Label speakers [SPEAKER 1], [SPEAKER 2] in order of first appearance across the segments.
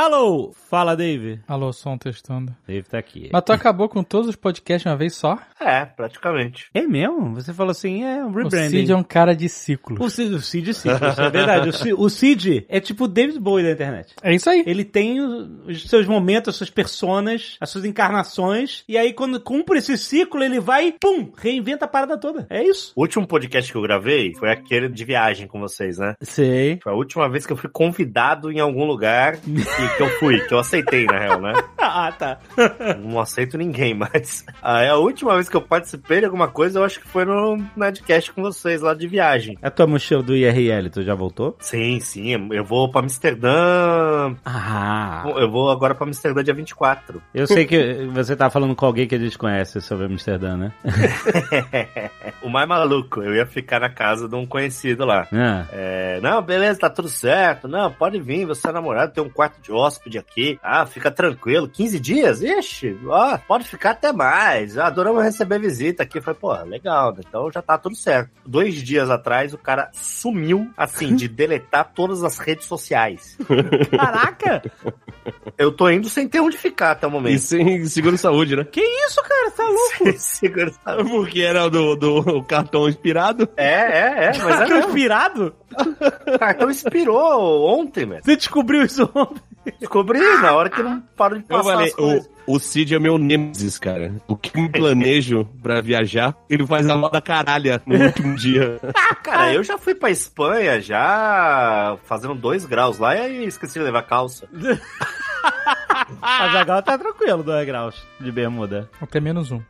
[SPEAKER 1] Alô! Fala, Dave.
[SPEAKER 2] Alô, som testando.
[SPEAKER 1] Dave tá aqui.
[SPEAKER 2] Mas tu acabou com todos os podcasts de uma vez só?
[SPEAKER 3] É, praticamente.
[SPEAKER 1] É mesmo? Você falou assim, é um
[SPEAKER 2] O
[SPEAKER 1] rebranding.
[SPEAKER 2] Cid é um cara de ciclo.
[SPEAKER 1] O Cid, o Cid, sim, isso é verdade. O Cid, o Cid é tipo o David Bowie da internet.
[SPEAKER 2] É isso aí.
[SPEAKER 1] Ele tem o- os seus momentos, as suas personas, as suas encarnações, e aí quando cumpre esse ciclo, ele vai, e, pum, reinventa a parada toda. É isso.
[SPEAKER 3] O último podcast que eu gravei foi aquele de viagem com vocês, né?
[SPEAKER 1] Sei.
[SPEAKER 3] Foi a última vez que eu fui convidado em algum lugar e que eu fui, que eu aceitei, na real, né?
[SPEAKER 1] Ah, tá.
[SPEAKER 3] Não aceito ninguém, mas. Ah, é a última vez que eu participei de alguma coisa, eu acho que foi no podcast com vocês lá de viagem.
[SPEAKER 1] É A tua mochila do IRL, tu já voltou?
[SPEAKER 3] Sim, sim, eu vou pra Amsterdã.
[SPEAKER 1] Ah.
[SPEAKER 3] Eu vou agora pra Amsterdã dia 24.
[SPEAKER 1] Eu sei que você tá falando com alguém que a gente conhece sobre Amsterdã, né?
[SPEAKER 3] É, O mais maluco, eu ia ficar na casa de um conhecido lá.
[SPEAKER 1] Ah.
[SPEAKER 3] É, não, beleza, tá tudo certo. Não, pode vir, você é namorado, tem um quarto de hóspede aqui. Ah, fica tranquilo. 15 dias? Ixi, ó, pode ficar até mais. Ah, Adoramos receber visita aqui. Eu Falei, pô, legal, né? então já tá tudo certo. Dois dias atrás, o cara sumiu, assim, de deletar todas as redes sociais.
[SPEAKER 1] Caraca!
[SPEAKER 3] Eu tô indo sem ter onde ficar até o
[SPEAKER 4] E
[SPEAKER 3] momento.
[SPEAKER 4] sem seguro saúde, né?
[SPEAKER 1] Que isso, cara? Tá louco?
[SPEAKER 3] Segura-
[SPEAKER 4] Porque era o do, do cartão inspirado.
[SPEAKER 3] é, é, é, mas é
[SPEAKER 1] Tá
[SPEAKER 3] mesmo.
[SPEAKER 1] inspirado?
[SPEAKER 3] O cartão expirou ontem, velho.
[SPEAKER 1] Você descobriu isso ontem?
[SPEAKER 3] Descobri na hora que não paro de
[SPEAKER 4] Eu
[SPEAKER 3] passar
[SPEAKER 4] falei,
[SPEAKER 3] as coisas.
[SPEAKER 4] o, o Cid é meu nemesis, cara. O que eu me planejo pra viajar, ele faz a moda caralha no último dia. É.
[SPEAKER 3] Cara, eu já fui pra Espanha, já fazendo dois graus lá e esqueci de levar calça.
[SPEAKER 1] A Zagal tá tranquilo, 2 graus de bermuda.
[SPEAKER 2] Até menos um.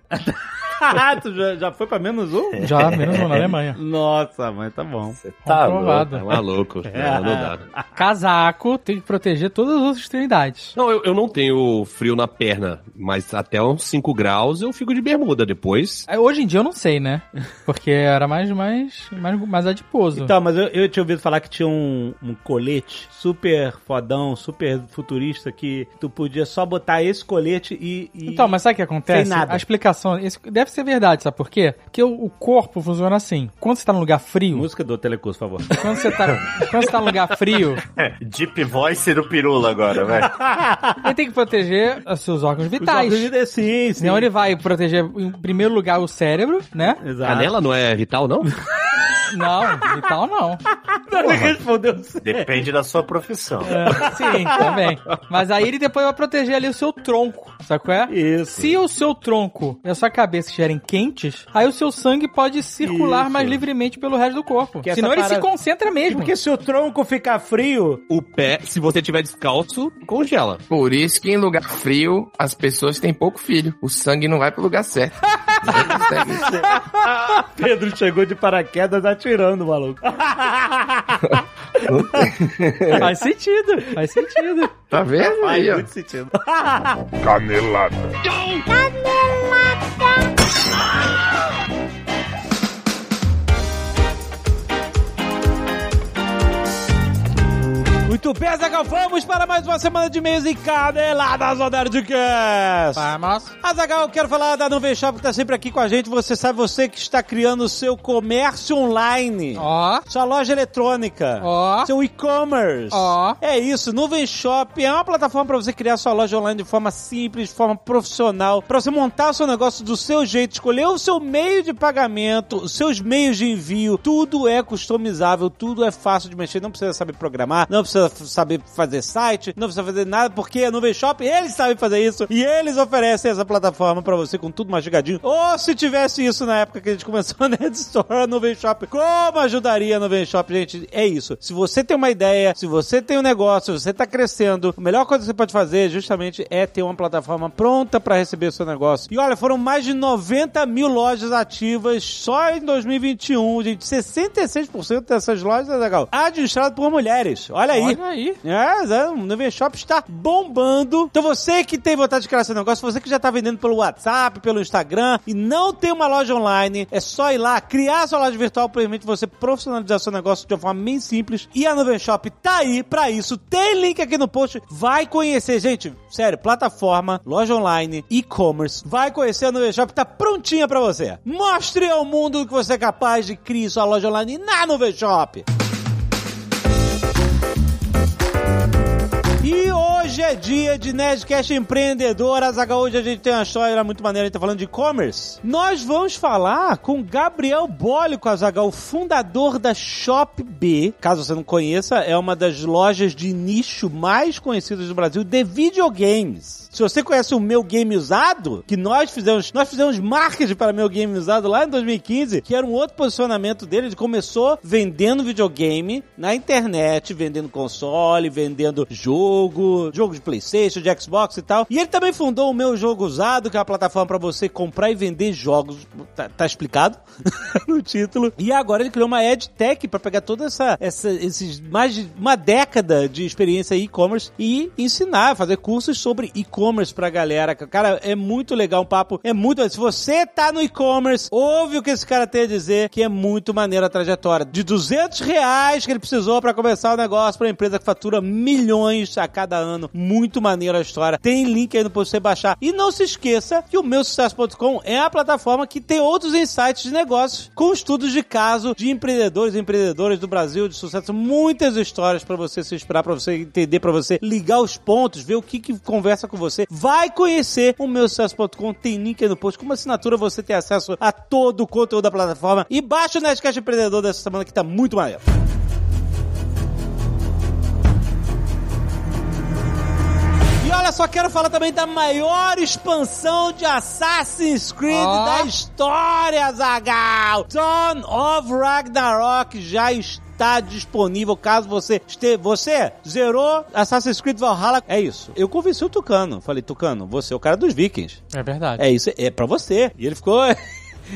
[SPEAKER 1] Ah, tu já, já foi pra menos um?
[SPEAKER 2] Já, menos um na Alemanha.
[SPEAKER 1] Nossa, mas tá bom.
[SPEAKER 2] Comprovado.
[SPEAKER 4] É maluco. Não, não dá.
[SPEAKER 2] Casaco tem que proteger todas as outras extremidades.
[SPEAKER 4] Não, eu, eu não tenho frio na perna, mas até uns 5 graus eu fico de bermuda depois.
[SPEAKER 2] É, Hoje em dia eu não sei, né? Porque era mais, mais, mais, mais adiposo.
[SPEAKER 1] Então, mas eu, eu tinha ouvido falar que tinha um, um colete super fodão, super futurista, que tu podia só botar esse colete e. e-
[SPEAKER 2] Então, mas sabe o que acontece?
[SPEAKER 1] Sem nada.
[SPEAKER 2] A explicação esse- deve ser verdade, sabe por quê? Porque o, o corpo funciona assim. Quando você tá num lugar frio,
[SPEAKER 1] Música do Telecurso, por favor.
[SPEAKER 2] quando você tá, quando você tá num lugar frio,
[SPEAKER 3] É, Deep Voice do Pirula agora, velho.
[SPEAKER 2] ele tem que proteger os seus órgãos
[SPEAKER 1] Os
[SPEAKER 2] vitais.
[SPEAKER 1] óculos de- Sim, sim.
[SPEAKER 2] Senão ele vai proteger, em primeiro lugar, o cérebro, né?
[SPEAKER 1] Exato.
[SPEAKER 4] Canela não é vital, não?
[SPEAKER 2] Não, vital não.
[SPEAKER 1] Não, ele respondeu certo.
[SPEAKER 3] Depende da sua profissão.
[SPEAKER 4] É.
[SPEAKER 2] Sim, também. Mas aí ele depois vai proteger ali o seu tronco, sabe qual é?
[SPEAKER 1] Isso.
[SPEAKER 2] Se o seu tronco e a sua cabeça estiverem quentes, aí o seu sangue pode circular
[SPEAKER 1] Isso.
[SPEAKER 2] mais livremente pelo resto do corpo.
[SPEAKER 1] Que essa
[SPEAKER 2] Senão ele
[SPEAKER 1] parada-
[SPEAKER 2] se concentra mesmo.
[SPEAKER 1] Porque se o tronco ficar frio,
[SPEAKER 4] O pé, se você tiver descalço, congela.
[SPEAKER 5] Por isso que em lugar frio, as pessoas têm pouco filho. O sangue não vai pro lugar certo.
[SPEAKER 1] Pedro chegou de paraquedas atirando, maluco.
[SPEAKER 2] Faz sentido, faz sentido.
[SPEAKER 5] tá vendo aí, ó?
[SPEAKER 1] sentido. Muito bem, Zagal, vamos para mais uma semana de e-mails e caneladas do Nerdcast.
[SPEAKER 2] Vamos.
[SPEAKER 1] Azagal, quero falar da Nuvem Shop que tá sempre aqui com a gente. Você sabe, você que está criando o seu comércio online.
[SPEAKER 2] Ó,
[SPEAKER 1] Sua loja eletrônica.
[SPEAKER 2] Ó.
[SPEAKER 1] Seu e-commerce.
[SPEAKER 2] Ó.
[SPEAKER 1] É isso, Nuvem Shop é uma plataforma para você criar sua loja online de forma simples, de forma profissional, para você montar seu negócio do seu jeito, escolher o seu meio de pagamento, os seus meios de envio, tudo é customizável, tudo é fácil de mexer, não precisa saber programar, não precisa f- saber fazer site, não precisa fazer nada, porque a Nuvem Shop, eles sabem fazer isso e eles oferecem essa plataforma para você com tudo mastigadinho. Ou se tivesse isso na época que a gente começou a Nerd Store, a Nuvem Shop, como ajudaria a Nuvem Shop, gente? É isso. Se você tem uma ideia, se você tem um negócio, se você está crescendo, a melhor coisa que você pode fazer justamente é ter uma plataforma pronta para receber o seu negócio. E olha, foram mais de 90 mil lojas ativas só em 2021, gente. 66% dessas lojas, é legal, administradas por mulheres. Olha aí.
[SPEAKER 2] olha aí.
[SPEAKER 1] É, Zé, o Nuvem Shop está bombando. Então você que tem vontade de criar seu negócio, você que já está vendendo pelo WhatsApp, pelo Instagram e não tem uma loja online, é só ir lá, criar sua loja virtual, permite você profissionalizar seu negócio de uma forma bem simples. E a Nuvem Shop tá aí para isso. Tem link aqui no post. Vai conhecer, gente. Sério, plataforma, loja online, e-commerce. Vai conhecer a Nuvem Shop, tá prontinha para você. Mostre ao mundo que você é capaz de criar sua loja online na Nuvem Shop. E hoje Hoje é dia de Nerdcast Empreendedor. Azaghal, hoje a gente tem uma história muito maneira, a gente tá falando de e-commerce. Nós vamos falar com Gabriel Bólico, Azaghal, fundador da Shop B. Caso você não conheça, é uma das lojas de nicho mais conhecidas do Brasil de videogames. Se você conhece o Meu Game Usado, que nós fizemos, nós fizemos marketing para Meu Game Usado lá em 2015, que era um outro posicionamento dele, ele começou vendendo videogame na internet, vendendo console, vendendo jogo, jogo de PlayStation, de Xbox e tal. E ele também fundou o Meu Jogo Usado, que é uma plataforma para você comprar e vender jogos. Tá, tá explicado no título. E agora ele criou uma EdTech para pegar toda essa, essa esses mais de uma década de experiência em e-commerce e ensinar, fazer cursos sobre e-commerce pra galera. Cara, é muito legal o papo, é muito, se você tá no e-commerce, ouve o que esse cara tem a dizer, que é muito maneiro a trajetória. De 200 reais que ele precisou pra começar o negócio, pra uma empresa que fatura milhões a cada ano. Muito maneiro a história. Tem link aí no post pra você baixar. E não se esqueça que o meusucesso.com é a plataforma que tem outros insights de negócios, com estudos de caso de empreendedores e empreendedoras do Brasil de sucesso. Muitas histórias pra você se inspirar, pra você entender, pra você ligar os pontos, ver o que que conversa com você. Vai conhecer o meusucesso.com. Tem link aí no post. Com uma assinatura você tem acesso a todo o conteúdo da plataforma. E baixa o Nerdcast Empreendedor dessa semana que tá muito maneiro. E olha só, quero falar também da maior expansão de Assassin's Creed
[SPEAKER 2] Ó.
[SPEAKER 1] da história, Zagal! Dawn of Ragnarok já está disponível caso você este você zerou Assassin's Creed Valhalla é isso eu convenci o Tucano falei Tucano você é o cara dos vikings
[SPEAKER 2] É verdade.
[SPEAKER 1] é isso, é pra você. E ele ficou.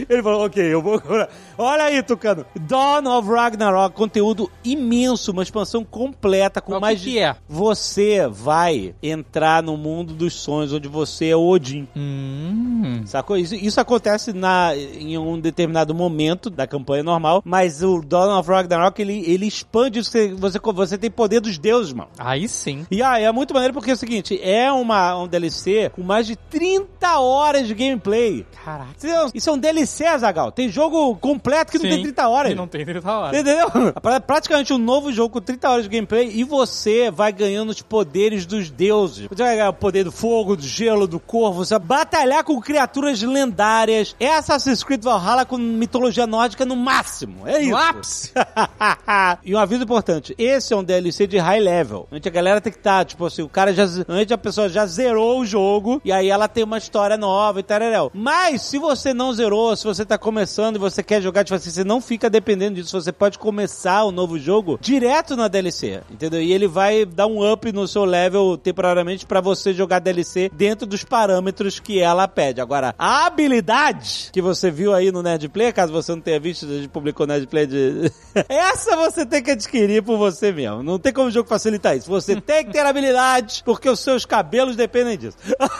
[SPEAKER 1] Ele falou, ok, eu vou. comprar. Olha aí, Tucano. Dawn of Ragnarok, conteúdo imenso, uma expansão completa com
[SPEAKER 2] Mas o
[SPEAKER 1] mais
[SPEAKER 2] que
[SPEAKER 1] de.
[SPEAKER 2] que é?
[SPEAKER 1] Você vai entrar no mundo dos sonhos onde você é o Odin.
[SPEAKER 2] Hum.
[SPEAKER 1] Sacou? Isso, isso acontece na, em um determinado momento da campanha normal, mas o Dawn of Ragnarok ele, ele expande isso. que Você, você tem poder dos deuses, mano.
[SPEAKER 2] Aí sim.
[SPEAKER 1] E ah, é muito maneiro porque é o seguinte: é uma, um DLC com mais de 30 horas de gameplay.
[SPEAKER 2] Caraca.
[SPEAKER 1] Isso é um- Isso é um DLC, Zagal. Tem jogo completo que não
[SPEAKER 2] Sim.
[SPEAKER 1] tem 30 horas.
[SPEAKER 2] E não tem 30 horas.
[SPEAKER 1] Entendeu? Pra- Praticamente um novo jogo com 30 horas de gameplay e você vai ganhando os poderes dos deuses. Você vai ganhar o poder do fogo, do gelo, do corvo, você vai batalhar com criaturas lendárias. É Assassin's Creed Valhalla com mitologia nórdica no máximo. É isso.
[SPEAKER 2] No ápice.
[SPEAKER 1] e um aviso importante: esse é um DLC de high level. Onde a galera tem que estar, tipo assim, o cara já. Antes a pessoa já zerou o jogo e aí ela tem uma história nova e tal. Mas se você não zerou, se você tá começando e você quer jogar, tipo assim, você não fica dependendo disso. Você pode começar o novo jogo direto na DLC, entendeu? E ele vai dar um up no seu level temporariamente pra você jogar DLC dentro dos parâmetros que ela pede. Agora, a habilidade que você viu aí no Nerd Play, caso você não tenha visto, a gente publicou o Nerd Play de. Essa você tem que adquirir por você mesmo. Não tem como o jogo facilitar isso. Você tem que ter habilidade, porque os seus cabelos dependem disso.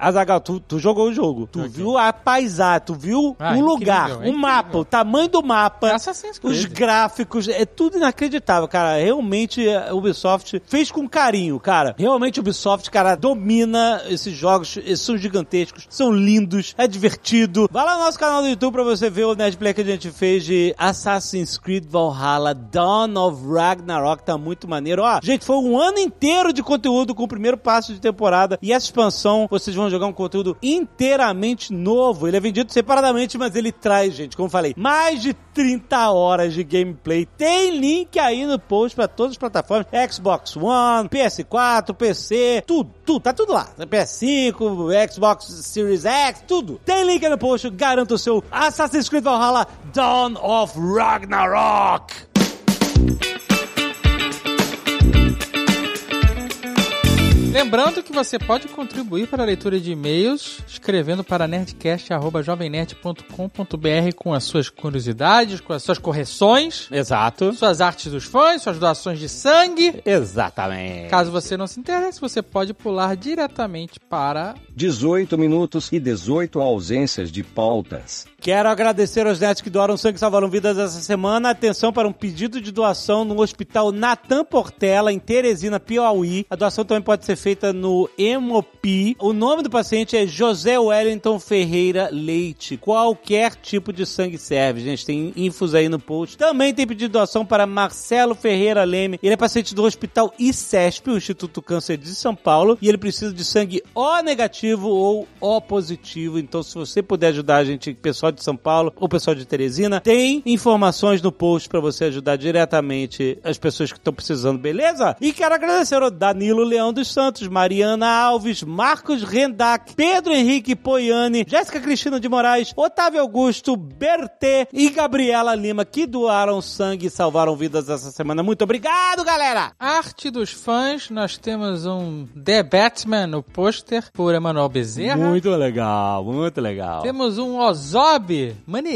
[SPEAKER 1] Azagal, tu, tu jogou o jogo. Tu viu a paisagem, tu viu
[SPEAKER 2] Ah,
[SPEAKER 1] o
[SPEAKER 2] incrível,
[SPEAKER 1] lugar, o
[SPEAKER 2] incrível.
[SPEAKER 1] mapa, o tamanho do mapa.
[SPEAKER 2] Assassin's
[SPEAKER 1] Os
[SPEAKER 2] Creed.
[SPEAKER 1] gráficos, é tudo inacreditável, cara. Realmente, a Ubisoft fez com carinho, cara. Realmente, a Ubisoft, cara, domina esses jogos. Eles são gigantescos, são lindos, é divertido. Vai lá no nosso canal do YouTube pra você ver o Nerdplay que a gente fez de Assassin's Creed Valhalla Dawn of Ragnarok. Tá muito maneiro. Ó, gente, foi um ano inteiro de conteúdo com o primeiro passo de temporada. E é essa expansão, vocês vão jogar um conteúdo inteiramente novo. Ele é vendido separadamente, mas ele traz, gente, como eu falei, mais de 30 horas de gameplay. Tem link aí no post pra todas as plataformas: Xbox One, PS4, PC, tudo, tudo, tá tudo lá. PS5, Xbox Series X, tudo. Tem link aí no post, garanta o seu Assassin's Creed Valhalla Dawn of Ragnarok.
[SPEAKER 2] Lembrando que você pode contribuir para a leitura de e-mails escrevendo para nerdcast.jovemnerd.com.br com as suas curiosidades, com as suas correções,
[SPEAKER 1] Exato.
[SPEAKER 2] suas artes dos fãs, suas doações de sangue.
[SPEAKER 1] Exatamente.
[SPEAKER 2] Caso você não se interesse, você pode pular diretamente para
[SPEAKER 6] 18 minutos e 18 ausências de pautas.
[SPEAKER 1] Quero agradecer aos netos que doaram sangue e salvaram vidas essa semana. Atenção para um pedido de doação no Hospital Natan Portela, em Teresina, Piauí. A doação também pode ser feita no Hemopi. O nome do paciente é José Wellington Ferreira Leite. Qualquer tipo de sangue serve, gente. Tem infos aí no post. Também tem pedido de doação para Marcelo Ferreira Leme. Ele é paciente do Hospital ICESP, o Instituto do Câncer de São Paulo, e ele precisa de sangue O negativo ou O positivo. Então, se você puder ajudar a gente, pessoal de São Paulo ou pessoal de Teresina, tem informações no post para você ajudar diretamente as pessoas que estão precisando, beleza? E quero agradecer ao Danilo Leão dos Santos, Mariana Alves, Marcos Rendac, Pedro Henrique Poiani, Jéssica Cristina de Moraes, Otávio Augusto, Bertê e Gabriela Lima, que doaram sangue e salvaram vidas essa semana. Muito obrigado, galera!
[SPEAKER 2] Arte dos fãs, nós temos um The Batman no pôster por Emanuel Bezerra.
[SPEAKER 1] legal, muito legal.
[SPEAKER 2] Temos um Ozob,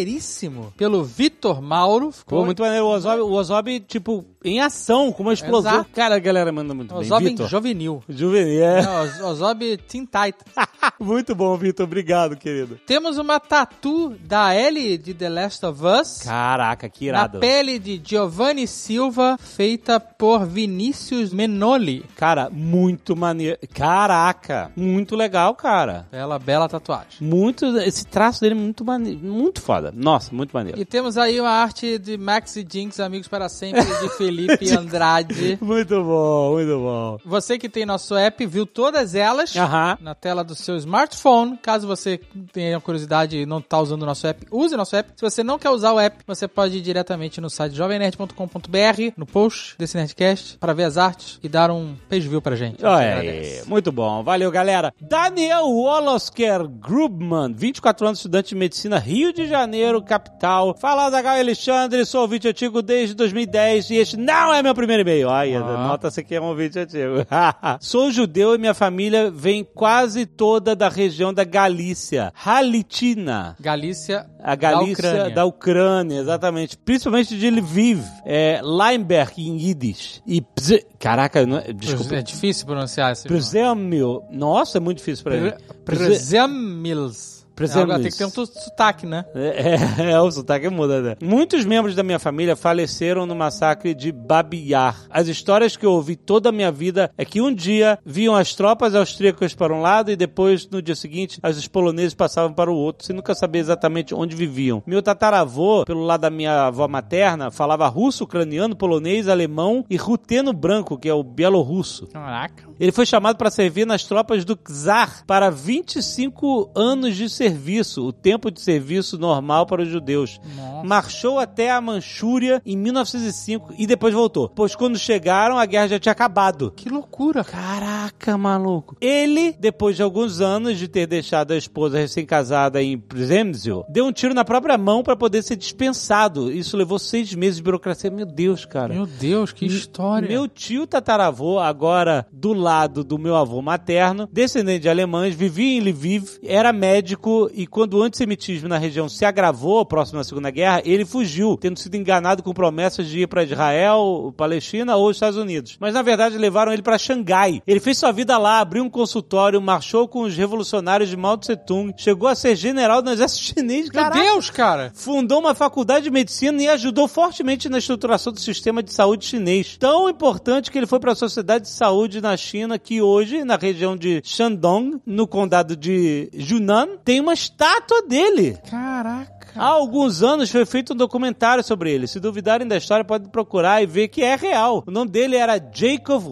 [SPEAKER 2] maneiríssimo, pelo Vitor Mauro. Ficou
[SPEAKER 1] Pô, muito maneiro. O Ozob, o Ozob, tipo, em ação, com uma explosão.
[SPEAKER 2] Exato.
[SPEAKER 1] Cara, a galera manda muito
[SPEAKER 2] Ozob
[SPEAKER 1] bem. Vitor.
[SPEAKER 2] juvenil.
[SPEAKER 1] Juvenil,
[SPEAKER 2] É,
[SPEAKER 1] é.
[SPEAKER 2] Oz- Ozob Teen Titans.
[SPEAKER 1] muito bom, Vitor. Obrigado, querido.
[SPEAKER 2] Temos uma tatu da Ellie de The Last of Us.
[SPEAKER 1] Caraca, que
[SPEAKER 2] Na
[SPEAKER 1] irado.
[SPEAKER 2] pele de Giovanni Silva, feita por Vinícius Menoli.
[SPEAKER 1] Cara, muito maneiro. Caraca, muito legal, cara.
[SPEAKER 2] Bela, bela tatuagem.
[SPEAKER 1] Muito, esse traço dele é muito maneiro, muito foda. Nossa, muito maneiro.
[SPEAKER 2] E temos aí uma arte de Max e Jinx, amigos para sempre, de Felipe Andrade.
[SPEAKER 1] Muito bom, muito bom.
[SPEAKER 2] Você que tem nosso app, viu todas elas.
[SPEAKER 1] Aham.
[SPEAKER 2] na tela do seu smartphone. Caso você tenha curiosidade e não está usando o nosso app, use o nosso app. Se você não quer usar o app, você pode ir diretamente no site jovemnerd.com.br, no post desse Nerdcast, para ver as artes e dar um page view pra gente. A gente
[SPEAKER 1] Olha
[SPEAKER 2] agradece.
[SPEAKER 1] aí, muito bom, valeu galera. Daniel Wolosker Grubman, 24 anos, estudante de medicina, Rio de Janeiro, capital. Fala Zagal Alexandre, sou ouvinte antigo desde 2010 e este não é meu primeiro e-mail. Ai, nota-se que é um ouvinte antigo. sou judeu e minha família vem quase toda da região da Galícia, Halitina.
[SPEAKER 2] Galícia,
[SPEAKER 1] A Galícia da Ucrânia.
[SPEAKER 2] da Ucrânia.
[SPEAKER 1] exatamente. Principalmente de Lviv, é, Limeberg em Yiddish. E Pz- Caraca, eu não, desculpa.
[SPEAKER 2] É difícil pronunciar esse nome.
[SPEAKER 1] Przemil. Nossa, é muito difícil pra ele.
[SPEAKER 2] Pre- Przemils.
[SPEAKER 1] Przemils.
[SPEAKER 2] É, Agora tem que ter um tu- sotaque, né?
[SPEAKER 1] É, é, é, o sotaque muda, né? Muitos membros da minha família faleceram no massacre de Babi Yar. As histórias que eu ouvi toda a minha vida é que um dia viam as tropas austríacas para um lado e depois, no dia seguinte, as dos poloneses passavam para o outro, sem nunca saber exatamente onde viviam. Meu tataravô, pelo lado da minha avó materna, falava russo, ucraniano, polonês, alemão e ruteno branco, que é o bielorrusso.
[SPEAKER 2] Caraca.
[SPEAKER 1] Ele foi chamado para servir nas tropas do czar para 25 anos de serviço, o tempo de serviço normal para os judeus.
[SPEAKER 2] Nossa.
[SPEAKER 1] Marchou até a Manchúria em 1905 e depois voltou. Pois quando chegaram, a guerra já tinha acabado.
[SPEAKER 2] Que loucura, cara.
[SPEAKER 1] Caraca, maluco. Ele, depois de alguns anos de ter deixado a esposa recém-casada em Przemysl, deu um tiro na própria mão para poder ser dispensado. Isso levou seis meses de burocracia. Meu Deus, cara.
[SPEAKER 2] Meu Deus, que história.
[SPEAKER 1] Meu tio tataravô, agora do lado do meu avô materno, descendente de alemães, vivia em Lviv, era médico e quando o antissemitismo na região se agravou, próximo à Segunda Guerra, ele fugiu, tendo sido enganado com promessas de ir para Israel, Palestina ou Estados Unidos. Mas na verdade levaram ele para Xangai. Ele fez sua vida lá, abriu um consultório, marchou com os revolucionários de Mao Tse Tung, chegou a ser general do exército chinês,
[SPEAKER 2] Meu
[SPEAKER 1] caraca!
[SPEAKER 2] Deus, cara.
[SPEAKER 1] fundou uma faculdade de medicina e ajudou fortemente na estruturação do sistema de saúde chinês. Tão importante que ele foi para a Sociedade de Saúde na China, que hoje, na região de Shandong, no condado de Yunnan, tem uma estátua dele.
[SPEAKER 2] Caraca.
[SPEAKER 1] Há alguns anos foi feito um documentário sobre ele. Se duvidarem da história, podem procurar e ver que é real. O nome dele era Jacob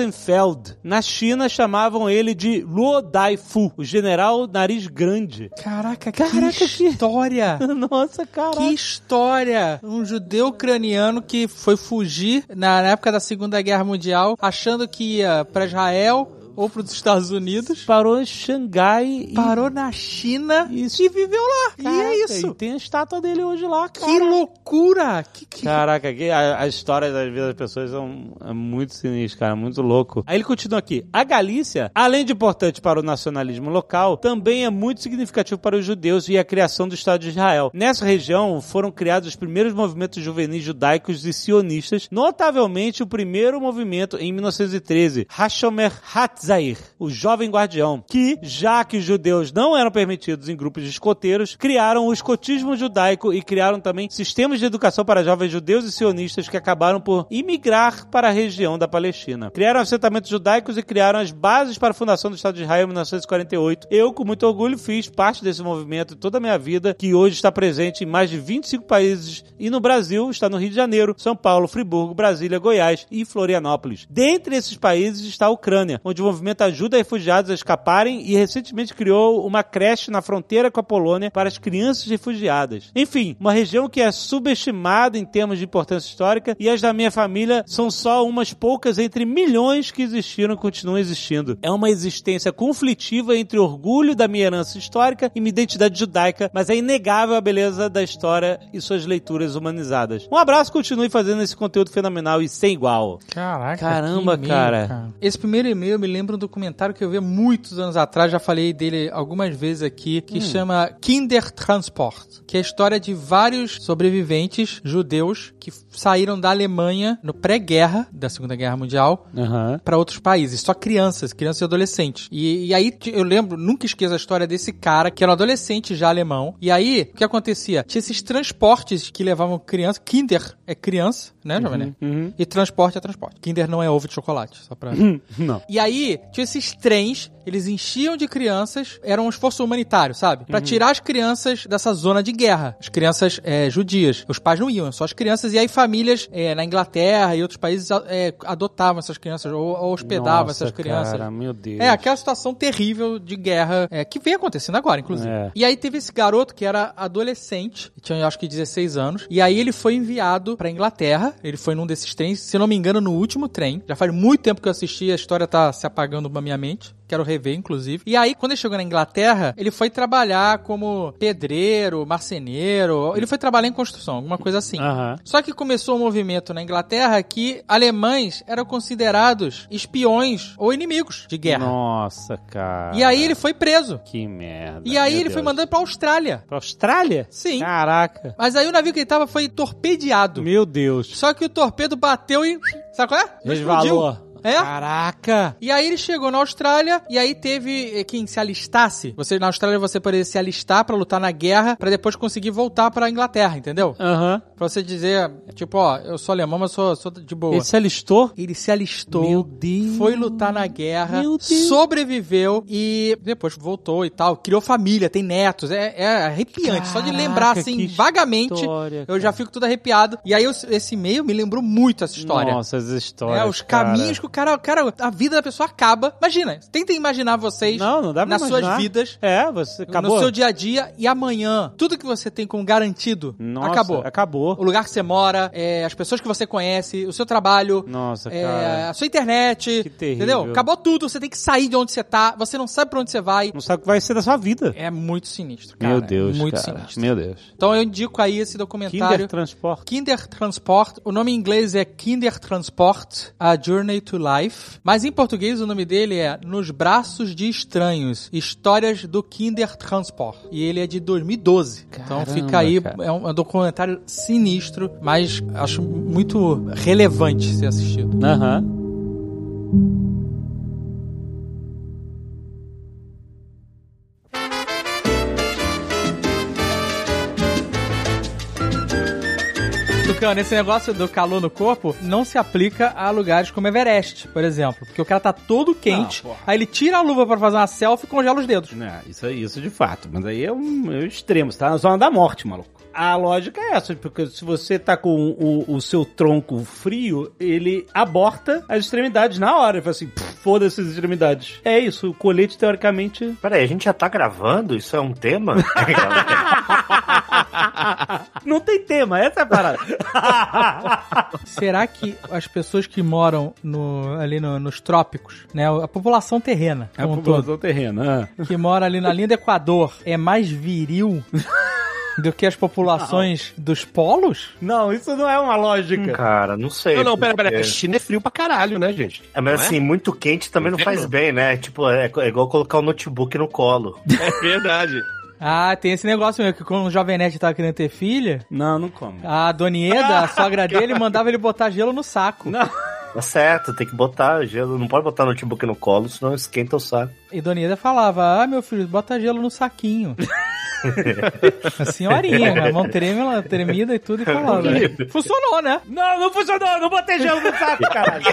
[SPEAKER 1] Rosenfeld. Na China chamavam ele de Luo Dai Fu, o general nariz grande.
[SPEAKER 2] Caraca,
[SPEAKER 1] Caraca,
[SPEAKER 2] que
[SPEAKER 1] que-
[SPEAKER 2] história!
[SPEAKER 1] Nossa, caraca.
[SPEAKER 2] que história! Um judeu ucraniano que foi fugir na, na época da Segunda Guerra Mundial, achando que ia pra Israel ou pros Estados Unidos,
[SPEAKER 1] Parou em Xangai
[SPEAKER 2] parou na China
[SPEAKER 1] e... Isso.
[SPEAKER 2] e viveu lá. e
[SPEAKER 1] Caraca,
[SPEAKER 2] é isso.
[SPEAKER 1] E tem a estátua dele hoje lá, cara.
[SPEAKER 2] Que loucura! Que, que-
[SPEAKER 1] Caraca, que a, a história das vidas das pessoas são é muito sinistra, cara, muito louco. Aí ele continua aqui. A Galícia, além de importante para o nacionalismo local, também é muito significativo para os judeus e a criação do Estado de Israel. Nessa região foram criados os primeiros movimentos juvenis judaicos e sionistas, notavelmente o primeiro movimento em 1913, Hashomer Hatz, Zair, o jovem guardião, que, já que os judeus não eram permitidos em grupos de escoteiros, criaram o escotismo judaico e criaram também sistemas de educação para jovens judeus e sionistas que acabaram por imigrar para a região da Palestina. Criaram assentamentos judaicos e criaram as bases para a fundação do Estado de Israel em 1948. Eu, com muito orgulho, fiz parte desse movimento toda a minha vida, que hoje está presente em mais de 25 países e no Brasil está no Rio de Janeiro, São Paulo, Friburgo, Brasília, Goiás e Florianópolis. Dentre esses países está a Ucrânia, onde o movimento ajuda refugiados a escaparem e recentemente criou uma creche na fronteira com a Polônia para as crianças refugiadas. Enfim, uma região que é subestimada em termos de importância histórica e as da minha família são só umas poucas entre milhões que existiram e continuam existindo. É uma existência conflitiva entre orgulho da minha herança histórica e minha identidade judaica, mas é inegável a beleza da história e suas leituras humanizadas. Um abraço, continue fazendo esse conteúdo fenomenal e sem igual.
[SPEAKER 2] Caraca.
[SPEAKER 1] Caramba,
[SPEAKER 2] que e-mail,
[SPEAKER 1] cara.
[SPEAKER 2] Esse primeiro e-mail eu me lembra um documentário que eu vi há muitos anos atrás, já falei dele algumas vezes aqui,
[SPEAKER 1] Hum.
[SPEAKER 2] que chama Kinder Transport, que é a história de vários sobreviventes judeus que f- saíram da Alemanha no pré-guerra, da Segunda Guerra Mundial,
[SPEAKER 1] Aham.
[SPEAKER 2] para outros países, só crianças, crianças e adolescentes. E, e aí t- eu lembro, nunca esqueço a história desse cara, que era um adolescente já alemão. E aí, o que acontecia? Tinha esses transportes que levavam criança, Kinder é criança, né, Jovem Nerd? E transporte é transporte. Kinder não é ovo de chocolate, só pra...
[SPEAKER 1] Não.
[SPEAKER 2] E aí, tinha esses trens, eles enchiam de crianças, era um esforço humanitário, sabe?
[SPEAKER 1] Uhum.
[SPEAKER 2] Pra tirar as crianças dessa zona de guerra. As crianças é, judias. Os pais não iam, só as crianças. E aí, famílias é, na Inglaterra e outros países a- é, adotavam essas crianças, ou, ou hospedavam
[SPEAKER 1] Nossa,
[SPEAKER 2] essas crianças.
[SPEAKER 1] Cara, meu Deus.
[SPEAKER 2] É, aquela situação terrível de guerra é, que vem acontecendo agora, inclusive.
[SPEAKER 1] É.
[SPEAKER 2] E aí teve esse garoto que era adolescente, tinha acho que 16 anos, e aí ele foi enviado pra Inglaterra, ele foi num desses trens, se não me engano, no último trem. Já faz muito tempo que eu assisti, a história tá se apagando na minha mente. Quero rever, inclusive. E aí, quando ele chegou na Inglaterra, ele foi trabalhar como pedreiro, marceneiro. Ele foi trabalhar em construção, alguma coisa assim.
[SPEAKER 1] Aham.
[SPEAKER 2] Só que começou um movimento na Inglaterra que alemães eram considerados espiões ou inimigos de guerra.
[SPEAKER 1] Nossa, cara.
[SPEAKER 2] E aí ele foi preso.
[SPEAKER 1] Que merda.
[SPEAKER 2] E aí
[SPEAKER 1] meu
[SPEAKER 2] ele foi
[SPEAKER 1] Deus.
[SPEAKER 2] mandado pra Austrália.
[SPEAKER 1] Pra Austrália?
[SPEAKER 2] Sim.
[SPEAKER 1] Caraca.
[SPEAKER 2] Mas aí o navio que ele tava foi torpedeado.
[SPEAKER 1] Meu Deus.
[SPEAKER 2] Só que o torpedo bateu e. Sabe qual é? Explodiu.
[SPEAKER 1] Desvalor.
[SPEAKER 2] É?
[SPEAKER 1] Caraca.
[SPEAKER 2] E aí ele chegou na Austrália e aí teve eh, quem se alistasse. Você na Austrália você poderia se alistar pra lutar na guerra pra depois conseguir voltar pra Inglaterra, entendeu?
[SPEAKER 1] Aham.
[SPEAKER 2] Pra você dizer, tipo, ó, eu sou alemão, mas sou, sou de boa.
[SPEAKER 1] Ele se alistou?
[SPEAKER 2] Ele se alistou.
[SPEAKER 1] Meu Deus.
[SPEAKER 2] Foi lutar na guerra,
[SPEAKER 1] Meu Deus.
[SPEAKER 2] sobreviveu e depois voltou e tal. Criou família, tem netos. É, é arrepiante. Só de
[SPEAKER 1] Caraca,
[SPEAKER 2] lembrar, assim,
[SPEAKER 1] que
[SPEAKER 2] vagamente,
[SPEAKER 1] história,
[SPEAKER 2] eu já
[SPEAKER 1] cara.
[SPEAKER 2] fico todo arrepiado. E aí, eu- esse e-mail me lembrou muito essa história.
[SPEAKER 1] Nossa, as histórias.
[SPEAKER 2] É, os
[SPEAKER 1] cara.
[SPEAKER 2] caminhos que o cara, cara, a vida da pessoa acaba. Imagina, tentem imaginar vocês
[SPEAKER 1] Não, não dá pra
[SPEAKER 2] nas
[SPEAKER 1] imaginar.
[SPEAKER 2] suas vidas,
[SPEAKER 1] É, você acabou.
[SPEAKER 2] no seu dia a dia e amanhã. Tudo que você tem como garantido
[SPEAKER 1] Nossa,
[SPEAKER 2] acabou. O
[SPEAKER 1] Acabou.
[SPEAKER 2] lugar que você mora, é, as pessoas que você conhece, o seu trabalho,
[SPEAKER 1] Nossa,
[SPEAKER 2] é,
[SPEAKER 1] cara.
[SPEAKER 2] a sua internet.
[SPEAKER 1] Que terrível.
[SPEAKER 2] Entendeu? Acabou tudo, você tem que sair de onde você tá, você não sabe pra onde você vai.
[SPEAKER 1] Não sabe o que vai ser da sua vida.
[SPEAKER 2] É muito sinistro, cara. é
[SPEAKER 1] Meu Deus,
[SPEAKER 2] Muito
[SPEAKER 1] cara.
[SPEAKER 2] sinistro.
[SPEAKER 1] Meu Deus.
[SPEAKER 2] Então eu indico aí esse documentário.
[SPEAKER 1] Kinder Transport.
[SPEAKER 2] Kinder Transport, o nome em inglês é Kinder Transport, A Journey to Life, mas em português o nome dele é Nos Braços de Estranhos, Histórias do Kinder Transport. E ele é de 2012. então fica aí,
[SPEAKER 1] cara.
[SPEAKER 2] é um, é um documentário sinistro, mas acho muito relevante ser assistido.
[SPEAKER 1] Aham.
[SPEAKER 2] Tucano, esse negócio do calor no corpo não se aplica a lugares como Everest, por exemplo. Porque o cara tá todo quente, aí ele tira a luva pra fazer uma selfie e congela os dedos.
[SPEAKER 1] Não, isso, isso de fato. Mas aí é um, é um extremo. Você tá na zona da morte, maluco. A lógica é essa, porque se você tá com o, o seu tronco frio, ele aborta as extremidades na hora. Ele fala assim, "Pff, foda-se as extremidades. É isso, o colete teoricamente.
[SPEAKER 3] Peraí, a gente já tá gravando? Isso é um tema?
[SPEAKER 1] Não tem tema, essa é a parada.
[SPEAKER 2] Será que as pessoas que moram no- ali no- nos trópicos, né? A população terrena,
[SPEAKER 1] É
[SPEAKER 2] como um todo,
[SPEAKER 1] terrena.
[SPEAKER 2] que mora ali na linha do Equador, é mais viril do que as populações dos polos?
[SPEAKER 1] Não, isso não é uma lógica.
[SPEAKER 3] Cara, não sei.
[SPEAKER 4] Não, não, pera,
[SPEAKER 3] porque-
[SPEAKER 4] pera. China é frio pra caralho, né, gente?
[SPEAKER 3] É, mas
[SPEAKER 4] Não
[SPEAKER 3] assim, muito quente também não faz bem, né? Tipo, é, é igual colocar o notebook no colo.
[SPEAKER 4] É verdade.
[SPEAKER 2] Ah, tem esse negócio mesmo, que quando o Jovem Nerd tava querendo ter filha,
[SPEAKER 1] Hum. Não, não come.
[SPEAKER 2] a Donieda, a sogra dele, mandava ele botar gelo no saco.
[SPEAKER 1] Não.
[SPEAKER 3] Tá certo, tem que botar gelo. Não pode botar notebook no colo, senão esquenta o saco.
[SPEAKER 2] E Dona Ieda falava, ah, meu filho, bota gelo no saquinho. a senhorinha, com a mão trêmula, tremida e tudo, e falava. Funcionou, né?
[SPEAKER 1] Não, não funcionou, não botei gelo no saco, caralho.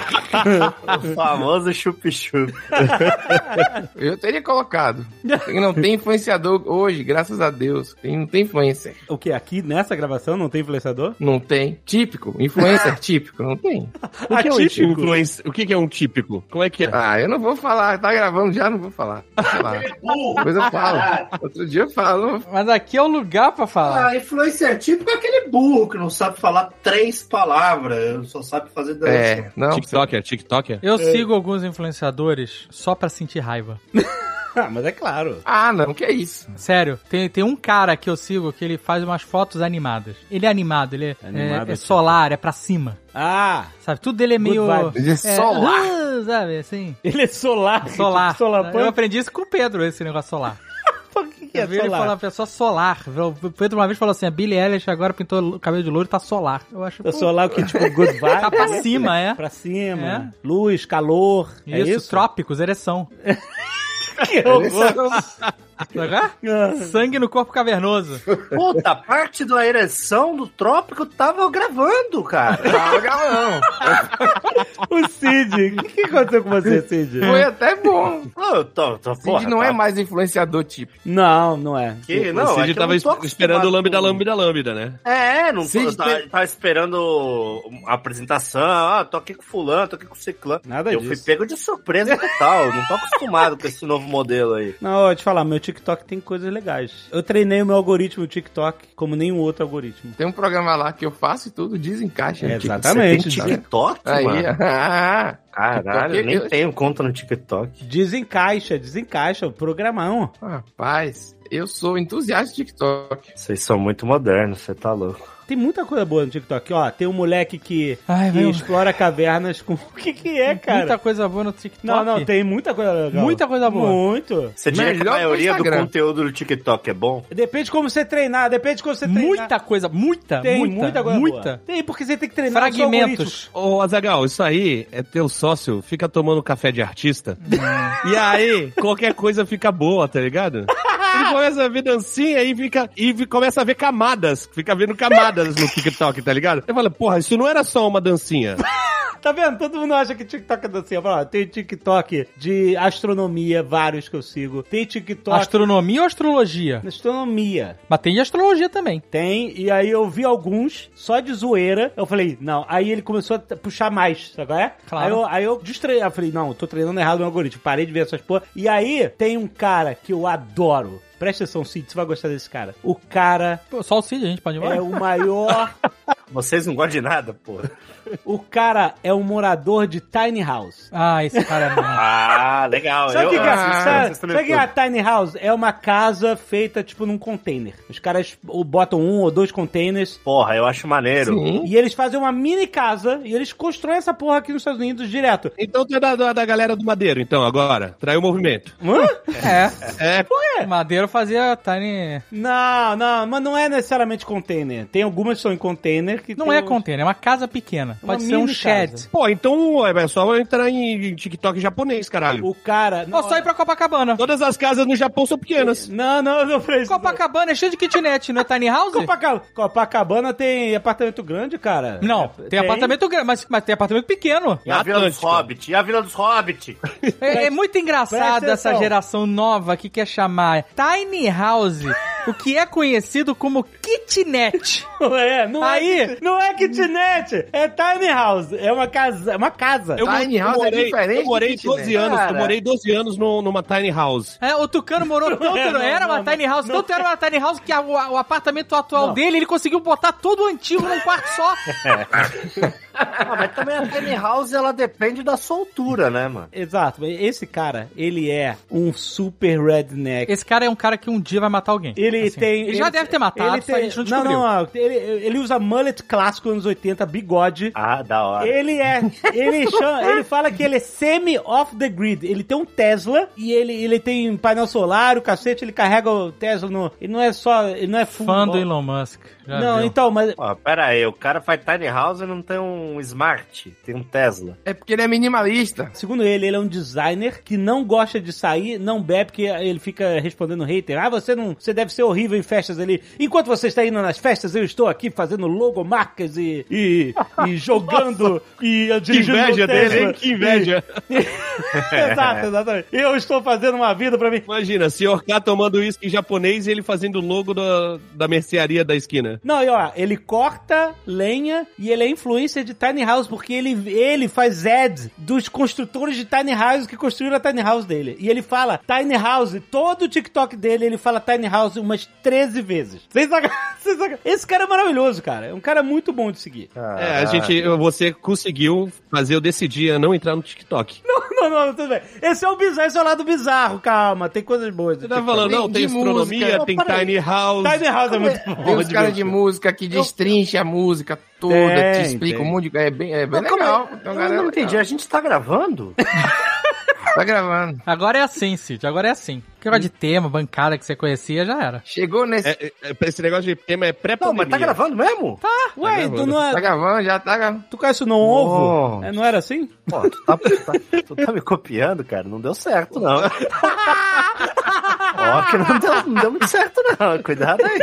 [SPEAKER 3] O famoso chup-chup.
[SPEAKER 5] Eu teria colocado. Tem- Não tem influenciador hoje, graças a Deus. Tem, não tem influencer.
[SPEAKER 1] O que? Aqui nessa gravação não tem influenciador?
[SPEAKER 5] Não tem. Típico. Influencer típico. Não tem.
[SPEAKER 4] O que, é um
[SPEAKER 1] Atípico.
[SPEAKER 4] influenci- o que que é um típico? Como é que é?
[SPEAKER 5] Ah, eu não vou falar. Tá gravando já, não vou falar. Sei lá. Depois eu falo. Outro dia eu falo.
[SPEAKER 2] Mas aqui é o lugar pra falar.
[SPEAKER 6] Ah, influencer típico é aquele burro que não sabe falar três palavras, só sabe fazer dança.
[SPEAKER 5] É, não.
[SPEAKER 4] TikToker, TikToker?
[SPEAKER 1] É.
[SPEAKER 2] Eu sigo alguns influenciadores só pra sentir raiva.
[SPEAKER 1] Ah, mas é claro.
[SPEAKER 5] Ah, não, que é isso.
[SPEAKER 2] Sério, tem, tem um cara que eu sigo que ele faz umas fotos animadas. Ele é animado, ele é,
[SPEAKER 1] Animado,
[SPEAKER 2] é- é
[SPEAKER 1] tipo.
[SPEAKER 2] solar, é pra cima.
[SPEAKER 1] Ah,
[SPEAKER 2] Sabe? Tudo dele é meio.
[SPEAKER 1] vibes.
[SPEAKER 5] Ele é
[SPEAKER 2] é,
[SPEAKER 5] solar.
[SPEAKER 2] ah, sabe, assim.
[SPEAKER 1] ele é solar.
[SPEAKER 2] Solar.
[SPEAKER 1] Solar
[SPEAKER 2] eu
[SPEAKER 1] punk?
[SPEAKER 2] aprendi isso com o Pedro, esse negócio solar.
[SPEAKER 1] O que, que é
[SPEAKER 2] eu vi ele falar
[SPEAKER 1] solar?
[SPEAKER 2] pra pessoa solar. O Pedro uma vez falou assim: a Billie Eilish agora pintou o cabelo de louro e tá solar. Eu acho
[SPEAKER 1] Eu
[SPEAKER 2] pô,
[SPEAKER 1] solar o que, tipo, good vibes?
[SPEAKER 2] Tá pra cima, é.
[SPEAKER 1] Pra cima, luz, calor. é
[SPEAKER 2] Isso,
[SPEAKER 1] isso? É
[SPEAKER 2] trópicos, ereção.
[SPEAKER 1] Que horror.
[SPEAKER 2] Tá
[SPEAKER 1] Ah.
[SPEAKER 2] Sangue no corpo cavernoso.
[SPEAKER 3] Puta, parte da ereção do trópico tava gravando, cara.
[SPEAKER 5] Ah, galão.
[SPEAKER 1] O Cid, o que, que aconteceu com você, Cid?
[SPEAKER 5] Foi até bom.
[SPEAKER 3] Não, eu tô, tô,
[SPEAKER 5] Cid
[SPEAKER 3] porra,
[SPEAKER 5] não é
[SPEAKER 3] tá-
[SPEAKER 5] mais influenciador típico.
[SPEAKER 1] Não, não é.
[SPEAKER 3] Que,
[SPEAKER 4] Não, o
[SPEAKER 3] não, é
[SPEAKER 4] Cid
[SPEAKER 3] que eu
[SPEAKER 4] tava
[SPEAKER 3] não tô
[SPEAKER 4] es- esperando o lambda,
[SPEAKER 3] acostumado com-
[SPEAKER 4] lambda, lambda, né?
[SPEAKER 3] É, não tô,
[SPEAKER 5] Cid
[SPEAKER 3] tá,
[SPEAKER 5] tem-
[SPEAKER 3] tá esperando a apresentação. Ah, tô aqui com fulano, tô aqui com ciclano.
[SPEAKER 1] Nada
[SPEAKER 3] eu
[SPEAKER 1] disso.
[SPEAKER 3] fui pego de surpresa total. Não tô acostumado com esse novo modelo aí.
[SPEAKER 1] Não, eu vou te falar, meu TikTok tem coisas legais. Eu treinei o meu algoritmo TikTok como nenhum outro algoritmo.
[SPEAKER 5] Tem um programa lá que eu faço e tudo desencaixa. no TikTok.
[SPEAKER 1] Exatamente.
[SPEAKER 3] Você tem TikTok,
[SPEAKER 5] Aí,
[SPEAKER 3] mano?
[SPEAKER 5] ah,
[SPEAKER 3] Caralho, eu
[SPEAKER 5] TikTok,
[SPEAKER 3] nem
[SPEAKER 5] eu-
[SPEAKER 3] tenho conta no TikTok.
[SPEAKER 1] Desencaixa, desencaixa, o programão.
[SPEAKER 5] rapaz, eu sou entusiasta de TikTok.
[SPEAKER 3] Vocês são muito modernos, você tá louco.
[SPEAKER 1] Tem muita coisa boa no TikTok. Ó, tem um moleque que,
[SPEAKER 2] Ai,
[SPEAKER 1] que
[SPEAKER 2] meu-
[SPEAKER 1] explora cavernas com. O que que é, cara?
[SPEAKER 2] Muita coisa boa no TikTok.
[SPEAKER 1] Não, não, tem muita coisa legal.
[SPEAKER 2] Muita coisa boa.
[SPEAKER 1] Muito.
[SPEAKER 3] Você diria que
[SPEAKER 5] Melhor
[SPEAKER 3] a
[SPEAKER 5] que o
[SPEAKER 3] maioria do
[SPEAKER 5] Instagram.
[SPEAKER 3] conteúdo do TikTok é bom?
[SPEAKER 1] Depende de como você treinar, depende de como você treinar.
[SPEAKER 2] Muita coisa, muita,
[SPEAKER 1] tem
[SPEAKER 2] muita,
[SPEAKER 1] muita coisa
[SPEAKER 2] muita.
[SPEAKER 1] boa. Tem, porque você tem que treinar o seu algoritmo.
[SPEAKER 2] Fragmentos.
[SPEAKER 4] Ô, Azagal, isso aí é teu sócio, fica tomando café de artista.
[SPEAKER 3] Hum.
[SPEAKER 4] e aí, qualquer coisa fica boa, tá ligado? Ele começa a ver dancinha e fica. E vi- começa a ver camadas. Fica vendo camadas no TikTok, tá ligado? Eu falo, porra, isso não era só uma dancinha.
[SPEAKER 1] Tá vendo? Todo mundo acha que TikTok é dancinha. Fala, ó, Tem TikTok de astronomia, vários que eu sigo. Tem TikTok
[SPEAKER 2] Astronomia ou astrologia?
[SPEAKER 1] de astronomia.
[SPEAKER 2] Mas tem de astrologia também.
[SPEAKER 1] Tem, e aí eu vi alguns, só de zoeira. Eu falei, não. Aí ele começou a t- puxar mais, sabe qual é?
[SPEAKER 2] Claro.
[SPEAKER 1] Aí eu, aí eu destreinei. Eu falei, não, eu tô treinando errado meu algoritmo. Parei de ver essas porra. E aí tem um cara que eu adoro. Presta atenção, Cid, você vai gostar desse cara. O cara
[SPEAKER 2] Pô, Só o Cid, a gente pode ir embora?
[SPEAKER 1] é o maior.
[SPEAKER 3] Vocês não gostam de nada, pô.
[SPEAKER 1] o cara é um morador de tiny house.
[SPEAKER 2] Ah, esse cara é bom.
[SPEAKER 3] Ah, legal.
[SPEAKER 1] Sabe o que, que é,
[SPEAKER 5] ah,
[SPEAKER 1] sabe,
[SPEAKER 3] vocês também
[SPEAKER 1] sabe o que é a
[SPEAKER 3] tudo.
[SPEAKER 1] tiny house? É uma casa feita, tipo, num container. Os caras ou botam um ou dois containers
[SPEAKER 3] Porra, eu acho maneiro.
[SPEAKER 5] Sim.
[SPEAKER 1] e eles fazem uma mini casa e eles constroem essa porra aqui nos Estados Unidos direto.
[SPEAKER 4] Então tu é da, da, da galera do Madeiro, então, agora. Traiu o movimento.
[SPEAKER 2] É.
[SPEAKER 4] É,
[SPEAKER 2] Madeiro fazia Tiny.
[SPEAKER 1] Não, não, mas não é necessariamente container. Tem algumas que são em container que
[SPEAKER 2] Não
[SPEAKER 1] tem
[SPEAKER 2] é
[SPEAKER 1] uns-
[SPEAKER 2] container, é uma casa pequena.
[SPEAKER 1] Uma
[SPEAKER 2] Pode ser um
[SPEAKER 1] mini
[SPEAKER 2] shed.
[SPEAKER 1] casa.
[SPEAKER 4] pô, então é só entrar em, em TikTok japonês, caralho.
[SPEAKER 1] O cara.
[SPEAKER 2] Ou só ir pra Copacabana.
[SPEAKER 4] Todas as casas no Japão são pequenas.
[SPEAKER 1] Não, não, não fez.
[SPEAKER 2] Copacabana é cheio de kitnet, não é Tiny House?
[SPEAKER 1] Copacabana. Copacabana tem apartamento grande, cara.
[SPEAKER 2] Não, tem, apartamento grande, mas, mas tem apartamento pequeno.
[SPEAKER 3] E a Vila dos
[SPEAKER 4] Atlântica.
[SPEAKER 3] Hobbit? E a Vila dos Hobbit?
[SPEAKER 2] É, é muito engraçado
[SPEAKER 1] presta
[SPEAKER 2] essa
[SPEAKER 1] atenção.
[SPEAKER 2] geração nova que quer chamar Tiny House, o que é conhecido como kitnet.
[SPEAKER 1] Não é, não é.
[SPEAKER 2] Aí-
[SPEAKER 1] Não é kitnet, é tiny house. É uma casa. É uma casa.
[SPEAKER 4] Eu,
[SPEAKER 5] Tiny house é diferente
[SPEAKER 4] Eu morei
[SPEAKER 5] do kitnet.
[SPEAKER 4] 12 anos, eu
[SPEAKER 5] Cara.
[SPEAKER 4] morei 12 anos no- numa tiny house.
[SPEAKER 2] É, o Tucano morou tanto,
[SPEAKER 1] é, não,
[SPEAKER 2] era uma
[SPEAKER 1] não,
[SPEAKER 2] tiny house, tanto era uma tiny house que a- o, o apartamento atual
[SPEAKER 1] Não.
[SPEAKER 2] dele, ele conseguiu botar todo o antigo num quarto só.
[SPEAKER 3] Ah, mas também a tiny house, ela depende da soltura, né, mano?
[SPEAKER 1] Exato, mas esse cara, ele é um super redneck.
[SPEAKER 2] Esse cara é um cara que um dia vai matar alguém.
[SPEAKER 1] Ele
[SPEAKER 2] Assim,
[SPEAKER 1] tem.
[SPEAKER 2] Ele já deve ter matado,
[SPEAKER 1] ele
[SPEAKER 2] só a gente
[SPEAKER 1] Não,
[SPEAKER 2] não descobriu.
[SPEAKER 1] não, ó, ele, ele usa mullet clássico anos 80, bigode.
[SPEAKER 3] Ah, da hora.
[SPEAKER 1] Ele é. Ele, chama, ele fala que ele é semi-off the grid. Ele tem um Tesla e ele, ele tem painel solar, o cacete, ele carrega o Tesla no. Ele não é só. Ele não é full-
[SPEAKER 2] Fã do Elon Musk. já
[SPEAKER 1] Não,
[SPEAKER 2] viu.
[SPEAKER 1] então, mas.
[SPEAKER 3] Ó, pera aí, o cara faz tiny house e não tem um um Smart, tem um Tesla.
[SPEAKER 5] É porque ele é minimalista.
[SPEAKER 1] Segundo ele, ele é um designer que não gosta de sair, não bebe, porque ele fica respondendo hater. Ah, você não. Você deve ser horrível em festas ali. Enquanto você está indo nas festas, eu estou aqui fazendo logomarcas e. e, e jogando e
[SPEAKER 4] Que
[SPEAKER 1] dirigindo.
[SPEAKER 4] inveja
[SPEAKER 1] meu
[SPEAKER 4] dele,
[SPEAKER 1] Tesla.
[SPEAKER 4] hein? Que inveja.
[SPEAKER 1] Exato, exatamente. Eu estou fazendo uma vida pra mim.
[SPEAKER 4] Imagina, senhor K tomando uísque japonês e ele fazendo o logo da, da mercearia da esquina.
[SPEAKER 1] Não, e ó, ele corta lenha e ele é influencer de Tiny House, porque ele, ele faz ad dos construtores de Tiny House que construíram a Tiny House dele. E ele fala Tiny House, todo o TikTok dele ele fala Tiny House umas 13 vezes. Vocês saca- vocês saca- Esse cara é maravilhoso, cara. É um cara muito bom de seguir.
[SPEAKER 4] É, a gente, eu- você conseguiu fazer eu decidir a não entrar no TikTok.
[SPEAKER 1] Não, não, não, tudo bem. Esse é o bizarro, esse é o lado bizarro, calma. Tem coisas boas.
[SPEAKER 4] Você tá falando, não, tem
[SPEAKER 5] de música.
[SPEAKER 4] astronomia,
[SPEAKER 5] Não,
[SPEAKER 4] tem
[SPEAKER 1] para aí.
[SPEAKER 4] tiny house.
[SPEAKER 1] Tiny House é muito bom.
[SPEAKER 5] Tem uns
[SPEAKER 1] de
[SPEAKER 5] caras
[SPEAKER 1] verdade.
[SPEAKER 5] de música que destrincha a música toda,
[SPEAKER 1] Tem,
[SPEAKER 5] te explica
[SPEAKER 1] tem.
[SPEAKER 5] um monte de coisa. É bem, é bem
[SPEAKER 3] Mas como é?
[SPEAKER 5] legal. Então,
[SPEAKER 3] Eu
[SPEAKER 5] galera,
[SPEAKER 3] não entendi, a
[SPEAKER 5] legal.
[SPEAKER 3] gente tá gravando?
[SPEAKER 5] Tá gravando.
[SPEAKER 2] Agora é assim, Cid, agora é assim. Que negócio de tema, bancada que você conhecia, já era.
[SPEAKER 5] Chegou nesse.
[SPEAKER 4] É, é, é, esse negócio de tema
[SPEAKER 3] Não,
[SPEAKER 4] é
[SPEAKER 3] mas tá
[SPEAKER 4] pré-pandemia.
[SPEAKER 3] gravando mesmo? Tá.
[SPEAKER 1] Ué, tu não
[SPEAKER 5] Tá
[SPEAKER 1] é.
[SPEAKER 5] gravando, já tá gravando.
[SPEAKER 1] Tu conhece o não ovo?
[SPEAKER 3] Nossa.
[SPEAKER 1] É, não era assim?
[SPEAKER 3] Pô, tu tá, tu tá- tu tá me copiando, cara. Não deu certo, não. Ó, que não deu, não deu muito certo, não. Cuidado aí.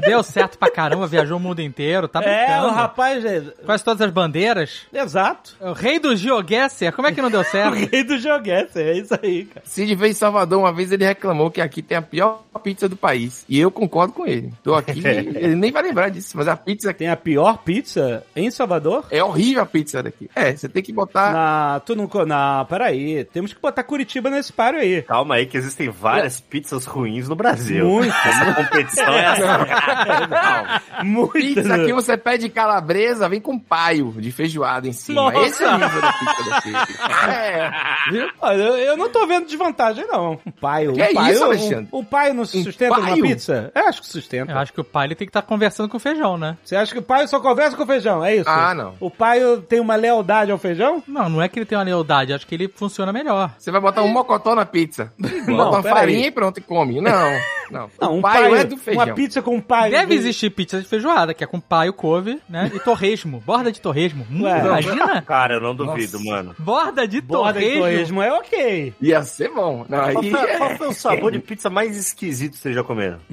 [SPEAKER 2] Deu certo pra caramba, viajou o mundo inteiro, tá
[SPEAKER 1] É,
[SPEAKER 2] brincando.
[SPEAKER 1] o rapaz. é-
[SPEAKER 2] Quase todas as bandeiras.
[SPEAKER 1] Exato.
[SPEAKER 2] É O rei do GeoGuessr, como é que não deu
[SPEAKER 1] É o
[SPEAKER 2] certo?
[SPEAKER 1] rei do joguete, é isso aí, cara.
[SPEAKER 5] Cid veio em Salvador uma vez, ele reclamou que aqui tem a pior pizza do país. E eu concordo com ele. Tô aqui, ele nem vai lembrar disso, mas a pizza aqui
[SPEAKER 1] Tem a pior pizza em Salvador?
[SPEAKER 5] é horrível a pizza daqui. É, você tem que botar.
[SPEAKER 1] Na, tu não. co- Na, peraí. Temos que botar Curitiba nesse páreo aí.
[SPEAKER 3] Calma aí, que existem várias pizzas ruins no Brasil.
[SPEAKER 1] Muito.
[SPEAKER 3] Essa competição é
[SPEAKER 5] Ah,
[SPEAKER 3] assim.
[SPEAKER 1] Muita.
[SPEAKER 5] Pizza aqui você pede calabresa, vem com paio de feijoada em cima.
[SPEAKER 1] Nossa.
[SPEAKER 5] Esse é o nível da pizza daqui. É.
[SPEAKER 1] Olha, eu, eu não tô vendo desvantagem, não. O pai, o
[SPEAKER 5] Que é
[SPEAKER 1] pai.
[SPEAKER 5] isso,
[SPEAKER 1] o-
[SPEAKER 5] Alexandre?
[SPEAKER 1] o, pai não se
[SPEAKER 5] Um
[SPEAKER 1] sustenta numa
[SPEAKER 5] paio?
[SPEAKER 1] pizza? Eu acho que sustenta.
[SPEAKER 2] Eu acho que o pai ele tem que estar conversando com o feijão, né?
[SPEAKER 1] Você acha que o pai só conversa com o feijão? É isso?
[SPEAKER 5] Ah, não.
[SPEAKER 1] O pai tem uma lealdade ao feijão?
[SPEAKER 2] Não, não é que ele tem uma lealdade, acho que ele funciona melhor.
[SPEAKER 5] Você vai botar um mocotó na pizza.
[SPEAKER 1] Não,
[SPEAKER 5] Bota uma
[SPEAKER 1] peraí.
[SPEAKER 5] farinha e pronto, e come. Não, não.
[SPEAKER 1] Não, um
[SPEAKER 5] o paio,
[SPEAKER 1] paio-
[SPEAKER 5] é do feijão.
[SPEAKER 1] Uma pizza com um pai.
[SPEAKER 2] Deve existir pizza de feijoada, que é com paio, couve, né? E torresmo, borda de torresmo. Hum,
[SPEAKER 1] Ué.
[SPEAKER 2] imagina?
[SPEAKER 3] Cara, eu não duvido, mano.
[SPEAKER 2] Borda de
[SPEAKER 1] Borda de
[SPEAKER 2] torresmo.
[SPEAKER 1] torresmo é ok.
[SPEAKER 5] Ia ser bom. Não, aí
[SPEAKER 3] Qual foi,
[SPEAKER 5] é-
[SPEAKER 3] qual foi o sabor de pizza mais esquisito que vocês já comeram?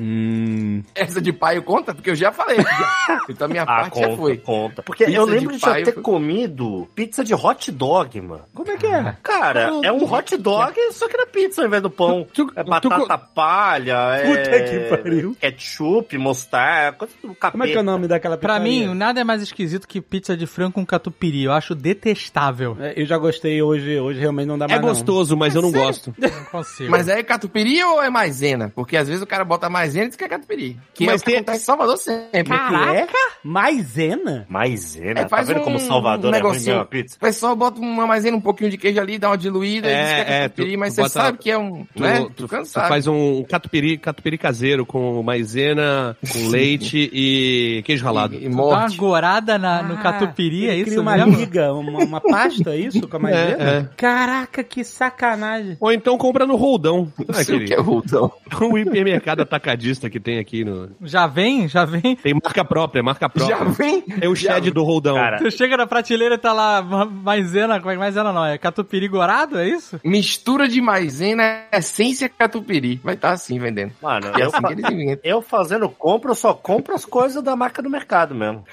[SPEAKER 5] essa de paio conta, porque eu já falei. Já. Então
[SPEAKER 1] Ah,
[SPEAKER 5] minha parte já foi.
[SPEAKER 3] Ah, conta. Porque
[SPEAKER 5] Pizza
[SPEAKER 3] eu lembro
[SPEAKER 5] de
[SPEAKER 3] de, já
[SPEAKER 5] paio
[SPEAKER 3] ter
[SPEAKER 5] foi-
[SPEAKER 3] comido pizza de hot dog, mano.
[SPEAKER 1] Como é que
[SPEAKER 2] Ah.
[SPEAKER 1] é?
[SPEAKER 3] Cara,
[SPEAKER 1] Não,
[SPEAKER 3] é um hot dog, só que na pizza ao invés do pão. é batata palha,
[SPEAKER 1] Puta
[SPEAKER 3] é...
[SPEAKER 1] que pariu.
[SPEAKER 3] Ketchup, mostarda, coisa do capeta.
[SPEAKER 1] Como é que é o nome daquela pizza?
[SPEAKER 2] Pra mim, nada é mais esquisito que pizza de frango com catupiry. Eu acho detestável.
[SPEAKER 1] É, eu já gostei hoje, hoje realmente não dá
[SPEAKER 4] É
[SPEAKER 1] mais. não.
[SPEAKER 4] gostoso, mas eu não gosto.
[SPEAKER 2] Não consigo.
[SPEAKER 5] Mas é catupiry ou é maisena? Porque às vezes o cara bota maisena e diz que é catupiry. Que
[SPEAKER 4] Mas
[SPEAKER 5] é o que
[SPEAKER 4] tem-
[SPEAKER 5] acontece em Salvador sempre. né?
[SPEAKER 4] é
[SPEAKER 1] Caraca! Maisena?
[SPEAKER 3] Maisena,
[SPEAKER 5] É,
[SPEAKER 3] tá
[SPEAKER 5] faz
[SPEAKER 3] vendo como
[SPEAKER 5] um-
[SPEAKER 3] Salvador
[SPEAKER 5] um
[SPEAKER 3] é ruim
[SPEAKER 5] negocinho.
[SPEAKER 3] mesmo a pizza?
[SPEAKER 5] O pessoal bota uma maisena, um pouquinho de queijo ali, dá uma diluída
[SPEAKER 4] É,
[SPEAKER 5] e diz que é
[SPEAKER 4] é,
[SPEAKER 5] catupiry,
[SPEAKER 4] tu-
[SPEAKER 5] mas
[SPEAKER 4] tu
[SPEAKER 5] você
[SPEAKER 4] bota-
[SPEAKER 5] sabe que é um...
[SPEAKER 4] Tu,
[SPEAKER 5] né?
[SPEAKER 4] tu- tu
[SPEAKER 5] Tu cansado.
[SPEAKER 4] faz um catupiry, catupiry caseiro com maisena, com leite e queijo ralado.
[SPEAKER 5] E, e
[SPEAKER 2] Dá uma
[SPEAKER 5] morte.
[SPEAKER 2] gorada na- no
[SPEAKER 1] Ah,
[SPEAKER 2] catupiry, é
[SPEAKER 1] ele
[SPEAKER 2] isso
[SPEAKER 1] cria uma
[SPEAKER 2] mesmo?
[SPEAKER 1] liga, uma, uma pasta, é isso? Com a maisena?
[SPEAKER 4] É, é.
[SPEAKER 1] Caraca, que sacanagem.
[SPEAKER 4] Ou então compra no roldão.
[SPEAKER 5] Não sei o que é roldão.
[SPEAKER 4] O hipermercado atacadista que tem aqui. No...
[SPEAKER 2] Já vem, já vem.
[SPEAKER 4] Tem marca própria, marca
[SPEAKER 5] Já
[SPEAKER 4] própria.
[SPEAKER 5] vem?
[SPEAKER 4] É o
[SPEAKER 5] Já
[SPEAKER 4] shed do roldão.
[SPEAKER 3] Cara,
[SPEAKER 2] Tu chega na prateleira e tá lá ma- maisena, como é que maisena não, é catupiry gorado, é isso?
[SPEAKER 5] Mistura de maisena, essência catupiry. Vai estar assim vendendo.
[SPEAKER 3] mano,
[SPEAKER 5] É
[SPEAKER 3] eu,
[SPEAKER 5] assim que
[SPEAKER 3] fa-
[SPEAKER 5] eles inventam.
[SPEAKER 3] eu fazendo compra, eu só compro as coisas da marca do mercado mesmo.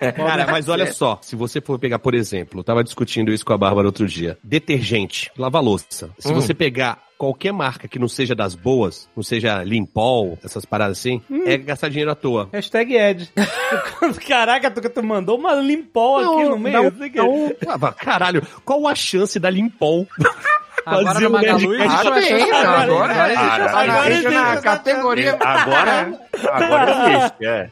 [SPEAKER 4] É, Cara, mas olha só, se você for pegar, por exemplo, eu tava discutindo isso com a Bárbara outro dia, detergente, lava-louça. Se
[SPEAKER 5] Hum.
[SPEAKER 4] você pegar qualquer marca que não seja das boas, não seja Limpol, essas paradas assim,
[SPEAKER 5] Hum.
[SPEAKER 4] é gastar dinheiro à toa.
[SPEAKER 1] Hashtag Ed. Caraca, tu, tu mandou uma limpol aqui no meio.
[SPEAKER 4] não,
[SPEAKER 1] não sei o quê.
[SPEAKER 4] não. Ah, vá, Caralho, qual a chance da Limpol?
[SPEAKER 2] Agora
[SPEAKER 4] Fazer
[SPEAKER 2] na
[SPEAKER 4] um
[SPEAKER 2] Magalu
[SPEAKER 4] Nerdcast.
[SPEAKER 2] existe
[SPEAKER 5] Ah,
[SPEAKER 2] uma
[SPEAKER 5] tem,
[SPEAKER 2] chance-
[SPEAKER 5] agora, é
[SPEAKER 1] agora
[SPEAKER 5] agora,
[SPEAKER 3] existe essa
[SPEAKER 5] agora
[SPEAKER 1] chance.
[SPEAKER 5] existe na categoria.
[SPEAKER 3] Agora, agora existe, é.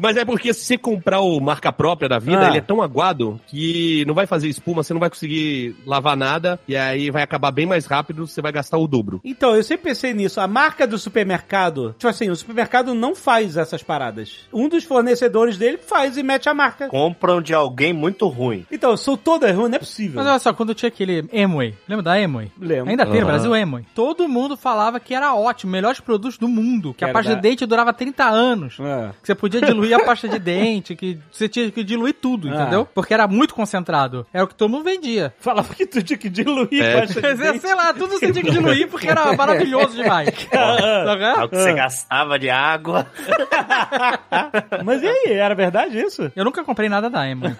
[SPEAKER 4] Mas é porque se você comprar o marca própria da vida,
[SPEAKER 1] Ah.
[SPEAKER 4] ele é tão aguado que não vai fazer espuma, você não vai conseguir lavar nada, e aí vai acabar bem mais rápido, você vai gastar o dobro.
[SPEAKER 1] Então, eu sempre pensei nisso. A marca do supermercado, tipo assim, o supermercado não faz essas paradas. Um dos fornecedores dele faz e mete a marca.
[SPEAKER 3] Compram de alguém muito ruim.
[SPEAKER 1] Então, sou toda ruim, não é possível.
[SPEAKER 4] Ah,
[SPEAKER 2] Mas olha só, quando tinha aquele Emway, lembra da Emway?
[SPEAKER 1] Lembro.
[SPEAKER 2] Ainda tem no
[SPEAKER 4] Aham.
[SPEAKER 2] Brasil Emway. Todo mundo falava que era ótimo, melhores produtos do mundo, que
[SPEAKER 1] Era
[SPEAKER 2] a
[SPEAKER 1] da-
[SPEAKER 2] pasta de dente durava há 30 anos.
[SPEAKER 1] É.
[SPEAKER 2] Que você podia diluir a pasta de dente, que você tinha que diluir tudo,
[SPEAKER 1] Ah.
[SPEAKER 2] entendeu? Porque era muito concentrado. Era o que todo mundo vendia.
[SPEAKER 1] Falava que tu tinha que diluir
[SPEAKER 4] É.
[SPEAKER 1] pasta de dente.
[SPEAKER 2] Sei lá, tudo você tinha que diluir porque era maravilhoso demais. Tá
[SPEAKER 3] É
[SPEAKER 2] Sabe?
[SPEAKER 3] o que
[SPEAKER 1] Ah.
[SPEAKER 3] você gastava de água.
[SPEAKER 1] Mas e aí, era verdade isso?
[SPEAKER 2] Eu nunca comprei nada da Emma.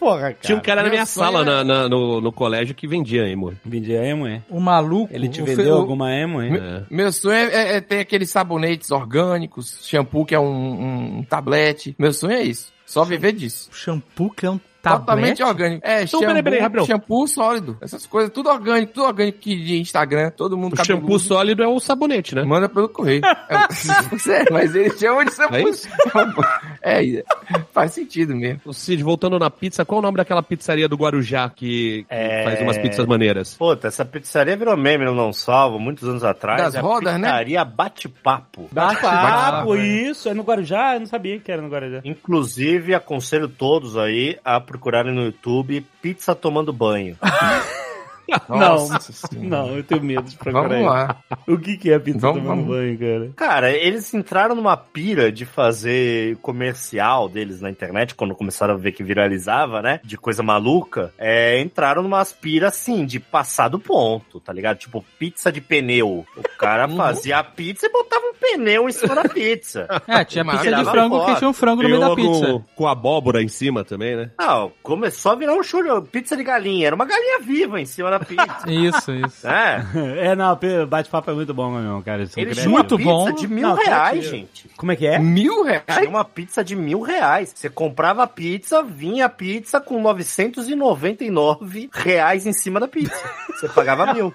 [SPEAKER 1] Porra, cara.
[SPEAKER 4] Tinha um cara na
[SPEAKER 5] Meu
[SPEAKER 4] minha
[SPEAKER 5] sonho
[SPEAKER 4] sala,
[SPEAKER 5] é-
[SPEAKER 4] na- na- no, no colégio, que vendia emo.
[SPEAKER 1] Vendia emo, hein?
[SPEAKER 2] O maluco.
[SPEAKER 1] Ele te
[SPEAKER 2] o
[SPEAKER 1] vendeu
[SPEAKER 2] fe- o-
[SPEAKER 1] alguma emo, hein?
[SPEAKER 4] É.
[SPEAKER 5] Meu sonho é, é- é ter aqueles sabonetes orgânicos, shampoo que é um, um- um tablete. Meu sonho é isso. Só viver disso.
[SPEAKER 2] O shampoo que é um tablete.
[SPEAKER 5] Totalmente orgânico. É,
[SPEAKER 4] Então,
[SPEAKER 5] shampoo,
[SPEAKER 4] peraí, peraí, rapidão.
[SPEAKER 5] shampoo sólido. Essas coisas, tudo orgânico, tudo orgânico que de Instagram, todo mundo
[SPEAKER 4] O shampoo sólido é o sabonete, né?
[SPEAKER 5] Manda pelo correio. É, mas ele chama de shampoo.
[SPEAKER 4] É isso?
[SPEAKER 5] sólido. É, faz sentido mesmo.
[SPEAKER 4] O Cid, voltando na pizza, qual o nome daquela pizzaria do Guarujá que, que
[SPEAKER 3] É.
[SPEAKER 4] faz umas pizzas maneiras?
[SPEAKER 3] Puta, essa pizzaria virou meme no Não Salvo, muitos anos atrás.
[SPEAKER 5] Das
[SPEAKER 3] É a
[SPEAKER 5] rodas, né?
[SPEAKER 3] Pizzaria Bate-Papo.
[SPEAKER 1] Bate-papo,
[SPEAKER 5] Bate-papo,
[SPEAKER 1] isso. É no Guarujá? Eu não sabia que era no Guarujá.
[SPEAKER 3] Inclusive, aconselho todos aí a procurarem no YouTube Pizza Tomando Banho.
[SPEAKER 5] Nossa Senhora.
[SPEAKER 1] Não, eu tenho medo de procurar
[SPEAKER 5] Vamos lá.
[SPEAKER 1] isso. O que, que é a pizza
[SPEAKER 5] Vamos-
[SPEAKER 1] tomando
[SPEAKER 5] vamos.
[SPEAKER 1] banho, cara?
[SPEAKER 3] Cara, eles entraram numa pira de fazer comercial deles na internet, quando começaram a ver que viralizava, né? De coisa maluca. É, entraram numa pira assim, de passar do ponto, tá ligado? Tipo, pizza de pneu. O cara fazia a pizza e botava um pneu em cima da pizza.
[SPEAKER 2] É, tinha pizza de
[SPEAKER 3] Tirava
[SPEAKER 2] frango que
[SPEAKER 3] fora.
[SPEAKER 2] tinha um frango no meio da pizza.
[SPEAKER 4] com, com abóbora em cima também, né?
[SPEAKER 3] Não, começou a virar um show de pizza de galinha. Era uma galinha viva em cima da pizza.
[SPEAKER 2] Isso, isso.
[SPEAKER 3] né?
[SPEAKER 1] É, não, pe- bate-papo é muito bom mesmo, cara. Isso
[SPEAKER 3] Eles
[SPEAKER 1] é
[SPEAKER 3] tinham
[SPEAKER 1] muito...
[SPEAKER 3] uma
[SPEAKER 2] Muito
[SPEAKER 3] pizza
[SPEAKER 2] bom.
[SPEAKER 3] de mil
[SPEAKER 1] Não, tá
[SPEAKER 3] reais,
[SPEAKER 1] aqui.
[SPEAKER 3] gente.
[SPEAKER 1] Como é que é?
[SPEAKER 5] Mil reais?
[SPEAKER 3] Tinha uma pizza de mil reais. Você comprava a pizza, vinha a pizza com 999 reais em cima da pizza. Você pagava mil.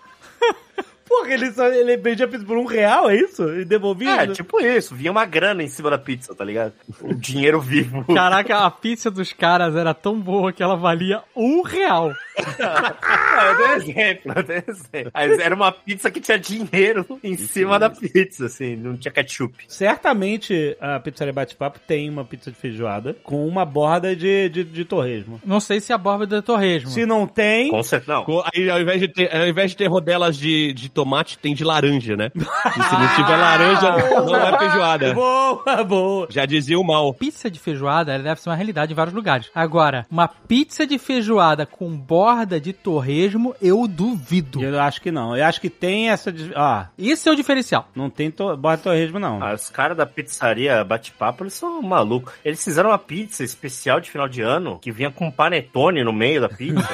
[SPEAKER 1] Porra, ele, só, ele vendia pizza por um real, é isso? E devolvia?
[SPEAKER 3] É, tipo isso. Vinha uma grana em cima da pizza, tá ligado? O dinheiro vivo.
[SPEAKER 2] Caraca, a pizza dos caras era tão boa que ela valia um real.
[SPEAKER 3] Ah, eu dei um exemplo, eu dei um exemplo. Mas era uma pizza que tinha dinheiro em cima da pizza, assim. Não tinha ketchup.
[SPEAKER 1] Certamente a pizzaria Bate-Papo tem uma pizza de feijoada com uma borda de, de, de torresmo.
[SPEAKER 2] Não sei se é a borba do torresmo.
[SPEAKER 1] Se não tem,
[SPEAKER 3] Com certeza, não.
[SPEAKER 4] Com- Aí, ao, invés de ter, ao invés de ter rodelas de, de tomate, tem de laranja, né? E se não tiver laranja, não é feijoada.
[SPEAKER 1] boa, boa.
[SPEAKER 4] Já dizia o mal.
[SPEAKER 2] Pizza de feijoada ela deve ser uma realidade em vários lugares. Agora, uma pizza de feijoada com borda de torresmo, eu duvido.
[SPEAKER 1] Eu acho que não. Eu acho que tem essa... de- Ah,
[SPEAKER 2] Isso é o diferencial.
[SPEAKER 1] não tem to... borda de torresmo, não.
[SPEAKER 3] Ah, Os caras da pizzaria Bate-Papo, eles são malucos. Eles fizeram uma pizza especial de final de ano que vinha com panetone no meio da pizza.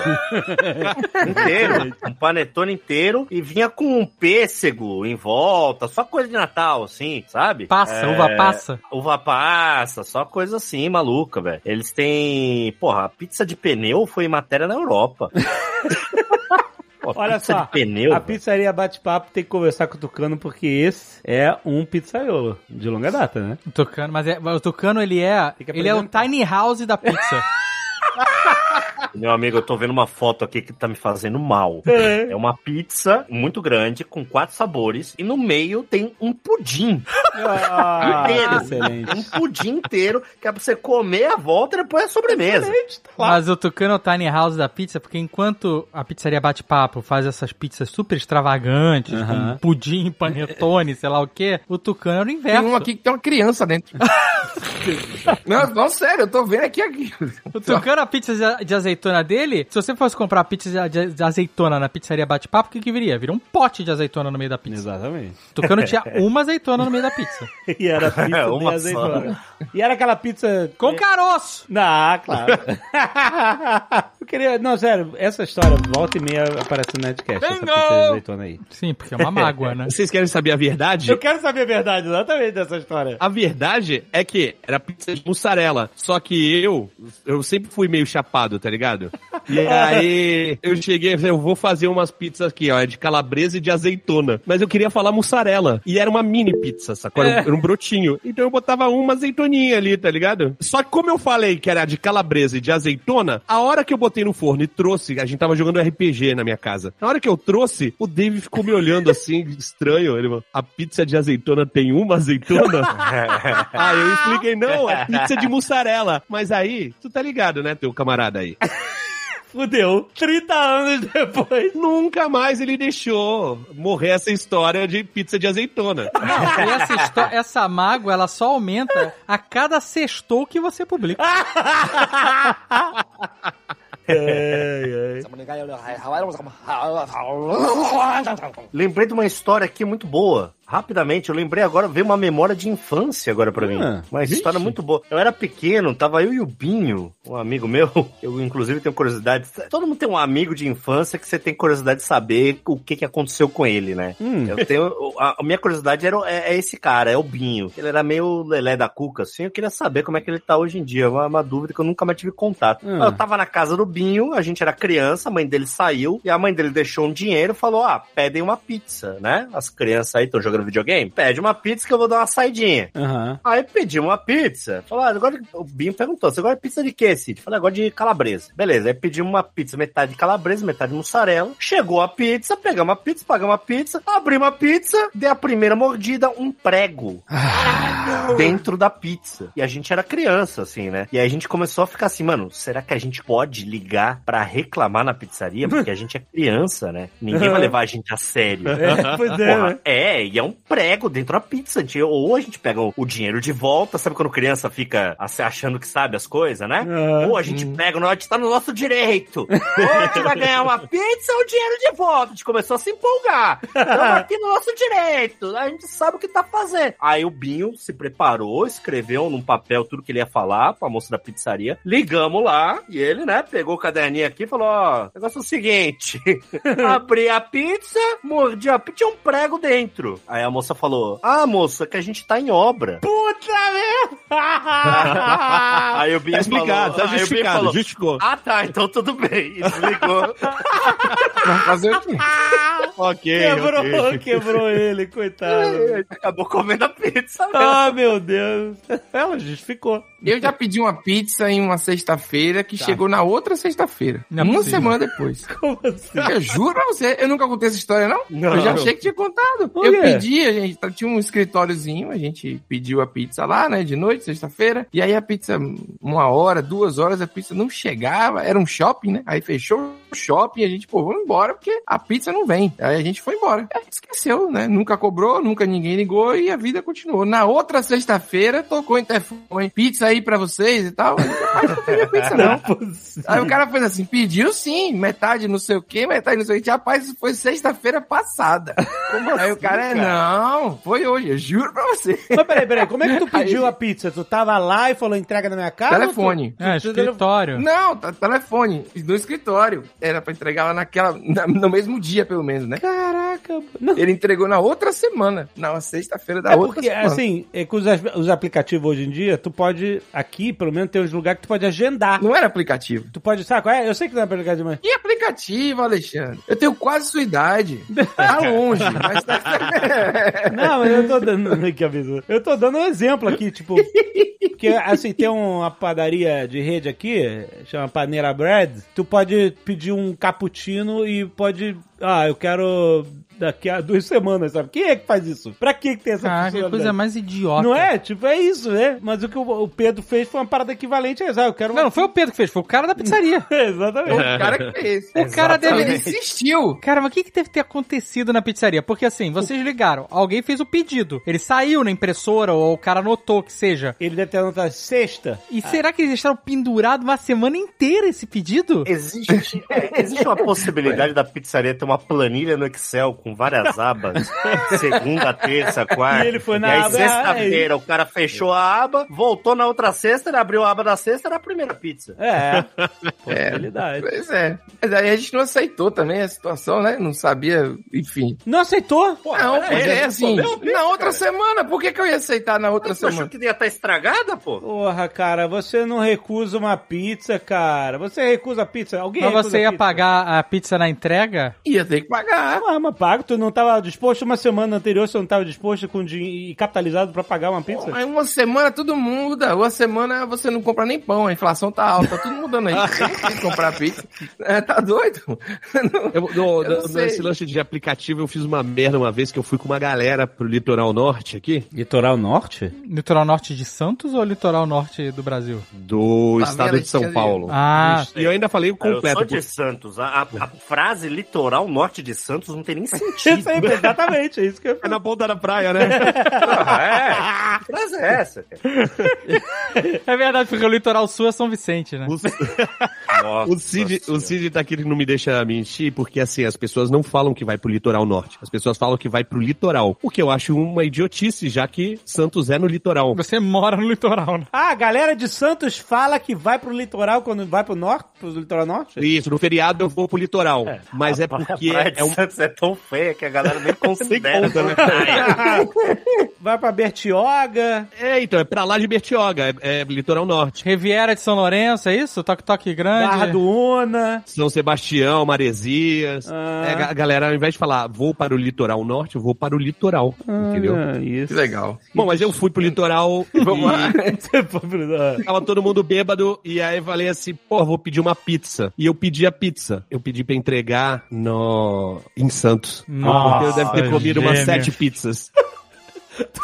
[SPEAKER 3] inteiro. Um panetone inteiro e vinha com um pêssego em volta. Só coisa de Natal, assim, sabe?
[SPEAKER 2] Passa,
[SPEAKER 3] É,
[SPEAKER 2] uva passa.
[SPEAKER 3] Uva passa, só coisa assim, maluca, velho. Eles têm. Porra, a pizza de pneu foi matéria na Europa. Pô,
[SPEAKER 1] Olha
[SPEAKER 3] pizza
[SPEAKER 1] só,
[SPEAKER 3] de pneu.
[SPEAKER 1] a
[SPEAKER 3] velho.
[SPEAKER 1] pizzaria Bate-Papo tem que conversar com o Tucano porque esse é um pizzaiolo de longa data, né?
[SPEAKER 2] O Tucano, mas é- o Tucano, ele é,
[SPEAKER 1] Tem que
[SPEAKER 2] ele é o
[SPEAKER 1] apresentar.
[SPEAKER 2] tiny house da pizza.
[SPEAKER 3] Meu amigo, eu tô vendo uma foto aqui que tá me fazendo mal. É uma pizza muito grande, com quatro sabores, e no meio tem um pudim.
[SPEAKER 1] Ah,
[SPEAKER 3] Inteiro.
[SPEAKER 1] excelente.
[SPEAKER 3] Tem um pudim inteiro, que é pra você comer a volta e depois é a sobremesa.
[SPEAKER 2] Mas o Tucano é o Tiny House da pizza, porque enquanto a pizzaria Bate-Papo faz essas pizzas super extravagantes,
[SPEAKER 1] Aham.
[SPEAKER 2] com pudim, panetone, sei lá o quê, o Tucano era o
[SPEAKER 5] Tem
[SPEAKER 2] inverso.
[SPEAKER 5] um aqui que tem uma criança dentro. não, não, sério, eu tô vendo aqui. aqui.
[SPEAKER 2] O Tucano, a pizza de a- de azeitona dele, se você fosse comprar a pizza de a- de de azeitona na pizzaria Bate-Papo, o que, que viria? Viria um pote de azeitona no meio da pizza.
[SPEAKER 1] Exatamente.
[SPEAKER 2] O Tucano tinha uma azeitona no meio da pizza.
[SPEAKER 1] E era pizza
[SPEAKER 3] É,
[SPEAKER 1] de
[SPEAKER 3] uma
[SPEAKER 1] azeitona. E era aquela pizza...
[SPEAKER 2] Com caroço!
[SPEAKER 1] Ah, claro. eu queria... Não, sério, essa história volta e meia aparece no Nerdcast. Essa pizza de azeitona aí.
[SPEAKER 2] Sim, porque é uma mágoa, né?
[SPEAKER 4] Vocês querem saber a verdade?
[SPEAKER 1] Eu quero saber a verdade exatamente dessa história.
[SPEAKER 4] A verdade é que era pizza de mussarela. Só que eu, eu sempre fui meio chapado, tá ligado? E aí eu cheguei e falei, eu vou fazer umas pizzas aqui, ó, é de calabresa e de azeitona. Mas eu queria falar mussarela. E era uma mini pizza, sacou? Era um- Era um brotinho. Então eu botava uma azeitoninha ali, tá ligado? Só que como eu falei que era de calabresa e de azeitona, a hora que eu botei no forno e trouxe, a gente tava jogando RPG na minha casa. Na hora que eu trouxe, o Dave ficou me olhando assim, estranho. Ele falou, a pizza de azeitona tem uma azeitona? Ah, eu expliquei, não, é pizza de mussarela. Mas aí, tu tá ligado, né, teu camarada aí?
[SPEAKER 1] Fudeu. 30 anos depois.
[SPEAKER 4] Nunca mais ele deixou morrer essa história de pizza de azeitona.
[SPEAKER 2] Não, e essa, histó- essa mágoa, ela só aumenta a cada sextou que você publica.
[SPEAKER 1] Ah, né?
[SPEAKER 3] Lembrei de uma história aqui muito boa. Rapidamente, eu lembrei agora, veio uma memória de infância agora pra mim.
[SPEAKER 1] Ah,
[SPEAKER 3] uma história muito boa. Eu era pequeno, tava eu e o Binho, um amigo meu. Eu, inclusive, tenho curiosidade. Todo mundo tem um amigo de infância que você tem curiosidade de saber o que, que aconteceu com ele, né?
[SPEAKER 1] Hum.
[SPEAKER 3] Eu tenho. A, a minha curiosidade era, é, é esse cara, é o Binho. Ele era meio lelé da cuca, assim. Eu queria saber como é que ele tá hoje em dia. Uma, uma dúvida que eu nunca mais tive contato.
[SPEAKER 1] Hum.
[SPEAKER 3] Eu tava na casa do Binho, a gente era criança, a mãe dele saiu, e a mãe dele deixou um dinheiro e falou: ah, pedem uma pizza, né? As crianças aí estão jogando videogame. Pede uma pizza que eu vou dar uma saidinha.
[SPEAKER 1] Aham.
[SPEAKER 3] Aí pedi uma pizza. Falou, ah, agora o Binho perguntou: você gosta de pizza de quê, Cid? Falei, agora de calabresa. Beleza, aí pedimos uma pizza, metade de calabresa, metade de mussarela. Chegou a pizza, pegamos a pizza, pagamos a pizza, abrimos a pizza, dei a primeira mordida, um prego dentro da pizza. E a gente era criança, assim, né? E aí a gente começou a ficar assim, mano, será que a gente pode ligar pra reclamar na pizzaria? Porque a gente é criança, né? Ninguém vai levar a gente a sério.
[SPEAKER 1] É, pois é,
[SPEAKER 3] Porra,
[SPEAKER 1] né?
[SPEAKER 3] é, e é um prego dentro da pizza. A gente- Ou a gente pega o- o dinheiro de volta, sabe quando criança fica assim, achando que sabe as coisas, né?
[SPEAKER 1] Ah.
[SPEAKER 3] Ou a gente pega, não, a gente tá no nosso direito. Ou a gente vai ganhar uma pizza ou o dinheiro de volta. A gente começou a se empolgar. Estamos aqui no nosso direito. A gente sabe o que tá fazendo. Aí o Binho se preparou, escreveu num papel tudo que ele ia falar pra moça da pizzaria. Ligamos lá e ele, né, pegou o caderninho aqui e falou: ó, o negócio é o seguinte. Abri a pizza, mordi a pizza, tinha um prego dentro. Aí a moça falou: Ah, moça, que a gente tá em obra. Aí o Binho
[SPEAKER 4] Tá
[SPEAKER 3] falou,
[SPEAKER 4] explicado, tá
[SPEAKER 3] aí o Binho
[SPEAKER 4] justificado,
[SPEAKER 3] falou,
[SPEAKER 4] justificou.
[SPEAKER 3] Ah, tá, então tudo bem. E desligou.
[SPEAKER 5] Vai fazer o quê?
[SPEAKER 4] ok,
[SPEAKER 1] Quebrou,
[SPEAKER 4] ok.
[SPEAKER 1] quebrou ele, coitado.
[SPEAKER 3] Ele acabou comendo a pizza. né?
[SPEAKER 1] Ah, meu Deus. Ela justificou.
[SPEAKER 5] Eu já pedi uma pizza em uma sexta-feira
[SPEAKER 4] Tá.
[SPEAKER 5] que chegou na outra sexta-feira.
[SPEAKER 2] Não é
[SPEAKER 5] uma
[SPEAKER 2] possível.
[SPEAKER 5] semana depois.
[SPEAKER 1] Como assim?
[SPEAKER 5] Eu juro pra você, eu nunca contei essa história, não?
[SPEAKER 3] Não.
[SPEAKER 5] Eu já achei que tinha contado.
[SPEAKER 1] Por
[SPEAKER 5] Eu
[SPEAKER 1] quê?
[SPEAKER 5] pedi, a gente tá- tinha um escritóriozinho, a gente pediu a pizza lá, né, de noite, sexta-feira. E aí a pizza, uma hora, duas horas, a pizza não chegava. Era um shopping, né? Aí fechou o shopping, a gente, pô, vamos embora, porque a pizza não vem. Aí a gente foi embora. Aí esqueceu, né? Nunca cobrou, nunca ninguém ligou e a vida continuou. Na outra sexta-feira, tocou o interfone, pizza aí pra vocês e tal. Mas não teve pizza, não. Aí o cara fez assim, pediu sim, metade não sei o que, metade não sei o que. Rapaz, isso foi sexta-feira passada. Aí o cara, é, não, foi hoje, eu juro pra você.
[SPEAKER 1] Mas peraí, peraí, como é que tu pediu a pizza? Tu tava lá e falou entrega na minha casa?
[SPEAKER 5] telefone.
[SPEAKER 2] É, escritório.
[SPEAKER 5] Não, tá- telefone, no escritório. Era pra entregar lá naquela, na- no mesmo dia, pelo menos, né?
[SPEAKER 1] Caraca. Não,
[SPEAKER 5] Ele entregou na outra semana, na sexta-feira da
[SPEAKER 1] é
[SPEAKER 5] outra
[SPEAKER 1] porque,
[SPEAKER 5] semana.
[SPEAKER 1] assim, é que os, os aplicativos hoje em dia, tu pode, aqui, pelo menos, tem uns lugares que tu pode agendar.
[SPEAKER 5] Não era aplicativo.
[SPEAKER 1] Tu pode, sabe qual é? Eu sei que não é aplicativo, mas...
[SPEAKER 5] Que aplicativo, Alexandre? Eu tenho quase sua idade. Tá longe, mas tá...
[SPEAKER 1] Não, mas eu tô dando. que absurdo. Eu tô dando um exemplo aqui, tipo. Porque, assim, tem uma padaria de rede aqui, chama Paneira Bread. Tu pode pedir um cappuccino e pode. Ah, eu quero daqui a duas semanas, sabe? Quem é que faz isso? Pra que que tem essa
[SPEAKER 2] Caraca, Ah, que
[SPEAKER 1] funcionalidade?
[SPEAKER 2] coisa mais idiota.
[SPEAKER 1] Não é? Tipo, é isso, né? Mas o que o o Pedro fez foi uma parada equivalente a essa. Ah, Eu quero.
[SPEAKER 2] Não, não foi o É. Pedro que fez, foi o cara da pizzaria.
[SPEAKER 1] Exatamente.
[SPEAKER 5] O cara que fez.
[SPEAKER 2] O cara deve-
[SPEAKER 5] Ele insistiu.
[SPEAKER 2] Cara, mas o que, que deve ter acontecido na pizzaria? Porque assim, vocês ligaram, alguém fez o pedido, ele saiu na impressora ou o cara anotou que seja.
[SPEAKER 1] Ele deve ter anotado sexta.
[SPEAKER 2] E será que eles deixaram pendurado uma semana inteira esse pedido?
[SPEAKER 3] Existe, é, existe uma possibilidade da pizzaria ter uma planilha no Excel com várias abas. Segunda, terça, quarta.
[SPEAKER 1] E ele foi na
[SPEAKER 3] aí,
[SPEAKER 1] aba-
[SPEAKER 4] é
[SPEAKER 3] sexta-feira, o cara fechou a aba, voltou na outra sexta, ele abriu a aba da sexta, era a primeira pizza.
[SPEAKER 1] É. Possibilidade.
[SPEAKER 5] Pois é. Mas aí a gente não aceitou também a situação, né? Não sabia, enfim.
[SPEAKER 1] Não aceitou?
[SPEAKER 3] Pô,
[SPEAKER 5] não,
[SPEAKER 3] peraí,
[SPEAKER 5] mas é,
[SPEAKER 3] eu
[SPEAKER 5] assim,
[SPEAKER 3] sou meu,
[SPEAKER 5] na
[SPEAKER 3] cara.
[SPEAKER 5] outra semana, por que, que eu ia aceitar na outra
[SPEAKER 3] Você achou
[SPEAKER 5] semana?
[SPEAKER 3] que ia estar estragada, pô?
[SPEAKER 1] Porra, cara, você não recusa uma pizza, cara. Você recusa a pizza. Alguém
[SPEAKER 2] Mas
[SPEAKER 1] recusa
[SPEAKER 2] você
[SPEAKER 1] a
[SPEAKER 2] ia
[SPEAKER 1] pizza?
[SPEAKER 2] pagar a pizza na entrega?
[SPEAKER 5] Ia ter que pagar.
[SPEAKER 1] Ah, mas paga sabe? Tu não tava disposto uma semana anterior, você não tava disposto com dinhe- e capitalizado pra pagar uma pizza?
[SPEAKER 5] Aí uma semana tudo muda, uma semana você não compra nem pão, a inflação tá alta, tá tudo mudando aí. Você não tem que comprar pizza. É, tá doido? Não-
[SPEAKER 4] Eu, no,
[SPEAKER 5] Eu não
[SPEAKER 4] no-
[SPEAKER 5] sei.
[SPEAKER 4] nesse lanche de aplicativo, eu fiz uma merda uma vez que eu fui com uma galera pro litoral norte aqui,
[SPEAKER 1] Litoral Norte?
[SPEAKER 2] Litoral norte de Santos ou litoral norte do Brasil?
[SPEAKER 4] do
[SPEAKER 5] Favela
[SPEAKER 4] estado
[SPEAKER 5] de
[SPEAKER 4] de São
[SPEAKER 5] Xavier.
[SPEAKER 4] Paulo.
[SPEAKER 2] Ah,
[SPEAKER 4] E eu ainda falei o completo.
[SPEAKER 3] Eu sou de Santos. A, a- a frase litoral norte de Santos não tem nem sentido.
[SPEAKER 1] Isso aí, exatamente, é isso que eu ia
[SPEAKER 4] É
[SPEAKER 1] falar.
[SPEAKER 4] na ponta da praia, né?
[SPEAKER 3] é. Que frase é essa, cara?
[SPEAKER 2] é verdade, porque o litoral sul é São Vicente, né?
[SPEAKER 3] Nossa
[SPEAKER 4] O Cid, o
[SPEAKER 3] Senhora.
[SPEAKER 4] Cid tá aqui, ele não me deixa mentir, porque assim, as pessoas não falam que vai pro litoral norte. As pessoas falam que vai pro litoral. O que eu acho uma idiotice, já que Santos é no litoral.
[SPEAKER 2] Você mora no litoral, né?
[SPEAKER 1] Ah, a galera de Santos fala que vai pro litoral quando vai pro norte, pro litoral norte?
[SPEAKER 4] Isso, no feriado eu vou pro litoral. mas é porque
[SPEAKER 3] a praia de
[SPEAKER 4] é um
[SPEAKER 3] Santos é tão feia que a galera nem considera.
[SPEAKER 4] conta, né?
[SPEAKER 3] praia.
[SPEAKER 1] Vai pra Bertioga.
[SPEAKER 4] É, então, é pra lá de Bertioga, é, é litoral norte.
[SPEAKER 2] Riviera de São Lourenço, é isso? Toque Toque Grande.
[SPEAKER 1] Barra do Una.
[SPEAKER 4] São Sebastião, Maresias.
[SPEAKER 1] Ah.
[SPEAKER 4] É, a galera, ao invés de falar vou para o litoral norte, eu vou para o litoral. entendeu?
[SPEAKER 1] Ah, isso.
[SPEAKER 5] Que legal.
[SPEAKER 4] Bom, mas eu fui pro litoral
[SPEAKER 5] Vamos lá.
[SPEAKER 4] e tava todo mundo bêbado. E aí eu falei assim, pô, vou pedir uma pizza. E eu pedi a pizza. Eu pedi pra entregar no... em Santos.
[SPEAKER 2] Nossa,
[SPEAKER 4] Porque eu deve ter comido umas
[SPEAKER 2] gênio.
[SPEAKER 4] sete pizzas.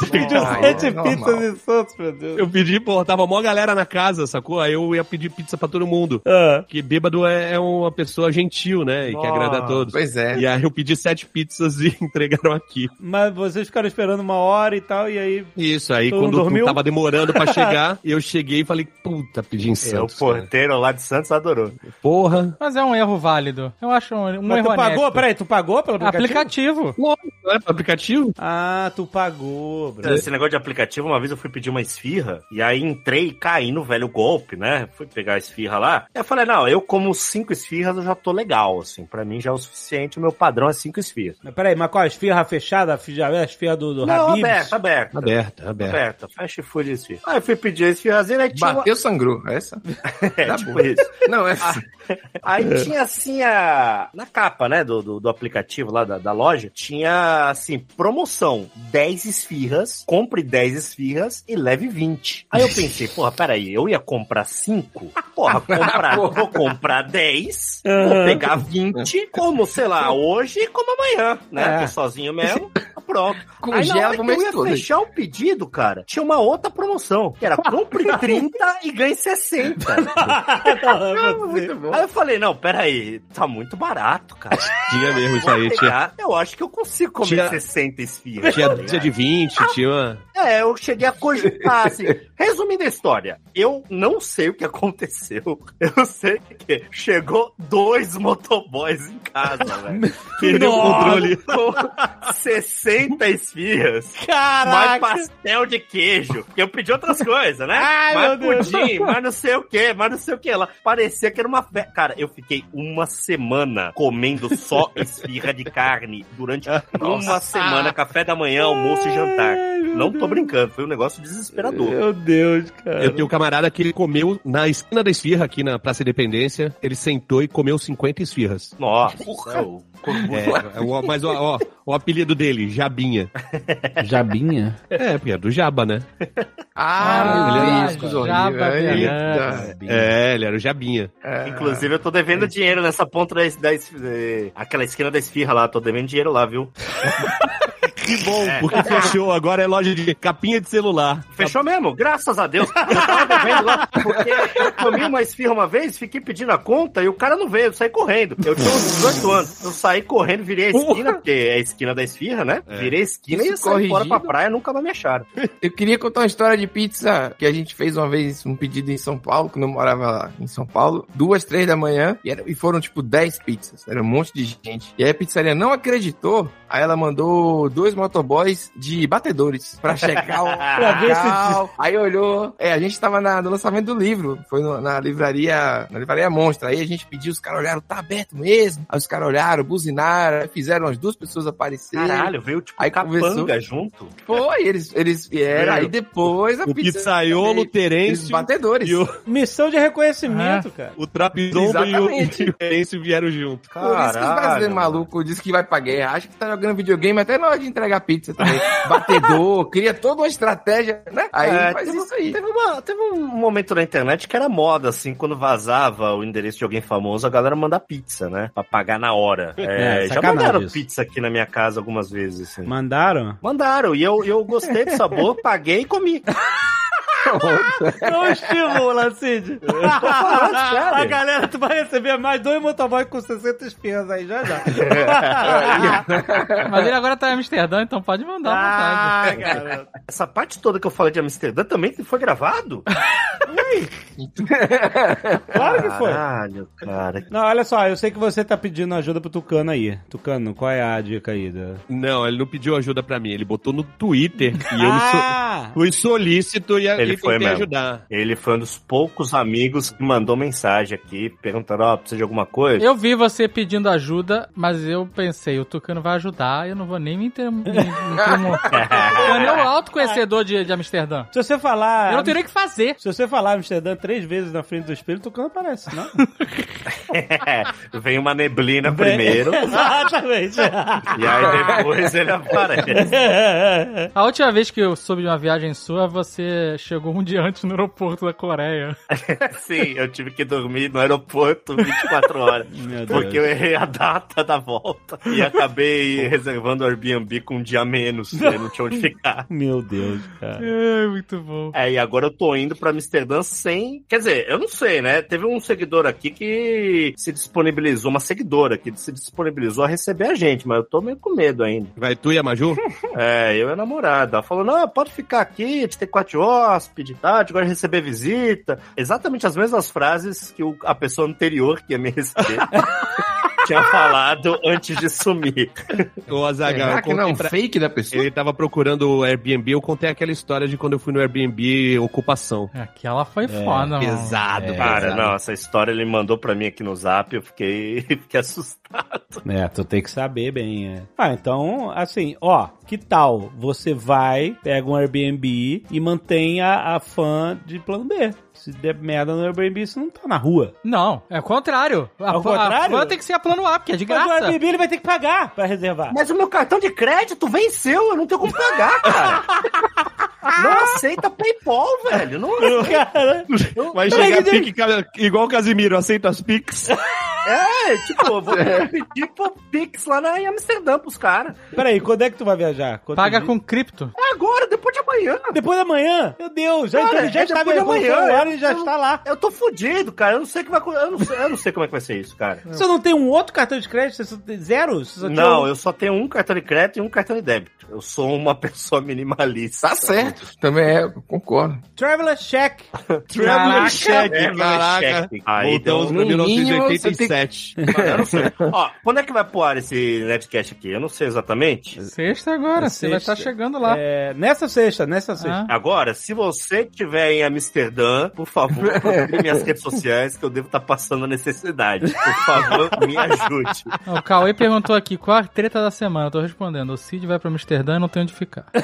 [SPEAKER 1] Pediu
[SPEAKER 5] Ah,
[SPEAKER 1] sete
[SPEAKER 5] é normal.
[SPEAKER 1] pizzas em Santos, meu Deus.
[SPEAKER 4] Eu pedi, pô, tava mó galera na casa, sacou? Aí eu ia pedir pizza pra todo mundo.
[SPEAKER 1] Ah.
[SPEAKER 4] Que bêbado é é uma pessoa gentil, né? E que agrada a todos.
[SPEAKER 5] Pois é.
[SPEAKER 4] E aí eu pedi sete pizzas e entregaram aqui.
[SPEAKER 1] Mas vocês ficaram esperando uma hora e tal, e aí...
[SPEAKER 4] Isso, aí
[SPEAKER 1] Todo mundo
[SPEAKER 4] quando
[SPEAKER 1] dormiu?
[SPEAKER 4] tu tava demorando pra chegar, eu cheguei e falei, puta, pedi em
[SPEAKER 3] É, o
[SPEAKER 4] Santos. cara.
[SPEAKER 3] porteiro lá de Santos adorou.
[SPEAKER 4] Porra.
[SPEAKER 2] Mas é um erro válido. Eu acho um, um
[SPEAKER 1] Mas
[SPEAKER 2] erro
[SPEAKER 1] tu pagou?
[SPEAKER 2] honesto.
[SPEAKER 1] Peraí, tu pagou pelo aplicativo?
[SPEAKER 2] Aplicativo.
[SPEAKER 4] Lógico, né? Aplicativo?
[SPEAKER 1] Ah, tu pagou,
[SPEAKER 4] É.
[SPEAKER 1] bro.
[SPEAKER 3] Esse negócio de aplicativo, uma vez eu fui pedir uma esfirra, e aí entrei e caí no velho golpe, né? Fui pegar a esfirra lá. Eu falei, não, eu como cinco esfirras, eu já tô legal, assim. Pra mim já é o suficiente, o meu padrão é cinco esfirras.
[SPEAKER 1] Mas Peraí, mas qual a esfirra fechada? A fi- A esfirra do, do
[SPEAKER 3] Não,
[SPEAKER 1] Habib's?
[SPEAKER 3] aberta, aberta. Aberta,
[SPEAKER 4] Aberta, aberta.
[SPEAKER 3] fast food esfirra. Aí eu fui pedir a esfirrazinha, aí tinha uma...
[SPEAKER 5] Bateu, sangrou. Essa?
[SPEAKER 3] É,
[SPEAKER 5] tá
[SPEAKER 3] tipo
[SPEAKER 5] boa.
[SPEAKER 3] isso.
[SPEAKER 5] Não, essa.
[SPEAKER 3] Ah, Aí tinha assim a. Na capa, né? Do, do, do aplicativo lá da, da loja, tinha assim, promoção: 10 esfirras, compre 10 esfirras e leve 20. Aí eu pensei, porra, peraí, eu ia comprar 5? Porra, comprar, vou comprar 10, vou pegar 20, como, sei lá, hoje e como amanhã, né?
[SPEAKER 1] É.
[SPEAKER 3] Tô sozinho mesmo, tá pronto. Aí na hora
[SPEAKER 5] Congela pro
[SPEAKER 3] que eu
[SPEAKER 5] mês
[SPEAKER 3] ia
[SPEAKER 5] todo.
[SPEAKER 3] fechar o pedido, cara, tinha uma outra promoção, que era compre 30 e ganhe 60.
[SPEAKER 1] Não,
[SPEAKER 5] Muito bom.
[SPEAKER 3] Aí eu falei, não, peraí, tá muito barato, cara.
[SPEAKER 4] Tinha mesmo isso
[SPEAKER 3] Vou
[SPEAKER 4] aí, tinha.
[SPEAKER 3] pegar, Eu acho que eu consigo comer
[SPEAKER 4] Tinha-
[SPEAKER 3] 60 esfirras.
[SPEAKER 4] Tinha,
[SPEAKER 3] tá
[SPEAKER 4] tinha
[SPEAKER 3] ligado?
[SPEAKER 4] de 20, tinha uma...
[SPEAKER 3] É, eu cheguei a cogitar, assim. Resumindo a história, eu não sei o que aconteceu. Eu sei que chegou dois motoboys em casa, velho. Perdeu o controle. Com 60 esfirras. Mais
[SPEAKER 1] Caraca!
[SPEAKER 3] pastel de queijo. Porque eu pedi outras coisas, né?
[SPEAKER 1] Ai,
[SPEAKER 3] mais
[SPEAKER 1] meu Deus.
[SPEAKER 3] pudim, mais não sei o que, mais não sei o que. Ela parecia que era uma festa. Cara, eu fiquei uma semana comendo só esfirra de carne durante uma semana, café da manhã, almoço e jantar. Não tô brincando, foi um negócio desesperador.
[SPEAKER 1] Meu Deus, cara.
[SPEAKER 4] Eu tenho um camarada que ele comeu na esquina da esfirra, aqui na Praça Independência, ele sentou e comeu 50 esfirras.
[SPEAKER 3] Nossa, é o corpo-
[SPEAKER 4] É, é o- mas ó, ó, o apelido dele, Jabinha.
[SPEAKER 7] Jabinha?
[SPEAKER 4] É, porque é do Jaba, né?
[SPEAKER 5] Ah,
[SPEAKER 7] Ah,
[SPEAKER 5] meu Deus. coisa
[SPEAKER 2] já
[SPEAKER 5] horrível.
[SPEAKER 2] bateu.
[SPEAKER 5] Eita.
[SPEAKER 4] É, ele era o Jabinha.
[SPEAKER 5] É.
[SPEAKER 3] Inclusive, eu tô devendo dinheiro nessa ponta da, es- da es- eh, aquela esquina da esfirra lá, tô devendo dinheiro lá, viu?
[SPEAKER 4] Que bom, porque fechou, agora é loja de capinha de celular.
[SPEAKER 3] Fechou mesmo, graças a Deus. Eu tava devendo lá, porque eu comi uma esfirra uma vez, fiquei pedindo a conta e o cara não veio, eu saí correndo. Eu tinha uns 18 anos. Eu saí correndo, virei a esquina, porque é a esquina da esfirra, né? Virei a esquina e
[SPEAKER 5] Isso
[SPEAKER 3] saí fora pra
[SPEAKER 5] corrigido.
[SPEAKER 3] praia, nunca mais me acharam.
[SPEAKER 5] Eu queria contar uma história de pizza que a gente fez uma vez um pedido em São Paulo, quando eu morava lá em São Paulo, duas, três da manhã, e, era- e foram tipo 10 pizzas. Era um monte de gente. E aí a pizzaria não acreditou, aí ela mandou dois motoboys de batedores pra checar o
[SPEAKER 1] Pra ver se-
[SPEAKER 5] local. Aí olhou. É, a gente tava na- no lançamento do livro. Foi no- na livraria, na livraria Monstra. Aí a gente pediu, os caras olharam, tá aberto mesmo? Aí os caras olharam, buzinaram, aí fizeram as duas pessoas aparecerem.
[SPEAKER 3] Caralho, veio tipo
[SPEAKER 5] Aí
[SPEAKER 3] capanga
[SPEAKER 5] conversou.
[SPEAKER 3] junto.
[SPEAKER 5] Foi, eles, eles vieram. Aí depois a
[SPEAKER 4] O
[SPEAKER 5] pizza-
[SPEAKER 4] pizzaiolo, o
[SPEAKER 5] Os
[SPEAKER 4] Terêncio
[SPEAKER 5] batedores.
[SPEAKER 4] e o,
[SPEAKER 1] Missão de reconhecimento, cara.
[SPEAKER 4] o Trapizombo e o,
[SPEAKER 5] Exatamente.
[SPEAKER 4] e o Terêncio vieram junto.
[SPEAKER 5] Por isso que os brasileiros malucos dizem que vai pra guerra, acha que tá jogando videogame até na hora de entregar pizza também. Batedor, cria toda uma estratégia, né? Aí
[SPEAKER 3] É,
[SPEAKER 5] faz
[SPEAKER 3] teve-
[SPEAKER 5] isso aí.
[SPEAKER 3] Teve, uma- teve um momento na internet que era moda, assim, quando vazava o endereço de alguém famoso, a galera manda pizza, né? Pra pagar na hora. É,
[SPEAKER 7] É,
[SPEAKER 3] já
[SPEAKER 7] sacanagem
[SPEAKER 3] mandaram
[SPEAKER 7] isso.
[SPEAKER 3] pizza aqui na minha casa algumas vezes, assim.
[SPEAKER 1] Mandaram?
[SPEAKER 3] Mandaram, e eu, eu gostei do sabor, paguei e comi.
[SPEAKER 1] Não é estimula, Cid.
[SPEAKER 3] sério.
[SPEAKER 1] A galera, tu vai receber mais dois motoboys com 60 espinhas aí, já já.
[SPEAKER 2] Mas ele agora tá em Amsterdã, então pode mandar à vontade.
[SPEAKER 1] ah, cara.
[SPEAKER 3] Essa parte toda que eu falei de Amsterdã também foi gravado?
[SPEAKER 1] Claro que foi.
[SPEAKER 3] Caralho, cara.
[SPEAKER 1] Não, olha só, eu sei que você tá pedindo ajuda pro Tucano aí. Tucano, qual é a dica aí? Da...
[SPEAKER 4] Não, ele não pediu ajuda pra mim, ele botou no Twitter e eu não sou...
[SPEAKER 1] ah!
[SPEAKER 4] Fui solícito e,
[SPEAKER 3] Ele
[SPEAKER 4] ele e
[SPEAKER 3] foi
[SPEAKER 4] tentei
[SPEAKER 3] mesmo.
[SPEAKER 4] ajudar.
[SPEAKER 3] Ele foi um dos poucos amigos que mandou mensagem aqui, perguntando, ó, precisa de alguma coisa?
[SPEAKER 2] Eu vi você pedindo ajuda, mas eu pensei, o Tucano vai ajudar, eu não vou nem me inter- me- me interromper. Eu não é um autoconhecedor de, de Amsterdã.
[SPEAKER 1] Se você falar.
[SPEAKER 2] Eu não tenho nem o que fazer.
[SPEAKER 1] Se você falar Amsterdã três vezes na frente do espelho, Tucano aparece, não?
[SPEAKER 3] É, Vem uma neblina primeiro,
[SPEAKER 1] Exatamente.
[SPEAKER 3] e aí depois ele aparece.
[SPEAKER 2] A última vez que eu soube de uma viagem sua, você chegou um dia antes no aeroporto da Coreia.
[SPEAKER 3] Sim, eu tive que dormir no aeroporto 24 horas.
[SPEAKER 1] Meu Deus.
[SPEAKER 3] Porque eu errei a data da volta e acabei reservando o Airbnb com um dia a menos, eu não tinha onde ficar.
[SPEAKER 1] Meu Deus, cara.
[SPEAKER 2] É, muito bom.
[SPEAKER 3] É, e agora eu tô indo pra Amsterdã sem. Quer dizer, eu não sei, né? Teve um seguidor aqui que se disponibilizou, uma seguidora que se disponibilizou a receber a gente, mas eu tô meio com medo ainda.
[SPEAKER 4] Vai tu e a Maju?
[SPEAKER 3] É, eu e a namorada. Ela falou: não, pode ficar aqui, a gente tem quatro hóspedes, tá? A gente gosta de receber visita. Exatamente as mesmas frases que o- a pessoa anterior que ia me receber tinha falado antes de sumir.
[SPEAKER 4] Ô, Azaga,
[SPEAKER 5] Será
[SPEAKER 4] eu
[SPEAKER 5] que não é
[SPEAKER 4] contei
[SPEAKER 5] um
[SPEAKER 4] pra...
[SPEAKER 5] fake da pessoa?
[SPEAKER 4] Ele tava procurando o Airbnb, eu contei aquela história de quando eu fui no Airbnb ocupação.
[SPEAKER 2] Aquela foi foda, mano.
[SPEAKER 4] Pesado,
[SPEAKER 3] Cara,
[SPEAKER 4] cara.
[SPEAKER 3] não, essa história ele mandou pra mim aqui no zap, eu fiquei, fiquei assustado.
[SPEAKER 1] É, tu tem que saber bem, é. Ah, então, assim, ó, que tal? Você vai, pega um Airbnb e mantém a, a fã de plano B. Se der merda no Airbnb, você não tá na rua.
[SPEAKER 2] Não, é o contrário. A,
[SPEAKER 1] É o
[SPEAKER 2] fã- a
[SPEAKER 1] contrário?
[SPEAKER 2] fã tem que ser a plano A, porque é de
[SPEAKER 1] Mas o
[SPEAKER 2] graça.
[SPEAKER 1] Airbnb ele vai ter que pagar pra reservar.
[SPEAKER 3] Mas o meu cartão de crédito venceu, eu não tenho como pagar, cara. Não aceita PayPal, velho. Não
[SPEAKER 1] Cara, né?
[SPEAKER 4] Vai
[SPEAKER 1] Peraí,
[SPEAKER 4] chegar
[SPEAKER 1] que-
[SPEAKER 4] pique, cara, igual o Casimiro, aceita as Pix.
[SPEAKER 3] É, tipo, eu vou pedir pro Pix lá na, em Amsterdã pros caras.
[SPEAKER 1] Peraí, quando é que tu vai viajar? Quantos
[SPEAKER 2] Paga
[SPEAKER 1] dias?
[SPEAKER 2] com cripto.
[SPEAKER 3] É agora, depois de amanhã.
[SPEAKER 1] Depois da manhã? Meu Deus, já,
[SPEAKER 3] Cara,
[SPEAKER 1] então ele já
[SPEAKER 3] é
[SPEAKER 1] está
[SPEAKER 3] depois da
[SPEAKER 1] viajando
[SPEAKER 3] manhã,
[SPEAKER 1] agora e já
[SPEAKER 3] eu-
[SPEAKER 1] está lá.
[SPEAKER 3] Eu tô fudido, cara. Eu não sei o que vai acon- eu não sei, eu não sei como é que vai ser isso, cara.
[SPEAKER 1] Você não tem um outro cartão de crédito? Você só tem zero? Você só tinha
[SPEAKER 3] Não,
[SPEAKER 1] um...
[SPEAKER 3] eu só tenho um cartão de crédito e um cartão de débito. Eu sou uma pessoa minimalista.
[SPEAKER 5] Tá certo. Também é, eu concordo.
[SPEAKER 1] Traveler Check.
[SPEAKER 4] Traveler check, caraca.
[SPEAKER 3] Aí então, deu
[SPEAKER 4] Voltamos pra
[SPEAKER 5] No mínimo, um você tem
[SPEAKER 4] 1987.
[SPEAKER 5] que-
[SPEAKER 3] Eu não sei. Ó, quando é que vai pro ar esse netcast aqui? Eu não sei exatamente.
[SPEAKER 2] Sexta agora, você vai
[SPEAKER 1] Sexta.
[SPEAKER 2] estar chegando lá.
[SPEAKER 1] É, nessa sexta, nessa sexta.
[SPEAKER 2] Ah.
[SPEAKER 3] Agora, se você estiver em Amsterdã, por favor, procure minhas redes sociais que eu devo estar passando necessidade. Por favor, me ajude.
[SPEAKER 2] Ah, O Cauê perguntou aqui qual a treta da semana. Eu tô respondendo. O Cid vai pra Amsterdã e não tem onde ficar.
[SPEAKER 1] É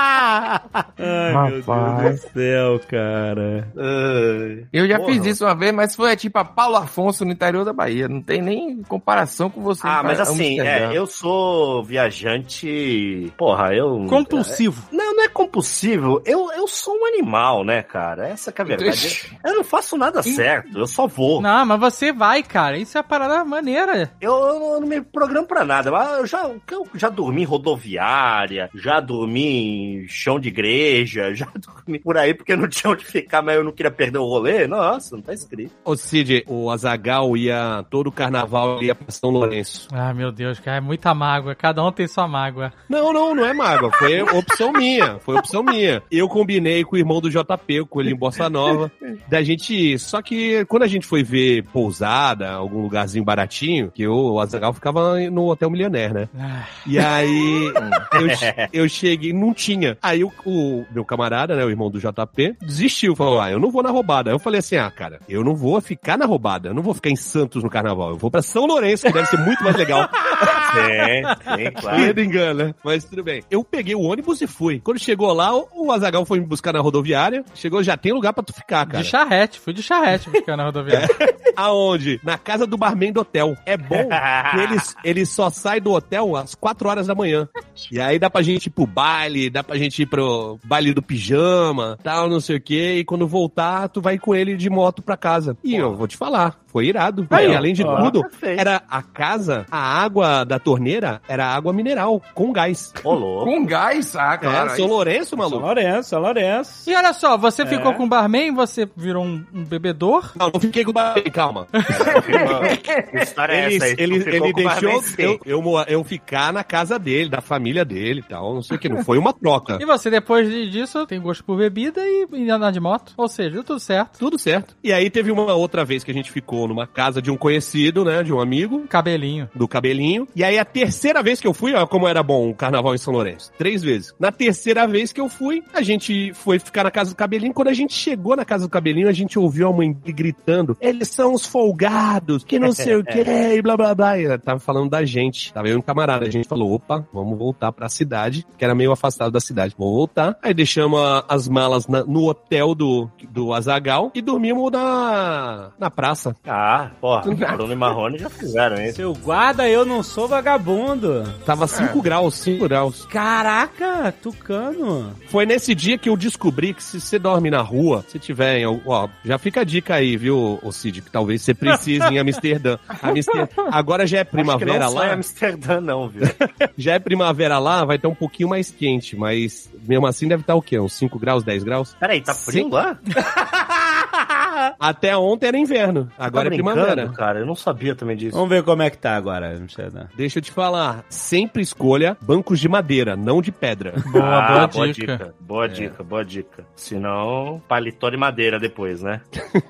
[SPEAKER 1] Ai, meu Deus
[SPEAKER 5] Rapaz.
[SPEAKER 1] do céu, cara.
[SPEAKER 3] Ai.
[SPEAKER 5] Eu já
[SPEAKER 3] Porra.
[SPEAKER 5] fiz isso uma vez, mas foi tipo a Paulo Afonso no interior da Bahia. Não tem nem comparação com você.
[SPEAKER 3] Ah, mas
[SPEAKER 5] Pra-
[SPEAKER 3] assim,
[SPEAKER 5] Amsterdã.
[SPEAKER 3] é, eu sou viajante. Porra, eu.
[SPEAKER 2] Compulsivo.
[SPEAKER 3] Não, não é compulsivo. Eu, eu sou um animal, né, cara? Essa que é a verdade. Eu não faço nada certo, eu só vou.
[SPEAKER 2] É. Não, mas você vai, cara. Isso é uma parada maneira.
[SPEAKER 3] Eu, eu não me programo pra nada. Mas eu já, eu já dormi em rodoviária, já dormi dormi em chão de igreja, já dormi por aí porque não tinha onde ficar, mas eu não queria perder o rolê. Nossa, não tá escrito.
[SPEAKER 4] Ô Cid, o Azagal ia. Todo o carnaval ele ia pra São Lourenço.
[SPEAKER 2] Ah, meu Deus, cara, é muita mágoa. Cada um tem sua mágoa.
[SPEAKER 4] Não, não, não é mágoa. Foi opção minha. Foi opção minha. Eu combinei com o irmão do JP, com ele em Bossa Nova, da gente ir. Só que quando a gente foi ver pousada, algum lugarzinho baratinho, que eu, o Azagal ficava no Hotel Milionaire, né?
[SPEAKER 2] Ah,
[SPEAKER 4] E aí eu, che- eu cheguei, não tinha. Aí o, o meu camarada, né, o irmão do JP, desistiu, falou: "Ah, eu não vou na roubada". Aí eu falei assim: "Ah, cara, eu não vou ficar na roubada, eu não vou ficar em Santos no carnaval. Eu vou pra São Lourenço, que deve ser muito mais legal".
[SPEAKER 3] Sim, sim, claro.
[SPEAKER 4] Medo engana, mas tudo bem. Eu peguei o ônibus e fui. Quando chegou lá, o, o Azagal foi me buscar na rodoviária. Chegou, já tem lugar pra tu ficar, cara.
[SPEAKER 2] de charrete, fui de charrete ficando na rodoviária.
[SPEAKER 1] É.
[SPEAKER 4] Aonde? Na casa do barman do hotel. É bom que eles, eles só saem do hotel às 4 horas da manhã. E aí dá pra gente ir pro baile, dá pra gente ir pro baile do pijama, tal, não sei o quê. E quando voltar, tu vai com ele de moto pra casa. E eu vou te falar, foi irado. e além de tudo, era a casa, a água da torneira era água mineral, com gás.
[SPEAKER 3] Rolou.
[SPEAKER 5] Com gás, ah, claro.
[SPEAKER 4] é, São Lourenço,
[SPEAKER 1] São
[SPEAKER 4] maluco.
[SPEAKER 1] Lourenço, São Lourenço.
[SPEAKER 2] E olha só,
[SPEAKER 1] É.
[SPEAKER 2] você ficou com o barman, você virou um, um bebedor.
[SPEAKER 4] Não, não fiquei com o barman, calma.
[SPEAKER 3] Que história é
[SPEAKER 4] Ele,
[SPEAKER 3] essa aí? Tu
[SPEAKER 4] ele,
[SPEAKER 3] ficou
[SPEAKER 4] ele
[SPEAKER 3] com o
[SPEAKER 4] deixou
[SPEAKER 3] barman sem.
[SPEAKER 4] eu, eu, mo- eu ficar na casa dele, da família dele e tal. Não sei o que, não foi uma troca.
[SPEAKER 2] E você, depois de- disso, tem gosto por bebida e, e andar de moto. Ou seja, deu tudo certo.
[SPEAKER 4] Tudo certo. E aí teve uma outra vez que a gente ficou numa casa de um conhecido, né? De um amigo.
[SPEAKER 2] Cabelinho.
[SPEAKER 4] Do cabelinho. E aí, a terceira vez que eu fui, olha como era bom o carnaval em São Lourenço. Três vezes. Na terceira vez que eu fui, a gente foi ficar na casa do cabelinho. Quando a gente chegou na casa do cabelinho, a gente ouviu a mãe dele gritando: Eles são os folgados, que não sei o que, e blá blá blá. E ela tava falando da gente. Tava eu e um camarada. A gente falou: opa, vamos voltar pra cidade, que era meio afastado da cidade. Vamos voltar. Aí deixamos a- as malas na- no hotel do, do Azagal e dormimos na, na praça.
[SPEAKER 3] Ah, porra, Bruno e Marrone já fizeram isso.
[SPEAKER 1] Seu guarda, eu não sou vagabundo.
[SPEAKER 4] Tava 5 graus, 5 graus.
[SPEAKER 1] Caraca, tucano.
[SPEAKER 4] Foi nesse dia que eu descobri que se você dorme na rua, se tiver em, algum- ó, já fica a dica aí, viu, ô Cid, que talvez você precise em Amsterdã. Amster- Agora já é primavera
[SPEAKER 3] Acho que não só em
[SPEAKER 4] lá,
[SPEAKER 3] Amsterdã, não, viu?
[SPEAKER 4] já é primavera lá, vai estar um pouquinho mais quente, mas mesmo assim deve estar o quê? Uns 5 graus, 10 graus?
[SPEAKER 3] Peraí, tá frio lá?
[SPEAKER 4] Até ontem era inverno, agora
[SPEAKER 3] Tá
[SPEAKER 4] é
[SPEAKER 3] brincando,
[SPEAKER 4] primavera.
[SPEAKER 3] Cara, eu não sabia também disso.
[SPEAKER 1] Vamos ver como é que tá agora, Amsterdã.
[SPEAKER 4] Deixa eu te falar, sempre escolha bancos de madeira, não de pedra.
[SPEAKER 2] Boa,
[SPEAKER 3] Ah,
[SPEAKER 2] boa
[SPEAKER 3] boa
[SPEAKER 2] dica. É.
[SPEAKER 3] dica. Boa dica, boa dica. Senão, paletó de madeira depois, né?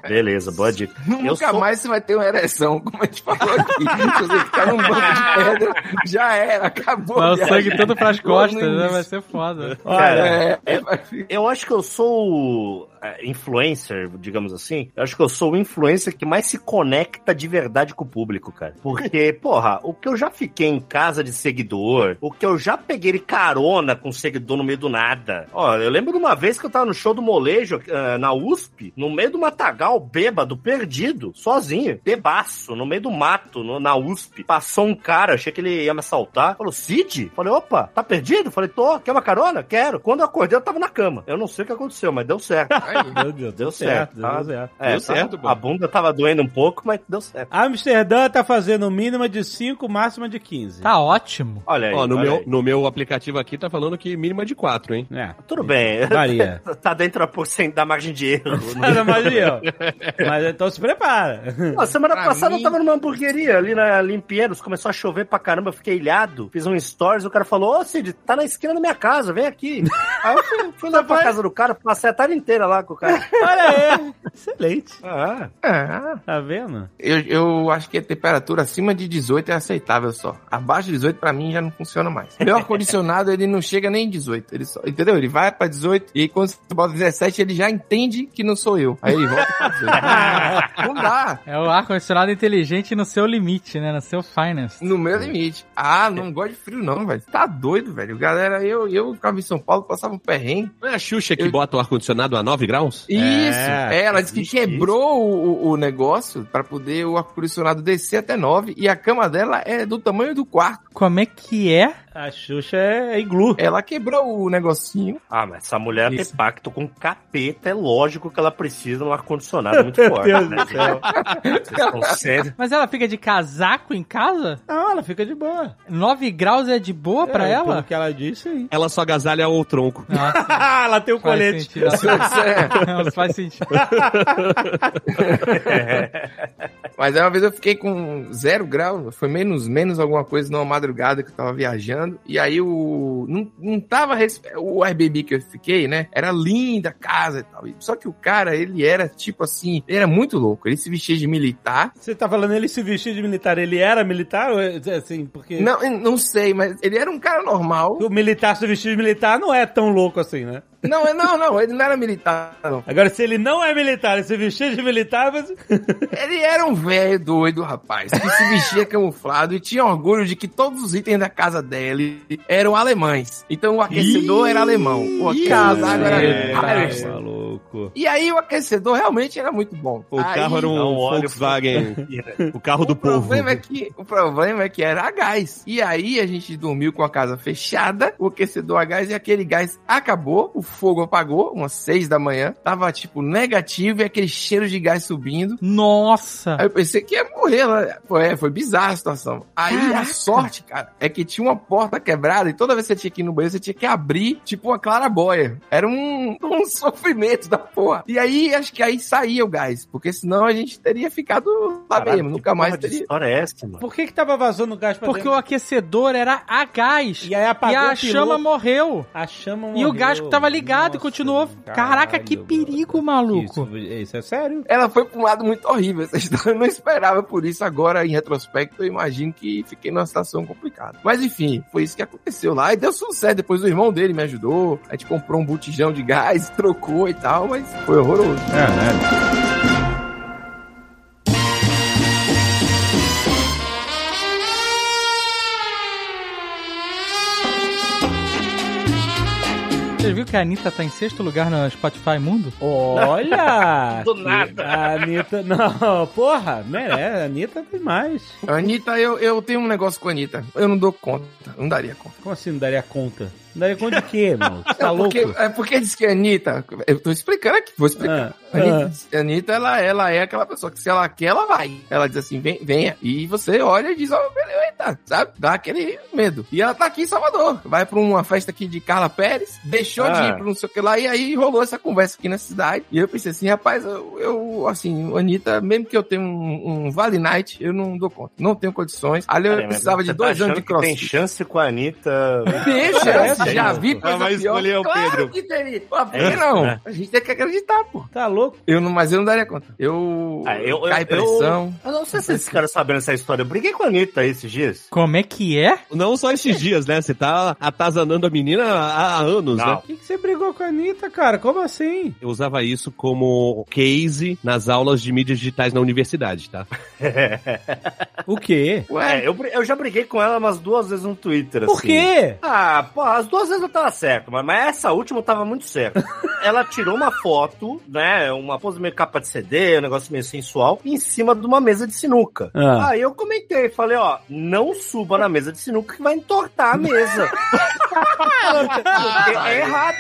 [SPEAKER 3] Beleza, boa dica. Eu
[SPEAKER 5] Nunca
[SPEAKER 3] sou-
[SPEAKER 5] mais você vai ter uma ereção, como a gente falou aqui. Se você ficar num banco de pedra, já era, acabou.
[SPEAKER 2] Vai o
[SPEAKER 5] já
[SPEAKER 2] sangue todo pras
[SPEAKER 5] Ficou
[SPEAKER 2] costas,
[SPEAKER 5] no
[SPEAKER 2] né? Vai
[SPEAKER 5] início.
[SPEAKER 2] ser foda.
[SPEAKER 3] Cara,
[SPEAKER 5] É, é, vai ficar-
[SPEAKER 3] eu acho que eu sou o é, influencer, digamos assim. Eu acho que eu sou o influencer que mais se conecta de verdade com o público, cara. Porque, porra, o que eu já fiquei em casa de seguidor, o que eu já peguei de carona com seguidor no meio do nada. Ó, eu lembro de uma vez que eu tava no show do molejo eh, na USP, no meio do matagal, bêbado, perdido, sozinho, bebaço, no meio do mato, no- na USP. Passou um cara, achei que ele ia me assaltar. Falou, Cid? Falei, opa, tá perdido? Falei, tô, quer uma carona? Quero. Quando eu acordei, eu tava na cama. Eu não sei o que aconteceu, mas deu certo.
[SPEAKER 1] Meu Deus,
[SPEAKER 3] Deu certo,
[SPEAKER 1] deu
[SPEAKER 3] tá?
[SPEAKER 1] certo.
[SPEAKER 3] É,
[SPEAKER 4] Deu
[SPEAKER 3] tá-
[SPEAKER 4] certo, pô.
[SPEAKER 3] A bunda tava doendo um pouco, mas deu certo.
[SPEAKER 1] Amsterdã tá fazendo mínima de 5, máxima de 15.
[SPEAKER 2] Tá ótimo.
[SPEAKER 3] Olha aí.
[SPEAKER 4] Ó, no
[SPEAKER 3] olha
[SPEAKER 4] meu,
[SPEAKER 3] aí.
[SPEAKER 4] no meu aplicativo aqui tá falando que mínima de 4, hein?
[SPEAKER 1] É.
[SPEAKER 3] Tudo bem.
[SPEAKER 1] Varia.
[SPEAKER 3] Tá dentro da, porcent- da margem de erro.
[SPEAKER 1] Cara, mas, e eu? mas então se prepara.
[SPEAKER 3] Pô, semana
[SPEAKER 5] Pra
[SPEAKER 3] passada
[SPEAKER 5] mim-
[SPEAKER 3] eu tava numa hamburgueria ali na ali em Pinheiros, começou a chover pra caramba, eu fiquei ilhado. Fiz um stories, o cara falou, ô Cid, tá na esquina da minha casa, vem aqui. Aí eu fui, fui lá pra casa do cara, passei a tarde inteira lá com o cara.
[SPEAKER 1] Olha aí. Excelente.
[SPEAKER 3] Ah,
[SPEAKER 5] Ah,
[SPEAKER 1] Tá vendo?
[SPEAKER 5] eu, eu acho que a temperatura acima de 18 é aceitável só. Abaixo de 18 pra mim já não funciona mais. Meu ar-condicionado ele não chega nem em 18. Ele só, entendeu? Ele vai pra 18 e quando você bota 17 ele já entende que não sou eu. Aí ele volta pra 18. não dá.
[SPEAKER 2] É o ar-condicionado inteligente no seu limite, né? No seu finance.
[SPEAKER 5] No meu limite. Ah, não gosto de frio não, velho. Tá doido, velho. Galera, eu, eu ficava em São Paulo, passava um perrengue.
[SPEAKER 4] Não é a Xuxa que
[SPEAKER 5] Eu-
[SPEAKER 4] bota o ar-condicionado a 9 graus?
[SPEAKER 5] Isso!
[SPEAKER 1] É,
[SPEAKER 5] É, ela disse que quebrou o, o- o negócio pra poder o ar-condicionado descer até 9 e a cama dela é do tamanho do quarto.
[SPEAKER 2] Como é que é?
[SPEAKER 1] A Xuxa é, é iglu.
[SPEAKER 5] Ela quebrou o negocinho.
[SPEAKER 3] Ah, mas essa mulher
[SPEAKER 5] Isso.
[SPEAKER 3] tem pacto com capeta, é lógico que ela precisa de um ar-condicionado muito forte.
[SPEAKER 1] Meu
[SPEAKER 3] né, gente? Vocês estão sérios?
[SPEAKER 2] Mas ela fica de casaco em casa?
[SPEAKER 1] Ah, ela fica de boa.
[SPEAKER 2] 9 graus é de boa pra
[SPEAKER 1] É,
[SPEAKER 2] ela?
[SPEAKER 1] Pelo que ela disse aí.
[SPEAKER 4] Ela só agasalha o tronco.
[SPEAKER 1] ela tem o
[SPEAKER 2] Faz
[SPEAKER 1] colete.
[SPEAKER 2] sentido. Não, não faz sentido.
[SPEAKER 5] Mas aí uma vez eu fiquei com zero grau, foi menos, menos alguma coisa numa madrugada que eu tava viajando. E aí o. Não, não tava. res- O Airbnb que eu fiquei, né? Era linda a casa e tal. E- Só que o cara, ele era tipo assim. Ele era muito louco. Ele se vestia de militar.
[SPEAKER 1] Você tá falando ele se vestir de militar. Ele era militar? Ou é, Assim, porque...
[SPEAKER 5] Não, eu não sei, mas ele era um cara normal.
[SPEAKER 1] O militar se vestir de militar não é tão louco assim, né?
[SPEAKER 5] Não, eu- não, não. Ele não era militar, não.
[SPEAKER 1] Agora, se ele não é militar e se vestir de militar, você...
[SPEAKER 5] Ele era um velho doido, rapaz, que se vestia camuflado e tinha orgulho de que todos os itens da casa dele eram alemães. Então o aquecedor era alemão, o casaco
[SPEAKER 4] É,
[SPEAKER 5] era
[SPEAKER 4] tá
[SPEAKER 5] Harrison.
[SPEAKER 4] maluco.
[SPEAKER 5] E aí o aquecedor realmente era muito bom.
[SPEAKER 4] O
[SPEAKER 5] Aí,
[SPEAKER 4] carro era um
[SPEAKER 3] Não, olha,
[SPEAKER 4] Volkswagen. O carro do
[SPEAKER 5] o
[SPEAKER 4] povo.
[SPEAKER 5] problema é que o problema é que era a gás. E aí a gente dormiu com a casa fechada, o aquecedor a gás e aquele gás acabou, o fogo apagou, umas seis da manhã, tava tipo negativo e aquele cheiro de gás subindo.
[SPEAKER 2] Nossa!
[SPEAKER 5] Aí eu pensei que ia morrer lá. é, Foi, foi bizarra a situação. Aí a sorte, cara, é que tinha uma porta quebrada e toda vez que você tinha que ir no banheiro, você tinha que abrir, tipo, uma clarabóia. Era um, um sofrimento da porra. E aí, acho que aí saía o gás, porque senão a gente teria ficado lá
[SPEAKER 3] Caralho,
[SPEAKER 5] mesmo,
[SPEAKER 3] que
[SPEAKER 5] nunca mais
[SPEAKER 3] porra de
[SPEAKER 5] teria.
[SPEAKER 3] história é essa, mano?
[SPEAKER 1] Por que que tava vazando gás pra
[SPEAKER 2] Porque
[SPEAKER 1] dentro?
[SPEAKER 2] o aquecedor era a gás.
[SPEAKER 1] E aí apagou
[SPEAKER 2] e a
[SPEAKER 1] o piloto.
[SPEAKER 2] chama morreu.
[SPEAKER 1] A chama
[SPEAKER 2] E o
[SPEAKER 1] morreu.
[SPEAKER 2] gás que tava ligado e
[SPEAKER 1] Nossa,
[SPEAKER 2] continuou. Caraca, que
[SPEAKER 1] caralho,
[SPEAKER 2] perigo,
[SPEAKER 1] brother.
[SPEAKER 2] maluco.
[SPEAKER 1] Isso, isso é sério?
[SPEAKER 5] Ela foi pra um lado muito horrível essa história. Eu não esperava por isso. Agora, em retrospecto, eu imagino que fiquei numa situação complicada. Mas enfim, foi isso que aconteceu lá. E deu tudo certo. Depois o irmão dele me ajudou. A gente comprou um botijão de gás, trocou e tal, mas foi horroroso.
[SPEAKER 2] Você viu que a Anitta tá em sexto lugar no Spotify Mundo?
[SPEAKER 1] Olha!
[SPEAKER 6] Do nada.
[SPEAKER 1] Ah, A Anitta... Não, porra, merece. A Anitta tem mais.
[SPEAKER 5] Anitta, eu, eu tenho um negócio com a Anitta. Eu não dou conta. Não daria conta.
[SPEAKER 1] Como assim não daria conta? Não daria conta de quê, mano? Você tá
[SPEAKER 5] Não,
[SPEAKER 1] louco?
[SPEAKER 5] porque, é porque diz que a Anitta. Eu tô explicando aqui, vou explicar.
[SPEAKER 1] Ah,
[SPEAKER 5] A Anitta, a Anitta, ela, ela é aquela pessoa que se ela quer, ela vai. Ela diz assim, vem, venha. E você olha e diz, ó, beleza, eita, sabe? Dá aquele medo. E ela tá aqui em Salvador. Vai pra uma festa aqui de Carla Pérez, deixou de
[SPEAKER 3] Ah.
[SPEAKER 5] ir pra não sei o que lá, e aí rolou essa conversa aqui na cidade. E eu pensei assim, rapaz, eu, eu, assim, Anitta, mesmo que eu tenha um, um Vale Night, eu não dou conta. Não tenho condições. Ali eu
[SPEAKER 3] Cara, mas
[SPEAKER 5] precisava
[SPEAKER 3] você
[SPEAKER 5] de
[SPEAKER 3] tá
[SPEAKER 5] dois anos
[SPEAKER 3] achando
[SPEAKER 5] de
[SPEAKER 3] que Tem
[SPEAKER 5] crossfit.
[SPEAKER 3] chance com a Anitta.
[SPEAKER 5] Deixa,
[SPEAKER 1] Parece,
[SPEAKER 5] eu já
[SPEAKER 1] né?
[SPEAKER 5] vi coisa
[SPEAKER 4] Ah, vai
[SPEAKER 5] pior.
[SPEAKER 4] escolher o
[SPEAKER 5] claro
[SPEAKER 4] Pedro.
[SPEAKER 5] que teria.
[SPEAKER 3] É
[SPEAKER 5] Ah, por que não?
[SPEAKER 3] né?
[SPEAKER 5] A gente tem que acreditar, pô.
[SPEAKER 1] Tá louco?
[SPEAKER 5] Eu não, mas eu não daria conta. Eu
[SPEAKER 3] Ah, eu- eu-
[SPEAKER 5] cai
[SPEAKER 3] eu-
[SPEAKER 5] pressão.
[SPEAKER 3] Eu não sei se esses caras sabendo essa história. Eu briguei com a Anitta esses dias.
[SPEAKER 2] Como é que é?
[SPEAKER 4] Não só esses dias, né? Você tá atazanando a menina há, há anos, né?
[SPEAKER 1] Por que, que você brigou com a Anitta, cara? Como assim?
[SPEAKER 4] Eu usava isso como case nas aulas de mídias digitais na universidade, tá?
[SPEAKER 1] O quê?
[SPEAKER 5] Ué,
[SPEAKER 3] É, eu, bri- eu já briguei com ela umas duas vezes no Twitter.
[SPEAKER 1] Por
[SPEAKER 3] assim.
[SPEAKER 1] quê?
[SPEAKER 3] Ah, pô, as duas vezes eu tava certo, mas, mas essa última eu tava muito certo. Ela tirou uma foto, né? Uma pose meio capa de CD, um negócio meio sensual, em cima de uma mesa de sinuca.
[SPEAKER 1] Ah.
[SPEAKER 3] Aí eu comentei, falei, ó, não suba na mesa de sinuca que vai entortar a mesa.
[SPEAKER 1] Ah,
[SPEAKER 3] Porque é errado.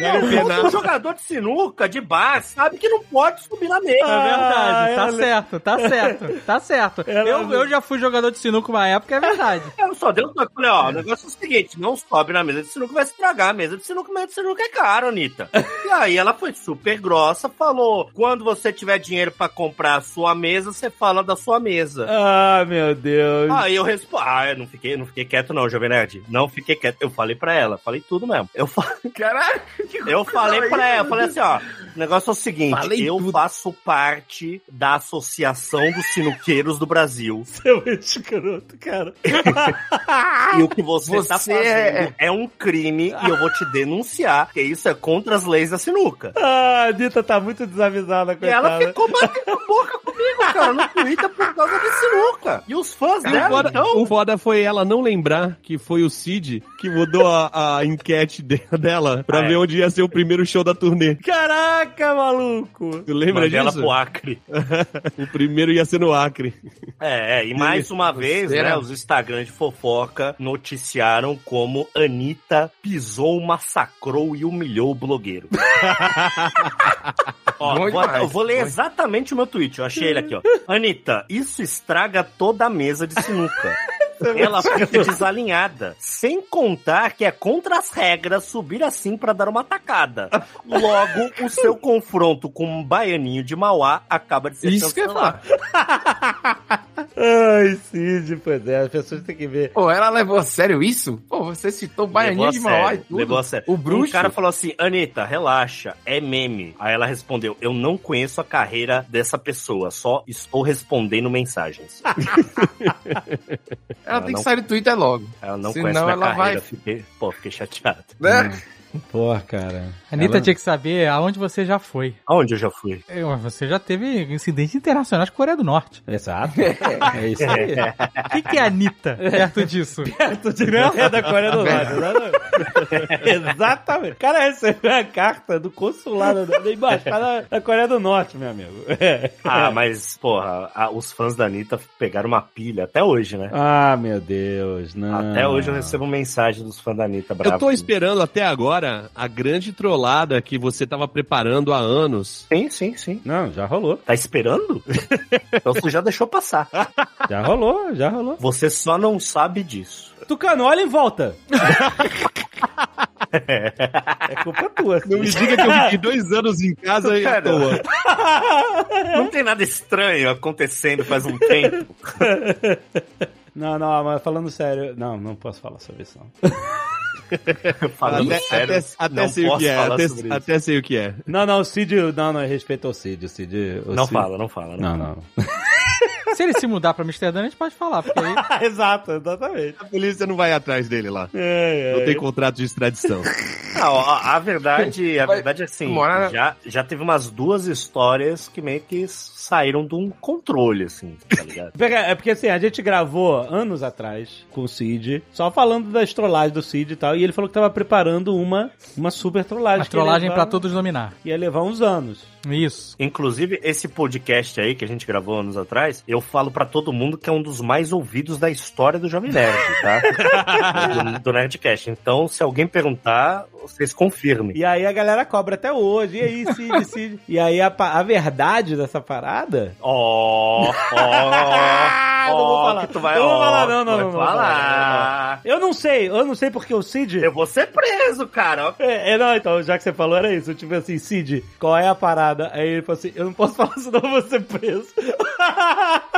[SPEAKER 3] Todo jogador de sinuca, de bar, sabe que não pode subir na mesa.
[SPEAKER 2] É verdade,
[SPEAKER 1] Ah,
[SPEAKER 2] tá
[SPEAKER 1] ela-
[SPEAKER 2] certo, tá certo, tá certo.
[SPEAKER 1] Ela-
[SPEAKER 2] Eu, eu já fui jogador de sinuca uma época, é verdade.
[SPEAKER 3] Eu só dei um toque. Falei, ó, o negócio é o seguinte: não sobe na mesa de sinuca, vai estragar a mesa de sinuca, mesa de sinuca é caro, Anitta. e aí ela foi super grossa, falou: quando você tiver dinheiro pra comprar a sua mesa, você fala da sua mesa.
[SPEAKER 1] Ah, meu
[SPEAKER 5] É.
[SPEAKER 1] Deus.
[SPEAKER 3] Aí eu respondi. Ah, eu não fiquei, não fiquei quieto, não, Jovem Nerd. Não fiquei quieto. Eu falei pra ela, falei tudo mesmo. Eu, fa-
[SPEAKER 5] caralho.
[SPEAKER 3] eu falei pra ela, eu falei assim, ó. O negócio é o seguinte:
[SPEAKER 5] Falei
[SPEAKER 3] eu
[SPEAKER 5] tudo.
[SPEAKER 3] faço parte da Associação dos Sinuqueiros do Brasil.
[SPEAKER 1] Você é muito escroto, cara.
[SPEAKER 3] E o que você, tá
[SPEAKER 5] Você
[SPEAKER 3] fazendo
[SPEAKER 5] é-
[SPEAKER 3] é... um crime e eu vou te denunciar, porque isso é contra as leis da sinuca.
[SPEAKER 1] Ah, a Ah, Anitta tá muito desavisada,
[SPEAKER 3] E ela
[SPEAKER 1] coitada.
[SPEAKER 3] ficou batendo boca comigo. amigos, cara, no Twitter por causa de sinuca. E os fãs
[SPEAKER 4] O
[SPEAKER 3] dela,
[SPEAKER 4] foda,
[SPEAKER 3] então.
[SPEAKER 4] o foda foi ela não lembrar que foi o Cid que mudou a, a enquete de- dela pra
[SPEAKER 3] Ah, é.
[SPEAKER 4] ver onde ia ser o primeiro show da turnê.
[SPEAKER 3] Caraca, maluco.
[SPEAKER 4] Tu lembra
[SPEAKER 3] Mandei ela
[SPEAKER 4] disso?
[SPEAKER 3] pro Acre.
[SPEAKER 4] O primeiro ia ser no Acre.
[SPEAKER 3] É, é, e mais uma vez, né,
[SPEAKER 5] Será?
[SPEAKER 3] os Instagrams de fofoca noticiaram como Anitta pisou, massacrou e humilhou o blogueiro. Ó,
[SPEAKER 5] Bom
[SPEAKER 3] vou até-
[SPEAKER 5] demais,
[SPEAKER 3] eu vou ler
[SPEAKER 5] bom.
[SPEAKER 3] exatamente o meu tweet, eu achei ele aqui, ó. Anitta, isso estraga toda a mesa de sinuca.
[SPEAKER 5] é
[SPEAKER 3] Ela fica desalinhada. Sem contar que é contra as regras subir assim pra dar uma tacada. Logo, o seu confronto com um baianinho de Mauá acaba de ser
[SPEAKER 5] Isso que eu ia
[SPEAKER 3] cancelado.
[SPEAKER 5] falar.
[SPEAKER 1] Ai, Cid, pois é, as pessoas têm que ver.
[SPEAKER 5] Pô, ela levou a sério isso? Pô, você citou Baianinho de
[SPEAKER 3] Levou a
[SPEAKER 5] Mauá e
[SPEAKER 3] sério,
[SPEAKER 5] tudo.
[SPEAKER 3] Levou a sério.
[SPEAKER 5] O bruxo.
[SPEAKER 3] Um cara falou assim, Anitta, relaxa, é meme. Aí ela respondeu, eu não conheço a carreira dessa pessoa, só estou respondendo mensagens.
[SPEAKER 5] Ah, Ela
[SPEAKER 3] Ah,
[SPEAKER 5] tem que
[SPEAKER 3] não.
[SPEAKER 5] sair do Twitter logo.
[SPEAKER 3] Ela não
[SPEAKER 5] Senão
[SPEAKER 3] conhece a minha
[SPEAKER 5] ela
[SPEAKER 3] carreira.
[SPEAKER 5] vai-
[SPEAKER 3] Fiquei, pô, fiquei chateado.
[SPEAKER 5] Né?
[SPEAKER 7] Porra, cara.
[SPEAKER 2] A Anitta
[SPEAKER 7] Ela-
[SPEAKER 2] tinha que saber aonde você já foi.
[SPEAKER 3] Aonde eu já fui?
[SPEAKER 2] Eu- Você já teve incidentes internacionais com a Coreia do Norte.
[SPEAKER 7] Exato. É isso aí.
[SPEAKER 2] O que, que é a Anitta perto disso?
[SPEAKER 1] Perto de não é da Coreia do Norte. exatamente. Exatamente. O cara recebeu a carta do consulado da da embaixada é da Coreia do Norte, meu amigo. É.
[SPEAKER 3] Ah, mas, porra, a- os fãs da Anitta pegaram uma pilha até hoje, né?
[SPEAKER 7] Ah, meu Deus, não.
[SPEAKER 5] Ah.
[SPEAKER 3] Até hoje eu recebo mensagem dos fãs da Anitta bravo.
[SPEAKER 4] Eu tô esperando até agora a grande trollada que você tava preparando há anos.
[SPEAKER 3] Sim, sim, sim.
[SPEAKER 7] Não, já rolou.
[SPEAKER 3] Tá esperando? então você já deixou passar.
[SPEAKER 7] Já rolou, já rolou.
[SPEAKER 3] Você só não sabe disso.
[SPEAKER 1] Tucano, olha em volta. É culpa tua.
[SPEAKER 4] Não me diga que eu fiquei dois anos em casa e à
[SPEAKER 3] Cara.
[SPEAKER 4] toa.
[SPEAKER 3] Não tem nada estranho acontecendo faz um tempo.
[SPEAKER 1] Não, não, mas falando sério, não, não posso falar sobre isso. Não.
[SPEAKER 3] Falando
[SPEAKER 4] até,
[SPEAKER 3] é sério,
[SPEAKER 4] até- até
[SPEAKER 3] não
[SPEAKER 4] sei o
[SPEAKER 3] posso
[SPEAKER 4] que é,
[SPEAKER 3] falar
[SPEAKER 4] até,
[SPEAKER 3] sobre isso.
[SPEAKER 4] até sei o que é.
[SPEAKER 1] Não, não, o Cid, não, não, respeita o Cid, o Cid. o
[SPEAKER 3] Não
[SPEAKER 1] Cid-
[SPEAKER 4] é.
[SPEAKER 3] fala, não fala.
[SPEAKER 7] Não, não.
[SPEAKER 2] Se ele se mudar pra Amsterdã, a gente pode falar, porque aí
[SPEAKER 1] Ah, Exato, exatamente.
[SPEAKER 4] A polícia não vai atrás dele lá.
[SPEAKER 1] É, é.
[SPEAKER 4] Não tem contrato de extradição.
[SPEAKER 3] Não, a, a verdade, a
[SPEAKER 5] Vai
[SPEAKER 3] verdade é assim,
[SPEAKER 5] morar-
[SPEAKER 3] já, já teve umas duas histórias que meio que saíram de um controle, assim, tá ligado?
[SPEAKER 1] Pega- É porque assim, a gente gravou anos atrás com o Cid, só falando das trollagens do Cid e tal, e ele falou que tava preparando uma, uma super trollagem.
[SPEAKER 2] a
[SPEAKER 1] que
[SPEAKER 2] trollagem é
[SPEAKER 1] ia
[SPEAKER 2] pra
[SPEAKER 1] levar-
[SPEAKER 2] todos dominar.
[SPEAKER 1] Ia levar uns anos.
[SPEAKER 2] Isso.
[SPEAKER 3] Inclusive, esse podcast aí que a gente gravou anos atrás, eu falo pra todo mundo que é um dos mais ouvidos da história do Jovem Nerd, tá? do, do Nerdcast. Então, se alguém perguntar, vocês confirmem.
[SPEAKER 1] E aí a galera cobra até hoje. E aí, Cid, Cid. E aí a, pa- a verdade dessa parada.
[SPEAKER 3] Ó, ó,
[SPEAKER 1] Ah, não vou
[SPEAKER 3] ó,
[SPEAKER 1] falar.
[SPEAKER 3] que tu vai,
[SPEAKER 1] Não vou
[SPEAKER 3] ó,
[SPEAKER 1] falar, não, não,
[SPEAKER 3] vai
[SPEAKER 1] não, não vou
[SPEAKER 3] falar.
[SPEAKER 1] Eu não sei, eu não sei porque o Cid.
[SPEAKER 3] Eu vou ser preso, cara. ó.
[SPEAKER 1] É, é, não, então, já que você falou, era isso. Tipo assim, Cid, qual é a parada? Aí ele falou assim: eu não posso falar, senão eu vou ser preso.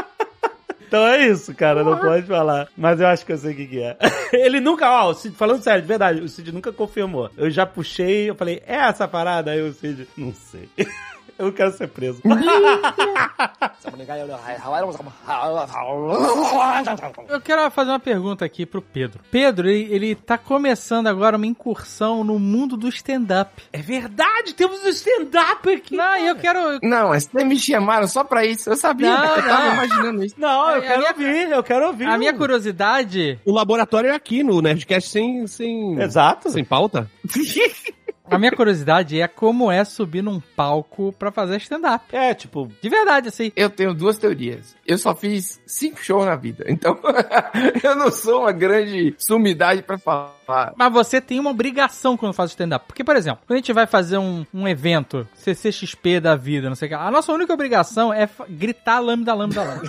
[SPEAKER 1] Então é isso, cara, não pode falar. Mas eu acho que eu sei o que, que é. Ele nunca, ó, o Cid, falando sério, de verdade, o Cid nunca confirmou. Eu já puxei, eu falei, é essa parada? Aí o Cid, não sei. Eu não quero ser preso.
[SPEAKER 2] Eu quero fazer uma pergunta aqui pro Pedro. Pedro, ele, ele tá começando agora uma incursão no mundo do stand-up.
[SPEAKER 1] É verdade, temos um stand-up aqui.
[SPEAKER 2] Não, e eu quero.
[SPEAKER 5] Não, mas vocês me chamaram só pra isso. Eu sabia,
[SPEAKER 2] Não,
[SPEAKER 5] eu tava
[SPEAKER 2] não.
[SPEAKER 5] imaginando isso.
[SPEAKER 1] Não, eu
[SPEAKER 2] A
[SPEAKER 1] quero
[SPEAKER 2] minha-
[SPEAKER 1] ouvir, eu quero ouvir.
[SPEAKER 2] A minha curiosidade.
[SPEAKER 4] o laboratório é aqui no Nerdcast sem, sem,
[SPEAKER 1] Exato.
[SPEAKER 4] sem pauta.
[SPEAKER 2] A minha curiosidade é como é subir num palco pra fazer stand-up.
[SPEAKER 1] É, tipo,
[SPEAKER 2] De verdade, assim.
[SPEAKER 5] Eu tenho duas teorias. Eu só fiz cinco shows na vida, então eu não sou uma grande sumidade pra falar.
[SPEAKER 2] Mas você tem uma obrigação quando faz stand-up. Porque, por exemplo, quando a gente vai fazer um, um evento, CCXP da vida, não sei o que, a nossa única obrigação é fa- gritar lambda, lambda, lambda.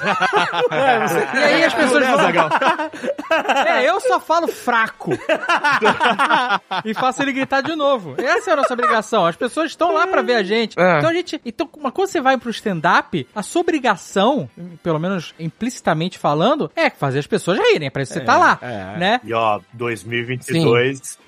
[SPEAKER 2] É, e aí as pessoas vão... É, eu só falo fraco. e faço ele gritar de novo. Essa é a nossa obrigação. As pessoas estão lá pra ver a gente.
[SPEAKER 5] É.
[SPEAKER 2] Então a gente. Então, mas quando você vai pro stand-up, a sua obrigação, pelo menos implicitamente falando, é fazer as pessoas rirem. É pra isso que você tá lá.
[SPEAKER 7] É.
[SPEAKER 2] Né?
[SPEAKER 3] E ó, 2022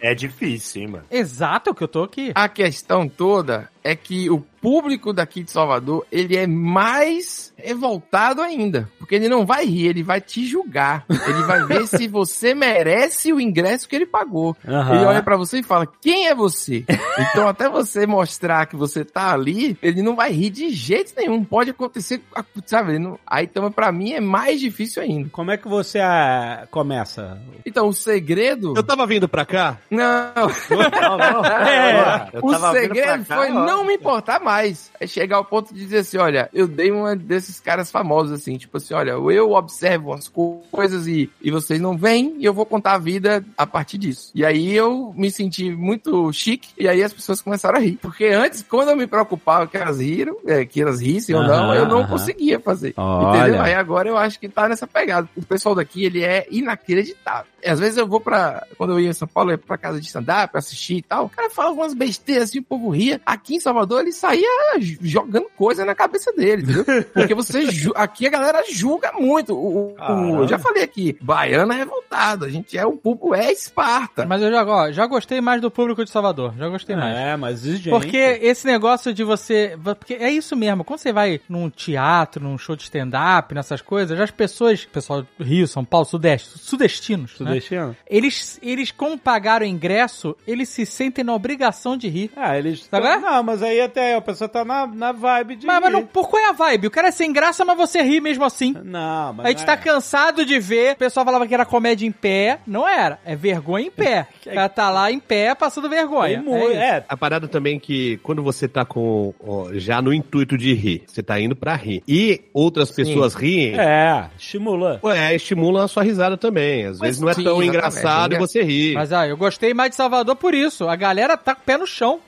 [SPEAKER 3] é difícil, hein, mano?
[SPEAKER 2] Exato, é o que eu tô aqui.
[SPEAKER 5] A questão toda é que o público daqui de Salvador, ele é mais revoltado ainda. Porque ele não vai rir, ele vai te julgar. Ele vai ver se você merece o ingresso que ele pagou. Ele olha pra você e fala: "Quem é você?". Então até você mostrar que você tá ali, ele não vai rir de jeito nenhum. Pode acontecer, sabe? Ele não- Aí então pra mim é mais difícil ainda.
[SPEAKER 1] Como é que você ah, começa?
[SPEAKER 5] Então o segredo
[SPEAKER 4] Eu tava vindo pra cá.
[SPEAKER 5] não,
[SPEAKER 3] Não, não,
[SPEAKER 5] É,
[SPEAKER 3] eu
[SPEAKER 5] o
[SPEAKER 3] tava vindo
[SPEAKER 5] segredo
[SPEAKER 3] pra cá,
[SPEAKER 5] foi
[SPEAKER 3] ó.
[SPEAKER 5] não me importar mais. É chegar ao ponto de dizer assim, olha, eu dei uma desses caras famosos, assim, tipo assim, olha, eu observo as co- coisas e, e vocês não vêm e eu vou contar a vida a partir disso. E aí eu me senti muito chique e aí as pessoas começaram a rir. Porque antes, quando eu me preocupava que elas riram, é, que elas rissem ou não,
[SPEAKER 7] Aham,
[SPEAKER 5] eu não
[SPEAKER 7] aham.
[SPEAKER 5] conseguia fazer.
[SPEAKER 7] Olha.
[SPEAKER 5] Entendeu? Aí agora eu acho que tá nessa pegada. O pessoal daqui, ele é inacreditável. E às vezes eu vou pra. Quando eu ia em São Paulo, eu ia pra casa de stand-up, pra assistir e tal. O cara fala algumas besteiras assim, o povo ria. Aqui em Salvador, ele saía j- jogando coisa na cabeça dele, entendeu? Porque você. ju- Aqui a galera julga muito. O, o-
[SPEAKER 3] Caramba.
[SPEAKER 5] eu já falei aqui, baiano é revoltado. A gente é um público, é esparta.
[SPEAKER 2] Mas eu já, ó, já gostei mais do público de Salvador. Já gostei mais.
[SPEAKER 1] É, mas exigente.
[SPEAKER 2] Porque esse negócio de você. Porque é isso mesmo. Quando você vai num teatro, num show de stand-up, nessas coisas, já as pessoas. Pessoal do Rio, São Paulo, Sudeste, sudestinos. né?
[SPEAKER 1] Sudestino?
[SPEAKER 2] Eles, eles, como pagaram o ingresso, eles se sentem na obrigação de rir.
[SPEAKER 1] Ah, eles...
[SPEAKER 2] Tá vendo?
[SPEAKER 1] não, mas aí até a pessoa tá na, na vibe de...
[SPEAKER 2] Mas, mas não, por qual é a vibe? O cara é sem graça, mas você ri mesmo assim.
[SPEAKER 1] Não, é. mas...
[SPEAKER 2] A gente tá cansado de ver. O pessoal falava que era comédia em pé. Não era. É vergonha em pé. O cara tá lá em pé passando vergonha.
[SPEAKER 1] Tem muito-
[SPEAKER 2] É isso.
[SPEAKER 1] é,
[SPEAKER 4] A parada também que quando você tá com. ó, já no intuito de rir, você tá indo pra rir. E outras pessoas riem. É.
[SPEAKER 1] É, estimula.
[SPEAKER 4] estimula a sua risada também. Às vezes não é
[SPEAKER 5] sim,
[SPEAKER 4] tão
[SPEAKER 5] exatamente,
[SPEAKER 4] engraçado e
[SPEAKER 5] né?
[SPEAKER 4] você ri.
[SPEAKER 2] Mas ah, eu gostei mais de Salvador por isso. A galera tá com o pé no chão.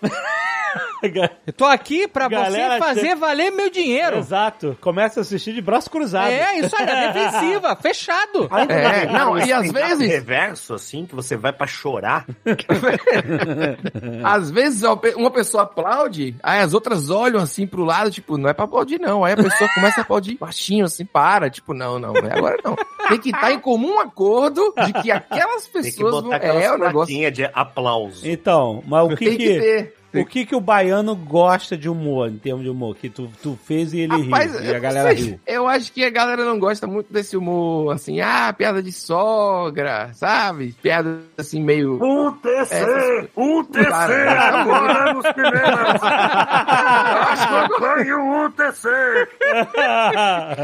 [SPEAKER 2] Eu tô aqui pra
[SPEAKER 1] Galera,
[SPEAKER 2] você fazer valer meu dinheiro.
[SPEAKER 1] Exato. Começa a assistir de braço cruzado.
[SPEAKER 2] É, isso aí, na defensiva, fechado.
[SPEAKER 3] Ainda
[SPEAKER 5] É,
[SPEAKER 3] mais pegar
[SPEAKER 5] não,
[SPEAKER 3] um
[SPEAKER 5] e às
[SPEAKER 3] stand-up
[SPEAKER 5] vezes-
[SPEAKER 3] reverso, assim, que você vai pra chorar.
[SPEAKER 1] É.
[SPEAKER 5] Às vezes ó, pe- uma pessoa aplaude, aí as outras olham assim pro lado, tipo, não é pra aplaudir não. Aí a pessoa começa a aplaudir baixinho, assim, para, tipo, não, não, é agora não. Tem que estar em comum acordo de que aquelas
[SPEAKER 3] Tem que
[SPEAKER 5] pessoas vão...
[SPEAKER 3] botar aquela
[SPEAKER 5] É, o negócio
[SPEAKER 3] plaquinha de aplauso.
[SPEAKER 1] Então, mas o que
[SPEAKER 5] tem que
[SPEAKER 1] que,
[SPEAKER 5] ter.
[SPEAKER 1] o que que o baiano gosta de humor, em termos de humor? Que tu, tu fez e ele
[SPEAKER 5] Rapaz,
[SPEAKER 1] riu.
[SPEAKER 5] eu
[SPEAKER 1] E a
[SPEAKER 5] não
[SPEAKER 1] galera
[SPEAKER 5] sei,
[SPEAKER 1] riu.
[SPEAKER 5] eu acho que a galera não gosta muito desse humor, assim, ah, piada de sogra, sabe? Piada, assim, meio...
[SPEAKER 3] Um TC! Um TC!
[SPEAKER 5] Para, para.
[SPEAKER 3] Agora nos primeiros! Acompanhe o UTC!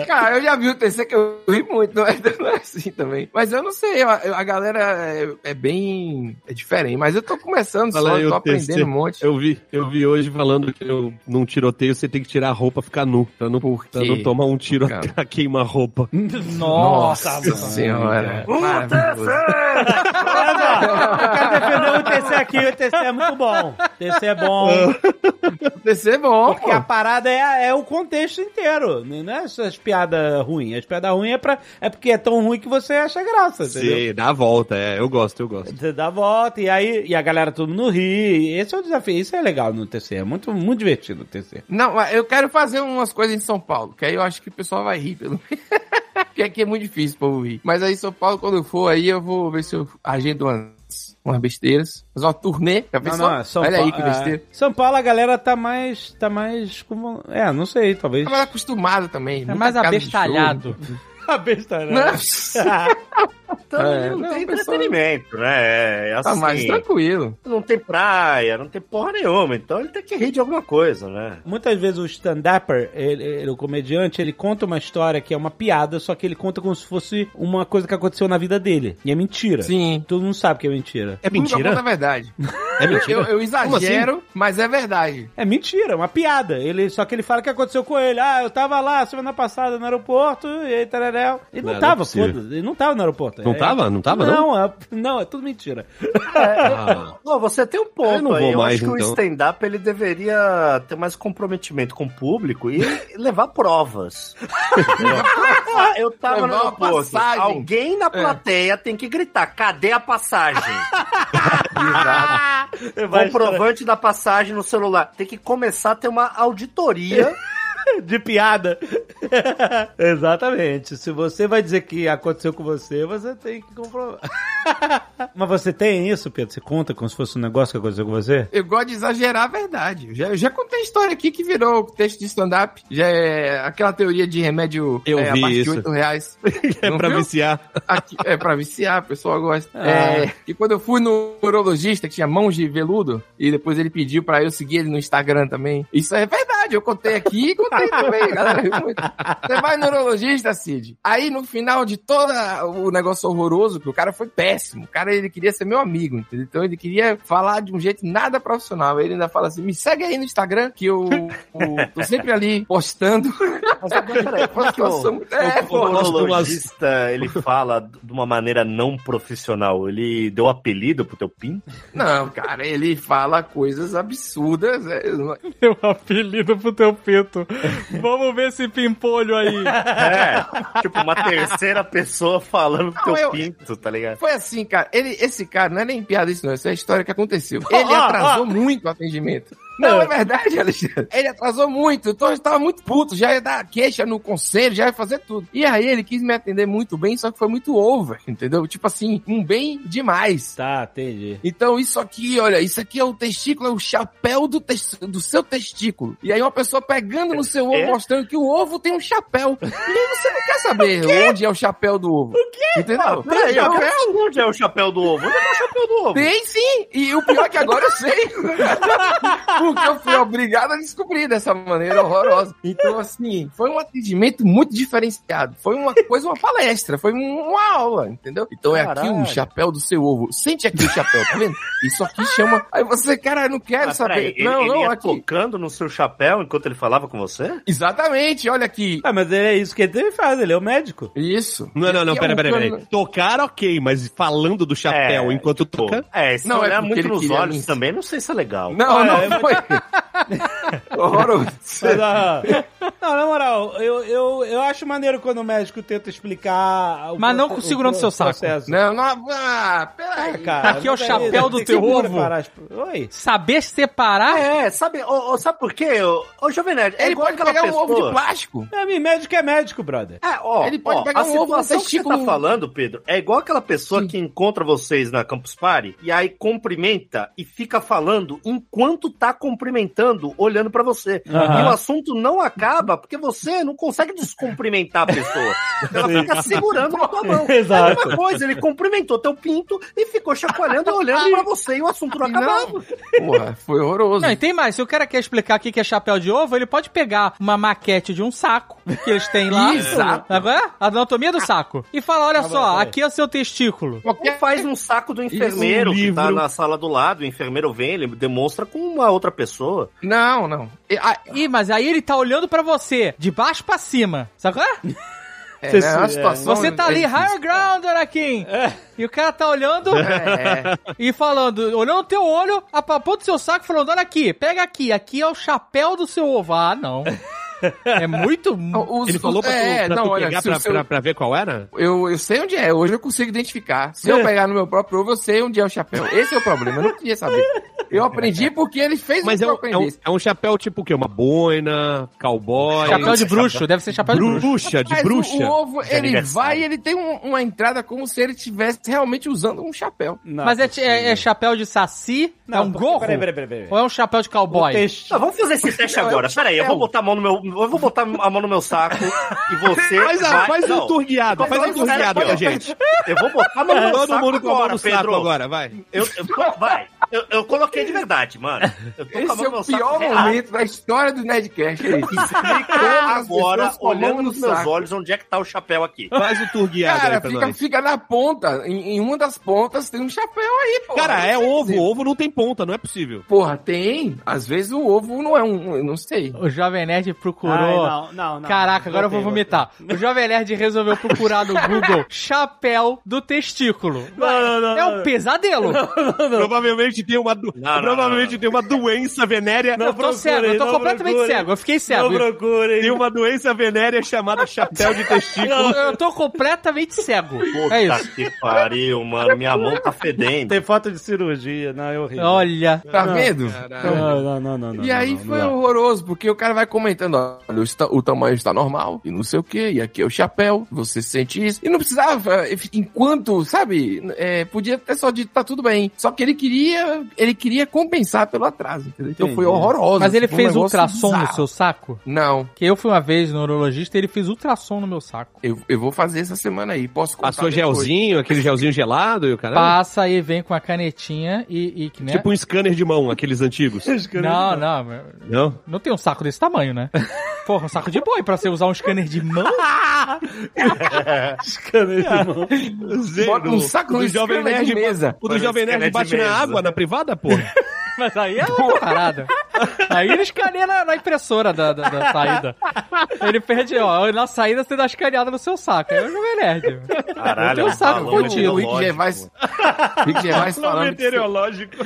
[SPEAKER 5] Cara, eu já vi o TC que eu ri muito, não é, não é assim também. Mas eu não sei, eu- eu- a, galera é, é bem. é diferente, mas eu tô começando
[SPEAKER 4] Fala
[SPEAKER 5] só,
[SPEAKER 4] aí
[SPEAKER 5] eu tô
[SPEAKER 4] o TC.
[SPEAKER 5] aprendendo um monte.
[SPEAKER 4] Eu vi, eu vi hoje falando que eu, num tiroteio você tem que tirar a roupa e ficar nu. Pra não,
[SPEAKER 5] Por
[SPEAKER 4] pra
[SPEAKER 5] quê?
[SPEAKER 4] não tomar um tiro
[SPEAKER 5] Cara.
[SPEAKER 4] até queimar a roupa.
[SPEAKER 5] Nossa, senhora.
[SPEAKER 4] Um
[SPEAKER 5] Maravilhoso.
[SPEAKER 1] Eu quero defender o TC aqui, o TC é muito bom. O TC é bom.
[SPEAKER 5] O TC é bom,
[SPEAKER 1] Porque a
[SPEAKER 5] pô.
[SPEAKER 1] parada é, a- é o contexto inteiro. Não é essas piadas ruins. As piadas ruins é, pra, é porque é tão ruim que você acha graça, entendeu?
[SPEAKER 4] Você dá a volta, é. Eu gosto, eu gosto.
[SPEAKER 1] Você dá a volta e aí e a galera tudo no ri. Esse é o desafio. Isso é legal no TC. É muito, muito divertido o TC.
[SPEAKER 5] Não, mas eu quero fazer umas coisas em São Paulo, que aí eu acho que o pessoal vai rir pelo Porque aqui é muito difícil o povo rir. Mas aí em São Paulo, quando eu for, aí eu vou ver se eu agendo umas, umas besteiras. Fazer uma turnê,
[SPEAKER 1] Não,
[SPEAKER 5] já pensou?
[SPEAKER 1] não, São
[SPEAKER 5] Olha aí
[SPEAKER 1] Pa-
[SPEAKER 5] que besteira.
[SPEAKER 1] é, São Paulo a galera tá mais. tá mais. Como, é, não sei, talvez.
[SPEAKER 5] Eu tava acostumado também.
[SPEAKER 2] É mais abestalhado.
[SPEAKER 1] A besta, né?
[SPEAKER 5] Nossa!
[SPEAKER 3] Então,
[SPEAKER 5] É,
[SPEAKER 3] não,
[SPEAKER 5] não,
[SPEAKER 3] tem
[SPEAKER 5] pessoal-
[SPEAKER 3] entretenimento, né? É assim,
[SPEAKER 5] Tá mais tranquilo.
[SPEAKER 3] não tem praia, não tem porra nenhuma. Então ele tem que rir de alguma coisa, né?
[SPEAKER 1] Muitas vezes o stand-upper, ele- ele- o comediante, ele conta uma história que é uma piada, só que ele conta como se fosse uma coisa que aconteceu na vida dele. E é mentira.
[SPEAKER 5] Sim.
[SPEAKER 1] Todo mundo sabe que é mentira.
[SPEAKER 4] É
[SPEAKER 5] Nunca conta
[SPEAKER 4] mentira?
[SPEAKER 5] a verdade.
[SPEAKER 4] É mentira?
[SPEAKER 5] Eu, eu exagero, mas é verdade.
[SPEAKER 1] É mentira, é uma piada. Ele, só que ele fala que aconteceu com ele. Ah, eu tava lá semana passada no aeroporto, e aí tararéu. Ele não,
[SPEAKER 4] Não, não é
[SPEAKER 1] tava,
[SPEAKER 4] possível.
[SPEAKER 1] foda-se. Ele não tava no aeroporto.
[SPEAKER 4] Não
[SPEAKER 1] É-
[SPEAKER 4] tava? Não tava, não?
[SPEAKER 1] Não, é, não, é tudo mentira.
[SPEAKER 4] Ah,
[SPEAKER 3] Não, É, você tem um ponto
[SPEAKER 4] Eu não
[SPEAKER 3] aí.
[SPEAKER 4] vou
[SPEAKER 3] Eu
[SPEAKER 4] mais,
[SPEAKER 3] acho que
[SPEAKER 4] então.
[SPEAKER 3] o stand-up ele deveria ter mais comprometimento com o público e levar provas. Entendeu? Ah, eu tava
[SPEAKER 5] É. Levar
[SPEAKER 3] no
[SPEAKER 5] uma
[SPEAKER 3] aeroporto.
[SPEAKER 5] passagem. É.
[SPEAKER 3] Alguém na plateia tem que gritar: cadê a passagem? Comprovante da passagem no celular. Tem que começar a ter uma auditoria
[SPEAKER 1] De piada.
[SPEAKER 7] Exatamente. Se você vai dizer que aconteceu com você, você tem que comprovar. Mas você tem isso, Pedro? Você conta como se fosse um negócio que aconteceu com você?
[SPEAKER 5] Eu gosto de exagerar a verdade. Eu já, eu já contei a história aqui que virou texto de stand-up. Já é aquela teoria de remédio
[SPEAKER 4] Eu
[SPEAKER 5] é,
[SPEAKER 4] vi
[SPEAKER 5] abaixo
[SPEAKER 4] isso.
[SPEAKER 5] de 8 reais.
[SPEAKER 4] É
[SPEAKER 5] Não
[SPEAKER 4] pra
[SPEAKER 5] viu?
[SPEAKER 4] viciar.
[SPEAKER 5] Aqui- é pra viciar, o pessoal gosta. É, e quando eu fui no urologista, que tinha mãos de veludo, e depois ele pediu pra eu seguir ele no Instagram também. Isso é verdade, eu contei aqui e contei também, galera. riu muito. Você vai no urologista, Cid. Aí no final de todo o negócio horroroso, que o cara foi péssimo. O cara, ele queria ser meu amigo, entendeu? Então ele queria falar de um jeito nada profissional. Ele ainda fala assim, me segue aí no Instagram, que eu, eu tô sempre ali postando.
[SPEAKER 3] Mas agora, peraí, como é que
[SPEAKER 5] Eu sou
[SPEAKER 3] o-
[SPEAKER 5] muito- É,
[SPEAKER 3] o
[SPEAKER 5] pô.
[SPEAKER 3] urologista, ele fala de uma maneira não profissional. Ele deu apelido pro teu pinto?
[SPEAKER 5] Não, cara, ele fala coisas absurdas. é,
[SPEAKER 2] Meu apelido pro teu pinto. Vamos ver esse pimpolho aí.
[SPEAKER 3] É, tipo, uma terceira pessoa falando pro
[SPEAKER 5] Não,
[SPEAKER 3] teu
[SPEAKER 5] eu-
[SPEAKER 3] pinto, tá ligado?
[SPEAKER 5] Foi assim, cara. Ele, esse cara, não é nem piada isso, não. Isso é a história que aconteceu. Ele atrasou muito o atendimento. Não, é verdade, Alexandre. Ele atrasou muito, então eu estava muito puto, já ia dar queixa no conselho, já ia fazer tudo. E aí ele quis me atender muito bem, só que foi muito over, entendeu? Tipo assim, um bem demais.
[SPEAKER 7] Tá, entendi.
[SPEAKER 5] Então isso aqui, olha, isso aqui é o testículo, é o chapéu do, tes- do seu testículo. E aí uma pessoa pegando no seu ovo,
[SPEAKER 3] É?
[SPEAKER 5] mostrando que o ovo tem um chapéu. E aí você não quer saber onde é o chapéu do ovo. O quê? Ah, Entendeu?
[SPEAKER 3] Peraí, eu quero saber onde é o chapéu do ovo? Onde é o chapéu do ovo?
[SPEAKER 5] Tem sim! E o pior é que agora eu sei! Porque eu fui obrigado a descobrir dessa maneira horrorosa. Então, assim, foi um atendimento muito diferenciado. Foi uma coisa, uma palestra, foi um- uma aula, entendeu? Então é aqui o
[SPEAKER 3] Caralho.
[SPEAKER 5] chapéu do seu ovo. Sente aqui o chapéu, tá vendo? Isso aqui chama. Aí você, cara, eu não quero
[SPEAKER 3] Mas peraí,
[SPEAKER 5] saber.
[SPEAKER 3] ele,
[SPEAKER 5] não,
[SPEAKER 3] ele é
[SPEAKER 5] não,
[SPEAKER 3] ia
[SPEAKER 5] aqui.
[SPEAKER 3] tocando no seu chapéu enquanto ele falava com você?
[SPEAKER 5] Exatamente, olha aqui.
[SPEAKER 7] Ah, mas ele é isso que ele também faz, ele é o médico.
[SPEAKER 5] Isso.
[SPEAKER 4] Não, não, não,
[SPEAKER 5] Aqui é
[SPEAKER 4] pera,
[SPEAKER 5] um
[SPEAKER 4] pera, pera.
[SPEAKER 5] cano-
[SPEAKER 4] Tocar, ok, mas falando do chapéu
[SPEAKER 3] É,
[SPEAKER 4] enquanto
[SPEAKER 3] tipo,
[SPEAKER 4] toca.
[SPEAKER 3] É, se
[SPEAKER 5] Não,
[SPEAKER 3] não,
[SPEAKER 5] é
[SPEAKER 3] olhar
[SPEAKER 5] porque
[SPEAKER 3] muito
[SPEAKER 5] ele
[SPEAKER 3] nos
[SPEAKER 5] queria
[SPEAKER 3] olhos
[SPEAKER 5] isso.
[SPEAKER 3] também, não sei se é legal.
[SPEAKER 5] Não,
[SPEAKER 7] Ah, é,
[SPEAKER 5] não foi. Horroroso.
[SPEAKER 7] Mas, ah, não, na moral, eu, eu, eu acho maneiro quando o médico tenta explicar. o
[SPEAKER 2] Mas não
[SPEAKER 7] proce-
[SPEAKER 2] segurando
[SPEAKER 7] o
[SPEAKER 2] seu saco. né?
[SPEAKER 7] processo.
[SPEAKER 5] Não, não. Ah, peraí, cara.
[SPEAKER 7] Cara,
[SPEAKER 2] Aqui é o
[SPEAKER 7] mas aí
[SPEAKER 2] chapéu do
[SPEAKER 7] tem
[SPEAKER 2] teu
[SPEAKER 7] que
[SPEAKER 2] ovo.
[SPEAKER 7] parar as- Oi.
[SPEAKER 2] Saber separar?
[SPEAKER 3] É, sabe, ô, ô, sabe por quê? Ô, ô Jovem Nerd, é
[SPEAKER 5] Ele
[SPEAKER 3] igual
[SPEAKER 5] pode
[SPEAKER 3] aquela
[SPEAKER 5] pegar um ovo de
[SPEAKER 3] pessoa...
[SPEAKER 5] plástico.
[SPEAKER 7] É, meu médico é médico, brother.
[SPEAKER 3] É, ó,
[SPEAKER 5] Ele pode
[SPEAKER 3] ó,
[SPEAKER 5] pegar
[SPEAKER 3] a
[SPEAKER 5] um ovo no
[SPEAKER 3] situação que você
[SPEAKER 5] testículo.
[SPEAKER 3] tá falando, Pedro, é igual aquela pessoa
[SPEAKER 5] Sim.
[SPEAKER 3] que encontra vocês na Campus Party e aí cumprimenta e fica falando enquanto tá cumprimentando, olhando pra você.
[SPEAKER 7] Aham.
[SPEAKER 3] E o assunto não acaba porque você não consegue descumprimentar a pessoa. Ela fica segurando na tua mão.
[SPEAKER 7] Exato.
[SPEAKER 3] É a mesma coisa, ele cumprimentou teu pinto e ficou chacoalhando e olhando pra você e o assunto não acabava.
[SPEAKER 5] Porra, foi horroroso.
[SPEAKER 2] Não, e tem mais. Se o cara quer explicar aqui que é chapéu de ovo, ele pode pegar uma maquete de um saco que eles têm lá.
[SPEAKER 5] Exato.
[SPEAKER 2] Agora, a anatomia do saco. E fala, olha só, aqui é o seu testículo.
[SPEAKER 3] Ou
[SPEAKER 5] Qualquer
[SPEAKER 3] faz um saco do enfermeiro
[SPEAKER 4] Isso, um
[SPEAKER 3] que tá
[SPEAKER 4] livro.
[SPEAKER 3] na sala do lado, o enfermeiro vem, ele demonstra com uma outra pessoa.
[SPEAKER 5] Não, não. E- ah,
[SPEAKER 2] Ih, mas aí ele tá olhando pra você, de baixo pra cima. Sabe qual é?
[SPEAKER 5] é,
[SPEAKER 7] Você
[SPEAKER 5] né, é uma
[SPEAKER 7] se-
[SPEAKER 5] situação.
[SPEAKER 2] Você tá ali,
[SPEAKER 5] é difícil.
[SPEAKER 2] higher ground, Anakin.
[SPEAKER 7] É.
[SPEAKER 2] E o cara tá olhando
[SPEAKER 5] É, é.
[SPEAKER 2] e falando, olhando o teu olho, aponta o seu saco e falando, olha aqui, pega aqui, aqui é o chapéu do seu ovo. Ah, não. É muito...
[SPEAKER 5] Os-
[SPEAKER 4] Ele falou pra tu,
[SPEAKER 5] é,
[SPEAKER 4] pra tu
[SPEAKER 5] não, olha,
[SPEAKER 4] pegar
[SPEAKER 5] se
[SPEAKER 4] pra,
[SPEAKER 5] o seu-
[SPEAKER 4] pra- pra ver qual era?
[SPEAKER 5] Eu, eu sei onde é, hoje eu consigo identificar. Se eu
[SPEAKER 4] É.
[SPEAKER 5] pegar no meu próprio ovo, eu sei onde é o chapéu. Esse é o problema, eu não queria saber. Eu aprendi porque ele fez
[SPEAKER 4] Mas
[SPEAKER 5] o
[SPEAKER 4] é
[SPEAKER 5] que eu
[SPEAKER 4] um, é, um,
[SPEAKER 5] aprendi.
[SPEAKER 4] é um chapéu tipo o quê? Uma boina, cowboy.
[SPEAKER 2] Chapéu de bruxo, deve ser chapéu de bruxo.
[SPEAKER 4] bruxa, de
[SPEAKER 5] Mas o-
[SPEAKER 4] bruxa.
[SPEAKER 5] O, ovo, ele
[SPEAKER 3] aniversário.
[SPEAKER 5] vai e ele tem um- uma entrada como se ele estivesse realmente usando um chapéu.
[SPEAKER 7] Não,
[SPEAKER 2] Mas é, é- é chapéu de saci? é um
[SPEAKER 7] porque-
[SPEAKER 2] gorro?
[SPEAKER 7] Peraí, peraí, peraí. peraí.
[SPEAKER 2] Ou é um chapéu de
[SPEAKER 7] O
[SPEAKER 2] cowboy?
[SPEAKER 7] texto-
[SPEAKER 3] Ah, vamos fazer esse teste agora. Pera aí, eu vou botar a mão no meu, eu vou botar a mão no meu saco e você
[SPEAKER 4] Faz, a-
[SPEAKER 3] vai...
[SPEAKER 4] faz um
[SPEAKER 3] Não,
[SPEAKER 4] tour guiado, faz um tour
[SPEAKER 3] Cara,
[SPEAKER 4] guiado
[SPEAKER 3] pode-
[SPEAKER 4] pra gente.
[SPEAKER 3] Eu vou botar
[SPEAKER 4] É,
[SPEAKER 3] a mão no meu
[SPEAKER 4] Todo
[SPEAKER 3] saco
[SPEAKER 4] mundo com a mão
[SPEAKER 3] agora,
[SPEAKER 4] no saco
[SPEAKER 3] Pedro.
[SPEAKER 4] agora, vai.
[SPEAKER 3] Eu, eu tô- vai. Eu, eu coloquei de verdade, mano. Eu tô com a
[SPEAKER 5] Esse
[SPEAKER 3] mão
[SPEAKER 5] é
[SPEAKER 3] no meu
[SPEAKER 5] o
[SPEAKER 3] saco.
[SPEAKER 5] pior
[SPEAKER 3] errado.
[SPEAKER 5] momento da história do Nerdcast. é isso.
[SPEAKER 3] Tá Agora,
[SPEAKER 5] pessoas com a mão
[SPEAKER 3] olhando
[SPEAKER 5] no
[SPEAKER 3] nos meus
[SPEAKER 5] saco.
[SPEAKER 3] olhos, onde é que tá o chapéu aqui?
[SPEAKER 4] Faz o tour guiado aí
[SPEAKER 5] Cara,
[SPEAKER 4] pra
[SPEAKER 5] fica,
[SPEAKER 4] nós.
[SPEAKER 5] fica na ponta. Em, em uma das pontas tem um chapéu aí, pô.
[SPEAKER 4] Cara, é
[SPEAKER 5] Não sei
[SPEAKER 4] ovo,
[SPEAKER 5] dizer.
[SPEAKER 4] ovo não tem ponta, não é possível.
[SPEAKER 5] Porra, tem. Às vezes o ovo não é um. Eu não sei.
[SPEAKER 2] O Jovem Nerd procurou...
[SPEAKER 7] Ai, não, não, não.
[SPEAKER 2] Caraca, agora eu vou
[SPEAKER 7] Voltei,
[SPEAKER 2] vomitar. O Jovem Nerd resolveu procurar no Google chapéu do testículo.
[SPEAKER 7] Não, não, não,
[SPEAKER 2] é um
[SPEAKER 7] não.
[SPEAKER 2] pesadelo.
[SPEAKER 4] Provavelmente tem uma do...
[SPEAKER 3] Não, não,
[SPEAKER 4] provavelmente
[SPEAKER 3] não,
[SPEAKER 4] tem uma doença venérea.
[SPEAKER 7] Não,
[SPEAKER 2] Eu tô
[SPEAKER 7] procure,
[SPEAKER 2] cego, eu tô
[SPEAKER 7] não
[SPEAKER 2] completamente
[SPEAKER 7] procure.
[SPEAKER 2] cego. Eu fiquei
[SPEAKER 7] Não
[SPEAKER 2] cego.
[SPEAKER 4] Tem
[SPEAKER 7] procurem.
[SPEAKER 4] uma doença venérea chamada chapéu de testículo.
[SPEAKER 2] Eu, eu tô completamente cego.
[SPEAKER 3] Puta
[SPEAKER 2] É isso.
[SPEAKER 3] que pariu, mano. Minha mão tá fedendo.
[SPEAKER 7] Tem foto de cirurgia. Não, eu ri.
[SPEAKER 2] Olha.
[SPEAKER 5] Tá vendo?
[SPEAKER 7] Não, não, não, não.
[SPEAKER 5] e aí foi
[SPEAKER 7] um-
[SPEAKER 5] horroroso, porque o cara vai comentando, olha, o, esta- o tamanho está normal, e não sei o que, e aqui é o chapéu, você sente isso. E não precisava, e f- enquanto, sabe, é, podia até só dito, tá tudo bem. Só que ele queria, ele queria compensar pelo atraso, entendeu? Então
[SPEAKER 7] Entendi.
[SPEAKER 5] foi horroroso.
[SPEAKER 2] Mas ele
[SPEAKER 5] foi um
[SPEAKER 2] fez
[SPEAKER 5] negócio
[SPEAKER 2] ultrassom no
[SPEAKER 5] bizarro.
[SPEAKER 2] seu saco?
[SPEAKER 5] Não,
[SPEAKER 2] Que eu fui uma vez no neurologista e ele fez ultrassom no meu saco.
[SPEAKER 5] eu, eu vou fazer essa semana aí, posso contar
[SPEAKER 4] Passou
[SPEAKER 5] depois.
[SPEAKER 4] gelzinho, aquele gelzinho gelado e o caralho.
[SPEAKER 2] Passa e vem com a canetinha e, e que né?
[SPEAKER 4] Ah, Tipo um scanner de mão, aqueles antigos.
[SPEAKER 2] não, não, meu-
[SPEAKER 4] Não?
[SPEAKER 2] não tem um saco desse tamanho, né? Porra, um saco de boi pra você usar um scanner de mão?
[SPEAKER 5] Bota um saco no
[SPEAKER 4] do Jovem
[SPEAKER 5] escama
[SPEAKER 4] Nerd.
[SPEAKER 5] de mesa.
[SPEAKER 4] O do Jovem Nerd bate na água, na privada, porra.
[SPEAKER 2] Mas aí é outra parada. Aí ele escaneia na, na impressora da, da- da saída. Ele perde, ó, na saída você dá escaneada no seu saco. Aí é o Jovem Nerd.
[SPEAKER 3] Caralho,
[SPEAKER 2] Eu tenho
[SPEAKER 3] é um
[SPEAKER 2] saco
[SPEAKER 3] balão
[SPEAKER 2] fodido.
[SPEAKER 5] O Rick
[SPEAKER 3] meteorológico.
[SPEAKER 5] Gervais, Rick Gervais falando que
[SPEAKER 4] meteorológico.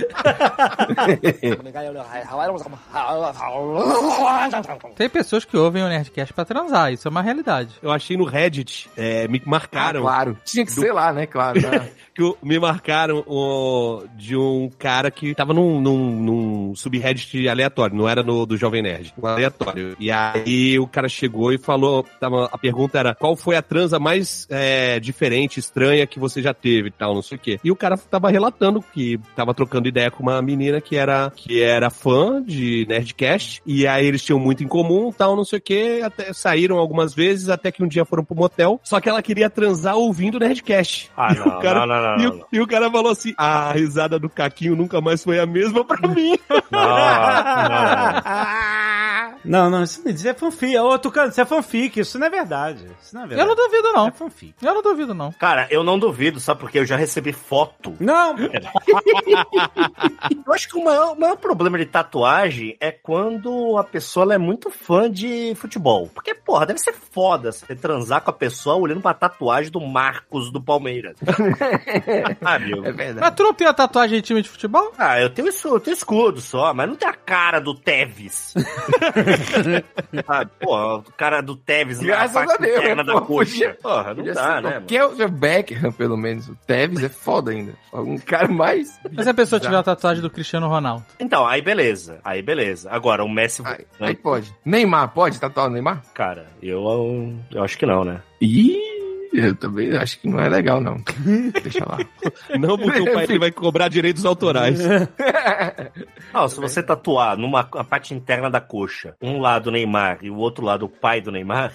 [SPEAKER 2] Tem pessoas que ouvem o Nerdcast pra transar, isso é uma realidade.
[SPEAKER 4] Eu achei no Reddit, é, me marcaram,
[SPEAKER 5] Ah, claro. Tinha que ser lá, né? Claro. né?
[SPEAKER 4] que o- me marcaram o, de um cara que tava num, num, num subreddit aleatório, não era no do Jovem Nerd, um aleatório. E aí o cara chegou e falou, tava, a pergunta era, qual foi a transa mais é, diferente, estranha que você já teve e tal, não sei o quê. E o cara tava relatando que tava trocando ideia com uma menina que era, que era fã de Nerdcast, e aí eles tinham muito em comum, tal, não sei o quê, até saíram algumas vezes, até que um dia foram pro motel, só que ela queria transar ouvindo Nerdcast.
[SPEAKER 3] Ah,
[SPEAKER 4] E o
[SPEAKER 3] não,
[SPEAKER 4] um cara-
[SPEAKER 3] não, não, não,
[SPEAKER 4] E
[SPEAKER 3] não,
[SPEAKER 4] o, e o cara falou assim: a risada do Caquinho nunca mais foi a mesma pra mim.
[SPEAKER 7] Ah,
[SPEAKER 3] não,
[SPEAKER 7] Não, não, isso, isso é fanfic. Ô, Tucano, isso é fanfic. Isso não é verdade. Isso não é
[SPEAKER 2] Eu
[SPEAKER 7] verdade.
[SPEAKER 2] não duvido, não.
[SPEAKER 7] É fanfic.
[SPEAKER 2] Eu não duvido, não.
[SPEAKER 3] Cara, eu não duvido, sabe porque eu já recebi foto.
[SPEAKER 7] Não,
[SPEAKER 3] Eu acho que o maior, o maior problema de tatuagem é quando a pessoa ela é muito fã de futebol. Porque, porra, deve ser foda você transar com a pessoa olhando pra tatuagem do Marcos do Palmeiras. ah, meu.
[SPEAKER 5] É verdade.
[SPEAKER 2] Mas tu não tem a tatuagem de time de futebol?
[SPEAKER 3] Ah, eu tenho, isso, eu tenho escudo só, mas não tem a cara do Tevez. ah, pô, o cara do Tevez
[SPEAKER 5] Graças
[SPEAKER 3] na
[SPEAKER 5] a
[SPEAKER 3] parte
[SPEAKER 5] Deus,
[SPEAKER 3] interna da
[SPEAKER 5] né, pô,
[SPEAKER 3] coxa.
[SPEAKER 5] podia-
[SPEAKER 3] Porra, não
[SPEAKER 5] Podia
[SPEAKER 3] dá,
[SPEAKER 5] ser
[SPEAKER 3] né?
[SPEAKER 5] Qualquer outro Beckham, pelo menos. O Tevez é foda ainda. Algum cara mais.
[SPEAKER 2] Mas se a pessoa tiver a tatuagem do Cristiano Ronaldo.
[SPEAKER 3] Então, aí beleza. Aí beleza. Agora, o Messi.
[SPEAKER 5] Aí, aí pode. Neymar, pode tatuar o Neymar?
[SPEAKER 3] Cara, eu, eu, eu acho que não, né?
[SPEAKER 5] Ih, eu também acho que não é legal, não. Deixa lá.
[SPEAKER 4] Não, porque o pai dele vai cobrar direitos autorais.
[SPEAKER 3] Não, se você tatuar numa a parte interna da coxa, um lado o Neymar e o outro lado o pai do Neymar,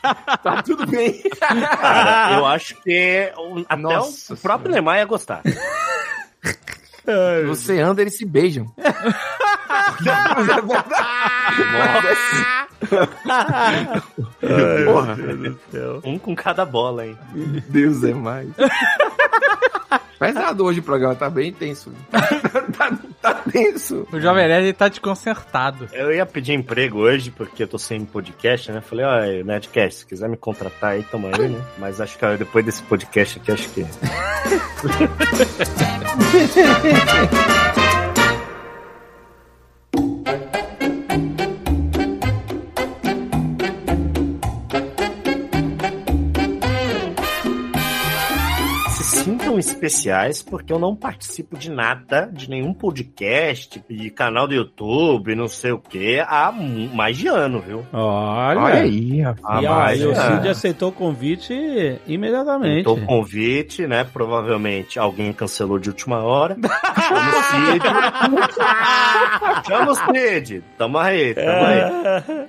[SPEAKER 5] Tá tudo bem.
[SPEAKER 3] cara, eu acho que o- até
[SPEAKER 5] Nossa
[SPEAKER 3] o próprio
[SPEAKER 5] Senhora.
[SPEAKER 3] Neymar ia gostar.
[SPEAKER 5] Você anda, eles se beijam. Porra,
[SPEAKER 3] Um com cada bola, hein?
[SPEAKER 5] Deus é mais. Pesado hoje o programa, tá bem tenso. tá, tá tenso.
[SPEAKER 2] O Jovem Nerd tá desconcertado.
[SPEAKER 3] Eu ia pedir emprego hoje, porque eu tô sem podcast, né? Falei, ó, Nerdcast, se quiser me contratar aí, tamo aí, né? Mas acho que ó, depois desse podcast aqui, acho que. Se Sintam especiais porque eu não participo de nada, de nenhum podcast, de canal do YouTube, não sei o que, há mu- mais de ano, viu?
[SPEAKER 7] Olha,
[SPEAKER 5] Olha aí,
[SPEAKER 3] Há
[SPEAKER 7] E a
[SPEAKER 3] mais de
[SPEAKER 5] eu
[SPEAKER 3] ano.
[SPEAKER 7] Ilcide aceitou o convite imediatamente.
[SPEAKER 3] Tentou o convite, né? Provavelmente alguém cancelou de última hora. Chama o Cid. Chama o Cid. Tamo aí, tamo aí.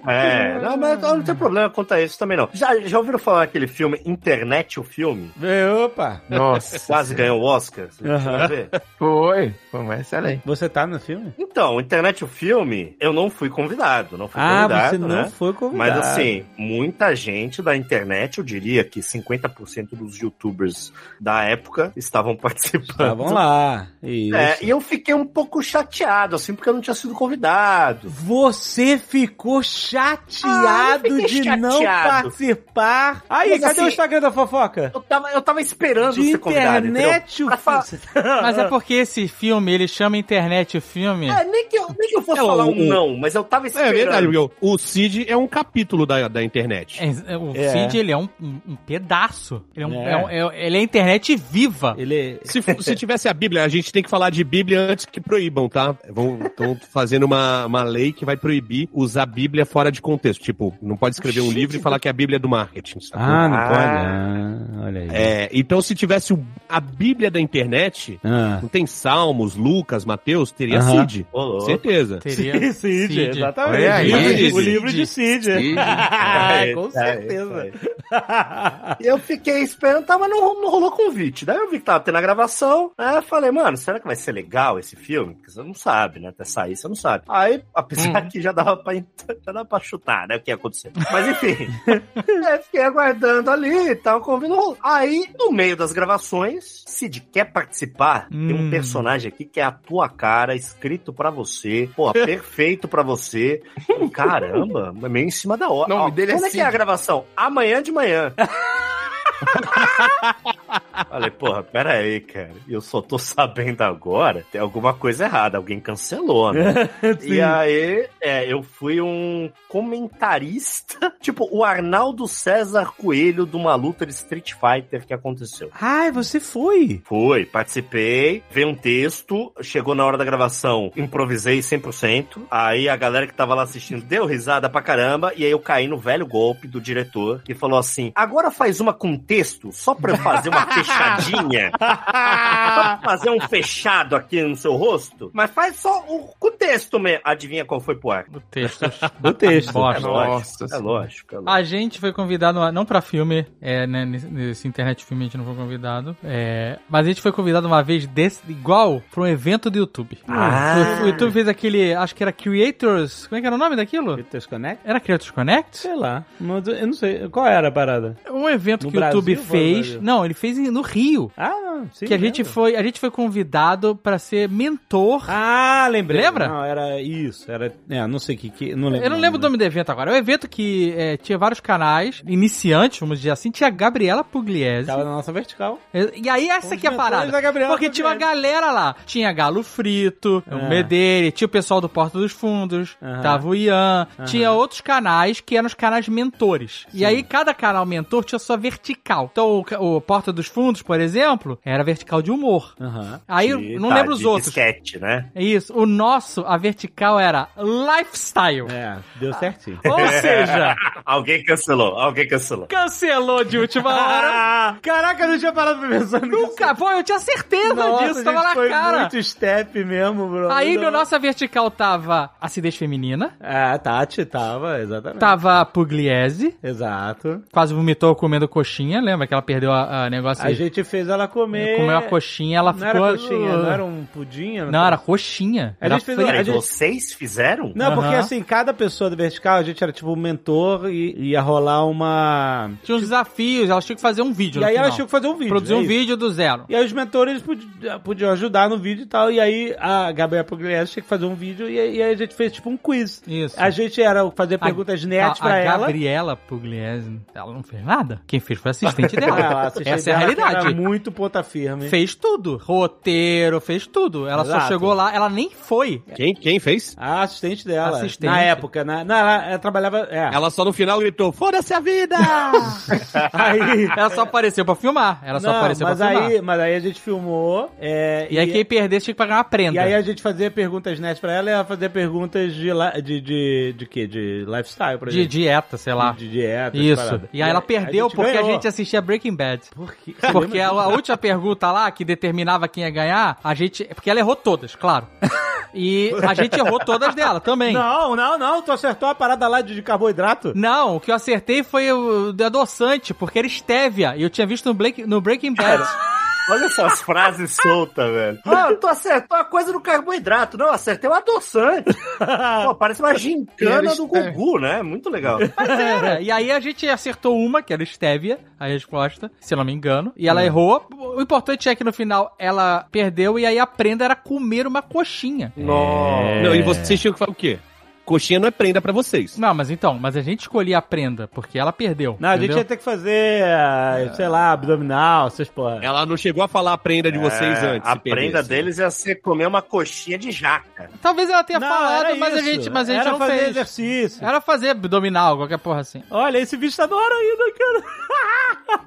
[SPEAKER 3] É, não, mas não tem problema quanto a isso também não. Já, já ouviram falar aquele filme Internet, o filme?
[SPEAKER 7] É, Opa,
[SPEAKER 5] Nossa.
[SPEAKER 3] Quase ganhou o Oscar. Vocês chegaram a ver?
[SPEAKER 5] Foi. Foi, mas excelente.
[SPEAKER 7] você tá no filme?
[SPEAKER 3] Então, internet o filme, eu não fui convidado, não fui
[SPEAKER 1] Ah,
[SPEAKER 3] convidado,
[SPEAKER 1] você
[SPEAKER 3] né?
[SPEAKER 1] não foi convidado.
[SPEAKER 3] Mas assim, muita gente da internet, eu diria que 50% dos youtubers da época estavam participando.
[SPEAKER 7] Tá,
[SPEAKER 1] Estavam lá. Isso.
[SPEAKER 3] É, e eu fiquei um pouco chateado, assim, porque eu não tinha sido convidado.
[SPEAKER 1] Você ficou
[SPEAKER 3] Ah,
[SPEAKER 1] chateado
[SPEAKER 3] eu fiquei
[SPEAKER 1] de não
[SPEAKER 3] chateado.
[SPEAKER 1] participar. Aí,
[SPEAKER 3] Mas,
[SPEAKER 1] cadê
[SPEAKER 3] assim,
[SPEAKER 1] o Instagram da fofoca?
[SPEAKER 3] Eu tava, eu tava esperando
[SPEAKER 1] De
[SPEAKER 3] ser convidado, entendeu?
[SPEAKER 1] internet, o
[SPEAKER 3] Pra falar-
[SPEAKER 2] Mas é porque esse filme, ele chama internet o filme.
[SPEAKER 3] É, nem que eu, nem que eu fosse
[SPEAKER 4] É,
[SPEAKER 3] falar
[SPEAKER 4] o-
[SPEAKER 3] um não, mas eu tava
[SPEAKER 4] É
[SPEAKER 3] esperando.
[SPEAKER 4] verdade, porque o Cid é um capítulo da, da internet.
[SPEAKER 2] É, é, o
[SPEAKER 1] É.
[SPEAKER 2] Cid, ele é um, um- um pedaço. Ele é, um-
[SPEAKER 1] É.
[SPEAKER 2] é um- é- ele é internet viva.
[SPEAKER 1] Ele... é-
[SPEAKER 4] Se, fo- se tivesse a Bíblia, a gente tem que falar de Bíblia antes que proíbam, tá? Estão fazendo uma, uma lei que vai proibir usar a Bíblia fora de contexto. Tipo, não pode escrever um livro e falar que é a Bíblia é do marketing. sacou?
[SPEAKER 1] Ah, não
[SPEAKER 3] Ah.
[SPEAKER 1] pode. Ah, olha aí.
[SPEAKER 4] É, então, se tivesse o- a Bíblia da internet,
[SPEAKER 1] Ah.
[SPEAKER 4] não tem Salmos, Lucas, Mateus, teria
[SPEAKER 1] Aham.
[SPEAKER 4] Cid.
[SPEAKER 3] Ô, louco.
[SPEAKER 4] Certeza.
[SPEAKER 2] Teria
[SPEAKER 1] Cid,
[SPEAKER 2] Cid.
[SPEAKER 1] exatamente.
[SPEAKER 5] Olha aí,
[SPEAKER 1] o, livro de,
[SPEAKER 5] Cid.
[SPEAKER 1] o livro de Cid.
[SPEAKER 5] Cid.
[SPEAKER 1] Ah,
[SPEAKER 3] É,
[SPEAKER 1] Com
[SPEAKER 3] é,
[SPEAKER 1] certeza.
[SPEAKER 3] é, E Eu fiquei esperando, tá, mas não, não rolou convite. Daí eu vi que tava tendo a gravação, né? eu Falei, mano, será que vai ser legal esse filme? Porque você não sabe, né? Até sair, você não sabe. Aí, apesar que já dava, pra, já dava pra chutar, né? O que ia acontecer. Mas enfim, é, fiquei aguardando ali e tal, convido. não rolou. Aí, no meio das gravações, Cid quer participar, tem
[SPEAKER 2] Hum.
[SPEAKER 3] um personagem aqui que é a tua cara, escrito pra você, pô, perfeito pra você. Caramba, meio em cima da hora.
[SPEAKER 5] O nome
[SPEAKER 3] Ó,
[SPEAKER 5] dele é
[SPEAKER 3] Quando é que é a
[SPEAKER 5] Cid.
[SPEAKER 3] gravação? Amanhã de manhã. Falei, porra, pera aí, cara. Eu só tô sabendo agora. Tem alguma coisa errada. Alguém cancelou, né? e aí, é, eu fui um comentarista. Tipo, o Arnaldo César Coelho de uma luta de Street Fighter que aconteceu.
[SPEAKER 1] Ai, você foi.
[SPEAKER 3] Fui, participei, veio um texto, chegou na hora da gravação, improvisei 100%. Aí a galera que tava lá assistindo deu risada pra caramba, e aí eu caí no velho golpe do diretor, que falou assim: agora faz uma com texto, só pra eu fazer uma fechadinha. só pra fazer um fechado aqui no seu rosto, mas faz só o, com texto mesmo. Adivinha qual foi pro ar?
[SPEAKER 2] O texto.
[SPEAKER 1] Do texto.
[SPEAKER 3] É
[SPEAKER 2] Bosta.
[SPEAKER 5] Nossa
[SPEAKER 3] lógico, é lógico. É lógico.
[SPEAKER 2] A gente foi convidado, a- não pra filme, é, né, nesse- nesse internet filme a gente não foi convidado, é, mas a gente foi convidado uma vez desse, igual pra um evento do YouTube.
[SPEAKER 3] Ah.
[SPEAKER 2] O, o YouTube fez aquele, acho que era Creators, como é que era o nome daquilo?
[SPEAKER 1] Texto Connect?
[SPEAKER 2] Era Creators Connect?
[SPEAKER 1] Sei lá. Mas eu não sei. Qual era a parada?
[SPEAKER 2] Um evento
[SPEAKER 1] No
[SPEAKER 2] que o YouTube
[SPEAKER 1] Brasil, fora do
[SPEAKER 2] fez,
[SPEAKER 1] Brasil?
[SPEAKER 2] não, ele fez em- no Rio,
[SPEAKER 1] Ah, não. Sim,
[SPEAKER 2] que a gente,
[SPEAKER 1] lembro.
[SPEAKER 2] foi, a gente foi convidado pra ser mentor
[SPEAKER 1] Ah, lembrei.
[SPEAKER 2] Lembra?
[SPEAKER 1] Não, era isso. Era. É, não sei o que, que. Não lembro.
[SPEAKER 2] Eu não lembro o nome do evento agora. É um evento que é, tinha vários canais, iniciantes, vamos dizer assim. Tinha a Gabriela Pugliese.
[SPEAKER 1] Tava na nossa vertical.
[SPEAKER 2] E aí essa aqui é a parada. Porque tinha uma
[SPEAKER 1] galera.
[SPEAKER 2] galera lá. Tinha Galo Frito,
[SPEAKER 1] Ah.
[SPEAKER 2] o Medeiros, tinha o pessoal do Porta dos Fundos,
[SPEAKER 1] Aham.
[SPEAKER 2] tava o Ian.
[SPEAKER 1] Aham.
[SPEAKER 2] Tinha outros canais que eram os canais mentores. E aí cada canal mentor tinha sua vertical. Então o, ca- o Porta dos Fundos, por exemplo, era vertical de humor.
[SPEAKER 1] Aham.
[SPEAKER 2] Aí
[SPEAKER 3] De-
[SPEAKER 2] eu não
[SPEAKER 3] tá,
[SPEAKER 2] lembro os
[SPEAKER 3] de
[SPEAKER 2] outros.
[SPEAKER 3] Disquete, né?
[SPEAKER 2] É isso. O nosso, a vertical era lifestyle.
[SPEAKER 1] É, deu certinho.
[SPEAKER 2] Ou seja,
[SPEAKER 3] Alguém cancelou, alguém cancelou.
[SPEAKER 2] cancelou de última
[SPEAKER 1] Ah,
[SPEAKER 2] hora.
[SPEAKER 1] Caraca, eu não tinha parado pra pensar nisso.
[SPEAKER 2] Nunca, pô, eu tinha certeza
[SPEAKER 1] Nossa,
[SPEAKER 2] disso,
[SPEAKER 1] gente,
[SPEAKER 2] tava na
[SPEAKER 1] foi
[SPEAKER 2] cara. Tá né?
[SPEAKER 1] muito step mesmo, bro.
[SPEAKER 2] Aí
[SPEAKER 1] Não-
[SPEAKER 2] no nossa vertical tava a acidez feminina,
[SPEAKER 1] É, a Tati tava, exatamente.
[SPEAKER 2] tava a Pugliese,
[SPEAKER 1] Exato.
[SPEAKER 2] quase vomitou comendo coxinha, lembra que ela perdeu a, a negócio
[SPEAKER 1] A gente fez ela comer.
[SPEAKER 2] comeu a coxinha, ela
[SPEAKER 1] Não
[SPEAKER 2] ficou uh,
[SPEAKER 1] era coxinha, não era um pudim? era-
[SPEAKER 2] Não, era coxinha.
[SPEAKER 1] A
[SPEAKER 2] era
[SPEAKER 1] gente fez uma-
[SPEAKER 2] fria.
[SPEAKER 1] a
[SPEAKER 3] Peraí,
[SPEAKER 1] gente-
[SPEAKER 3] vocês fizeram?
[SPEAKER 1] Não, porque
[SPEAKER 2] Aham.
[SPEAKER 1] assim, cada pessoa do vertical, a gente era tipo um mentor e ia rolar uma.
[SPEAKER 2] Tinha uns desafios, elas tinham que fazer um vídeo
[SPEAKER 1] E aí
[SPEAKER 2] no
[SPEAKER 1] ela
[SPEAKER 2] final.
[SPEAKER 1] tinha que fazer um vídeo.
[SPEAKER 2] Produzir
[SPEAKER 1] é
[SPEAKER 2] um
[SPEAKER 1] isso.
[SPEAKER 2] vídeo do zero.
[SPEAKER 1] E aí os mentores podi- podiam ajudar no vídeo e tal. E aí a Gabriela Pugliese tinha que fazer um vídeo e aí e aí a gente fez tipo um quiz.
[SPEAKER 2] Isso.
[SPEAKER 1] A gente era fazer perguntas nerds
[SPEAKER 2] a, a
[SPEAKER 1] pra ela.
[SPEAKER 2] Gabriela Pugliese, ela não fez nada. Quem fez foi a assistente dela.
[SPEAKER 1] Ela assistia
[SPEAKER 2] Essa é a
[SPEAKER 1] dela, que
[SPEAKER 2] realidade.
[SPEAKER 1] Era muito ponta firme.
[SPEAKER 2] Fez tudo. Roteiro, fez tudo. Ela só
[SPEAKER 1] Exato.
[SPEAKER 2] chegou lá, ela nem foi.
[SPEAKER 4] Quem, quem fez?
[SPEAKER 1] A assistente dela.
[SPEAKER 2] Assistente.
[SPEAKER 1] Na época, na, na, ela, ela trabalhava. É.
[SPEAKER 4] Ela só no final gritou: Foda-se a vida!
[SPEAKER 1] Aí.
[SPEAKER 2] Ela só apareceu pra filmar. Ela só
[SPEAKER 1] Não,
[SPEAKER 2] apareceu
[SPEAKER 1] mas
[SPEAKER 2] pra filmar.
[SPEAKER 1] aí, mas aí a gente filmou. é,
[SPEAKER 2] E aí quem perdesse tinha que pagar uma prenda.
[SPEAKER 1] e aí a gente fazia perguntas nerds pra ela e ela fazia perguntas de, la- de, de, de quê? De lifestyle pra
[SPEAKER 2] De
[SPEAKER 1] gente.
[SPEAKER 2] dieta, sei lá.
[SPEAKER 1] De dieta. essas
[SPEAKER 2] Isso.
[SPEAKER 1] paradas.
[SPEAKER 2] E aí ela perdeu porque
[SPEAKER 1] ganhou.
[SPEAKER 2] a gente assim, assistia Breaking Bad.
[SPEAKER 1] Por quê?
[SPEAKER 2] Porque a, a última pergunta lá, que determinava quem ia ganhar, a gente. Porque ela errou todas, claro. E a gente errou todas dela também. Não.
[SPEAKER 1] Não, não, não. Tu acertou a parada lá de de carboidrato.
[SPEAKER 2] o que eu acertei foi o do adoçante, porque era estévia. E eu tinha visto no, Blake- no Breaking Bad.
[SPEAKER 3] Olha essas frases soltas, velho. Ah, eu tô acertando uma coisa no carboidrato. Não, eu acertei um adoçante. Pô, parece uma gincana do Gugu, né? Muito legal.
[SPEAKER 2] É, e aí a gente acertou uma, que era estévia, a resposta, se eu não me engano. E
[SPEAKER 1] É.
[SPEAKER 2] ela errou. O importante é que no final ela perdeu e aí a prenda era comer uma coxinha.
[SPEAKER 3] É.
[SPEAKER 4] Nossa. Não, e você, Chico, fala o quê? Coxinha não é prenda pra vocês.
[SPEAKER 2] Não, mas então, mas a gente escolhia a prenda, porque ela perdeu.
[SPEAKER 1] Não, a gente
[SPEAKER 2] entendeu?
[SPEAKER 1] ia ter que fazer, ah, sei lá, abdominal, essas porra.
[SPEAKER 4] Ela não chegou a falar a prenda de vocês
[SPEAKER 3] É,
[SPEAKER 4] antes. assim.
[SPEAKER 3] A
[SPEAKER 4] se perdesse.
[SPEAKER 3] prenda deles ia ser comer uma coxinha de jaca.
[SPEAKER 2] Talvez ela tenha
[SPEAKER 1] Não,
[SPEAKER 2] falado,
[SPEAKER 1] era
[SPEAKER 2] mas a
[SPEAKER 1] isso.
[SPEAKER 2] gente, mas a gente
[SPEAKER 1] era
[SPEAKER 2] não
[SPEAKER 1] fazer
[SPEAKER 2] fez.
[SPEAKER 1] exercício.
[SPEAKER 2] Era fazer abdominal, qualquer porra assim.
[SPEAKER 1] Olha, esse vídeo tá no ar ainda, cara.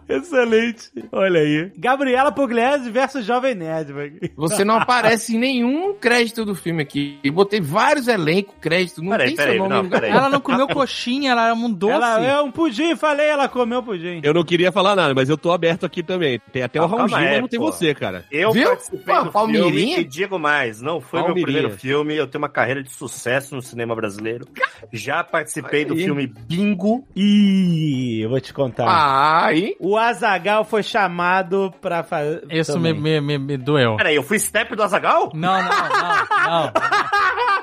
[SPEAKER 1] Excelente. Olha aí. Gabriela Pugliese versus Jovem Nerd, velho.
[SPEAKER 5] Você não aparece em nenhum crédito do filme aqui. Eu botei vários elencos, crédito, não
[SPEAKER 3] Peraí,
[SPEAKER 5] tem
[SPEAKER 3] peraí,
[SPEAKER 5] seu nome.
[SPEAKER 3] não,
[SPEAKER 5] em lugar
[SPEAKER 3] peraí.
[SPEAKER 5] nenhum.
[SPEAKER 2] Ela não comeu coxinha, ela era um doce.
[SPEAKER 1] Ela é um pudim, falei, ela comeu pudim.
[SPEAKER 4] Eu não quelia falar nada, mas eu tô aberto aqui também. Tem até o
[SPEAKER 3] Ah,
[SPEAKER 4] Raul
[SPEAKER 3] calma
[SPEAKER 4] Gil, mas
[SPEAKER 3] aí,
[SPEAKER 4] não tem
[SPEAKER 3] pô.
[SPEAKER 4] você, cara.
[SPEAKER 3] Eu
[SPEAKER 5] Viu?
[SPEAKER 3] participei
[SPEAKER 5] Pô,
[SPEAKER 3] do
[SPEAKER 5] Palmirinha.
[SPEAKER 3] filme e digo mais, não foi meu
[SPEAKER 4] Palmirinha.
[SPEAKER 3] primeiro filme, eu tenho uma carreira de sucesso no cinema brasileiro. Já participei do
[SPEAKER 5] Aí.
[SPEAKER 3] filme Bingo.
[SPEAKER 1] Ih, eu vou te contar.
[SPEAKER 5] Ah, aí.
[SPEAKER 1] O Azagal foi chamado pra fazer.
[SPEAKER 2] Isso me,
[SPEAKER 1] um também.
[SPEAKER 2] me, me, me doeu.
[SPEAKER 3] Peraí, eu fui step do Azagal?
[SPEAKER 2] Não, não, não, não.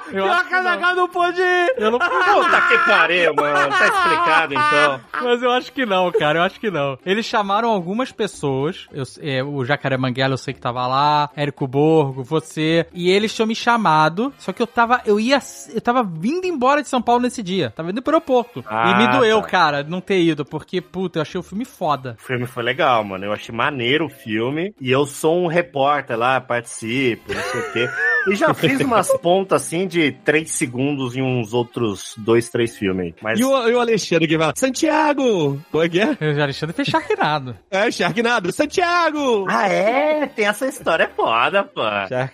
[SPEAKER 2] Eu
[SPEAKER 1] Pior
[SPEAKER 2] acho
[SPEAKER 1] que
[SPEAKER 2] que
[SPEAKER 1] o
[SPEAKER 2] não.
[SPEAKER 1] Azagal não pôde ir.
[SPEAKER 2] Eu
[SPEAKER 3] Ah,
[SPEAKER 2] não
[SPEAKER 3] Puta que pariu, mano. Tá explicado então.
[SPEAKER 2] Mas eu acho que não, cara, eu acho que não. Eles chamaram algumas pessoas, eu- é, o Jacaré Manguela eu sei que tava lá, Érico Borgo, você, e eles tinham me chamado, só que eu tava, eu ia, eu tava vindo embora de São Paulo nesse dia, tava indo pro aeroporto. e
[SPEAKER 3] Ah,
[SPEAKER 2] me doeu,
[SPEAKER 3] tá.
[SPEAKER 2] cara, não ter ido, porque, puta, eu achei o filme foda.
[SPEAKER 3] O filme foi legal, mano. Eu achei maneiro o filme. E eu sou um repórter lá, participo, não sei o quê. E já fiz umas pontas assim de 3 segundos em uns outros dois, três filmes. aí. Mas
[SPEAKER 4] E o, e o Alexandre que fala, Santiago! Como é que é?
[SPEAKER 2] Eu já Alexandre fez charquinado.
[SPEAKER 4] É, Sharknado, Santiago!
[SPEAKER 3] Ah, é? Tem essa história foda, pô.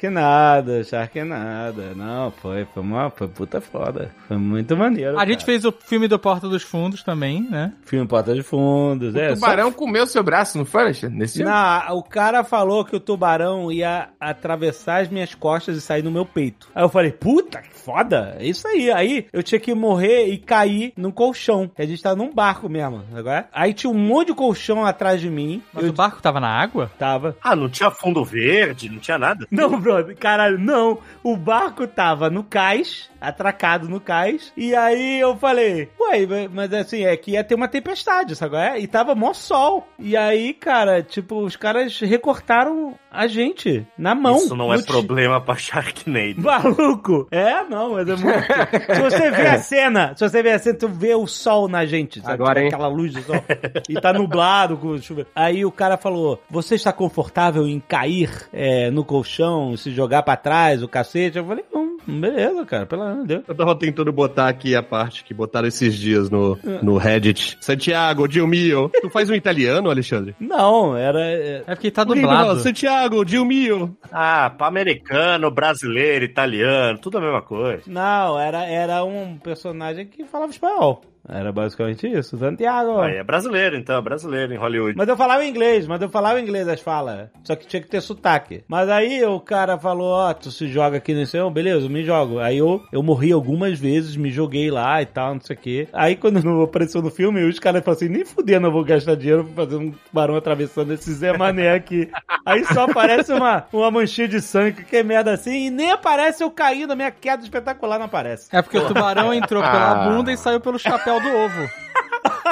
[SPEAKER 1] Sharknado, Sharknado. Não, foi, foi uma foi puta foda. Foi muito maneiro.
[SPEAKER 2] A gente fez o filme do Porta dos Fundos também, né?
[SPEAKER 1] Filme Porta de Fundos, é.
[SPEAKER 5] o tubarão comeu seu braço, não foi, Alexandre?
[SPEAKER 1] só-
[SPEAKER 5] Nesse filme?
[SPEAKER 1] Não, o cara falou que o tubarão ia atravessar as minhas costas e sair no meu peito. Aí eu falei, puta que foda, é isso aí. Aí eu tinha que morrer e cair num colchão. que A gente tava num barco mesmo, agora. Aí tinha um monte de colchão atrás de mim.
[SPEAKER 2] Mas
[SPEAKER 1] eu
[SPEAKER 2] o barco tava na água?
[SPEAKER 1] tava.
[SPEAKER 3] Ah, não tinha fundo verde, não tinha nada.
[SPEAKER 1] Não, brother, caralho, não. O barco tava no cais, atracado no cais, e aí eu falei, ué, mas- mas assim, é que ia ter uma tempestade, sabe? qual é? E tava mó sol. E aí, cara, tipo, os caras recortaram a gente na mão.
[SPEAKER 3] Isso não é
[SPEAKER 1] No ti-
[SPEAKER 3] problema pra Sharknado.
[SPEAKER 1] Maluco! É, não, mas é muito. se você vê a cena, se você vê a cena, tu vê o sol na gente, sabe?
[SPEAKER 5] Agora,
[SPEAKER 1] Tipo,
[SPEAKER 5] hein?
[SPEAKER 1] Aquela luz do sol. e tá nublado com chuva. Aí o cara falou: Você está confortável em cair é, no colchão, se jogar pra trás, o cacete? Eu falei: Hum, beleza, cara, pelo amor de Deus.
[SPEAKER 4] Eu tava tentando botar aqui a parte que botaram esses dias no, no Reddit. Santiago, Dilmio. Tu faz um italiano, Alexandre?
[SPEAKER 1] Não, era. é,
[SPEAKER 2] É porque tá
[SPEAKER 4] Por que que tu fala,
[SPEAKER 2] dublado.
[SPEAKER 4] Santiago, Dilmio.
[SPEAKER 3] Ah, pra americano, brasileiro, italiano, tudo a mesma coisa.
[SPEAKER 1] Não, era, era um personagem que falava espanhol. Era basicamente isso, Santiago.
[SPEAKER 3] Aí é brasileiro, então, é brasileiro em Hollywood.
[SPEAKER 1] Mas eu falava inglês, mas eu falava inglês as falas. Só que tinha que ter sotaque. Mas aí o cara falou, ó, tu se joga aqui nesse... Eu, beleza, eu me jogo. Aí eu, eu morri algumas vezes, me joguei lá e tal, não sei o quê. Aí quando não apareceu no filme, os caras falaram assim, nem fudendo eu vou gastar dinheiro pra fazer um barão atravessando esse Zé Mané aqui. aí só aparece uma, uma manchinha de sangue, que é merda assim, e nem aparece eu caindo, a minha queda espetacular não aparece.
[SPEAKER 2] É porque o tubarão entrou pela
[SPEAKER 5] Ah.
[SPEAKER 2] bunda e saiu pelo chapéu do ovo.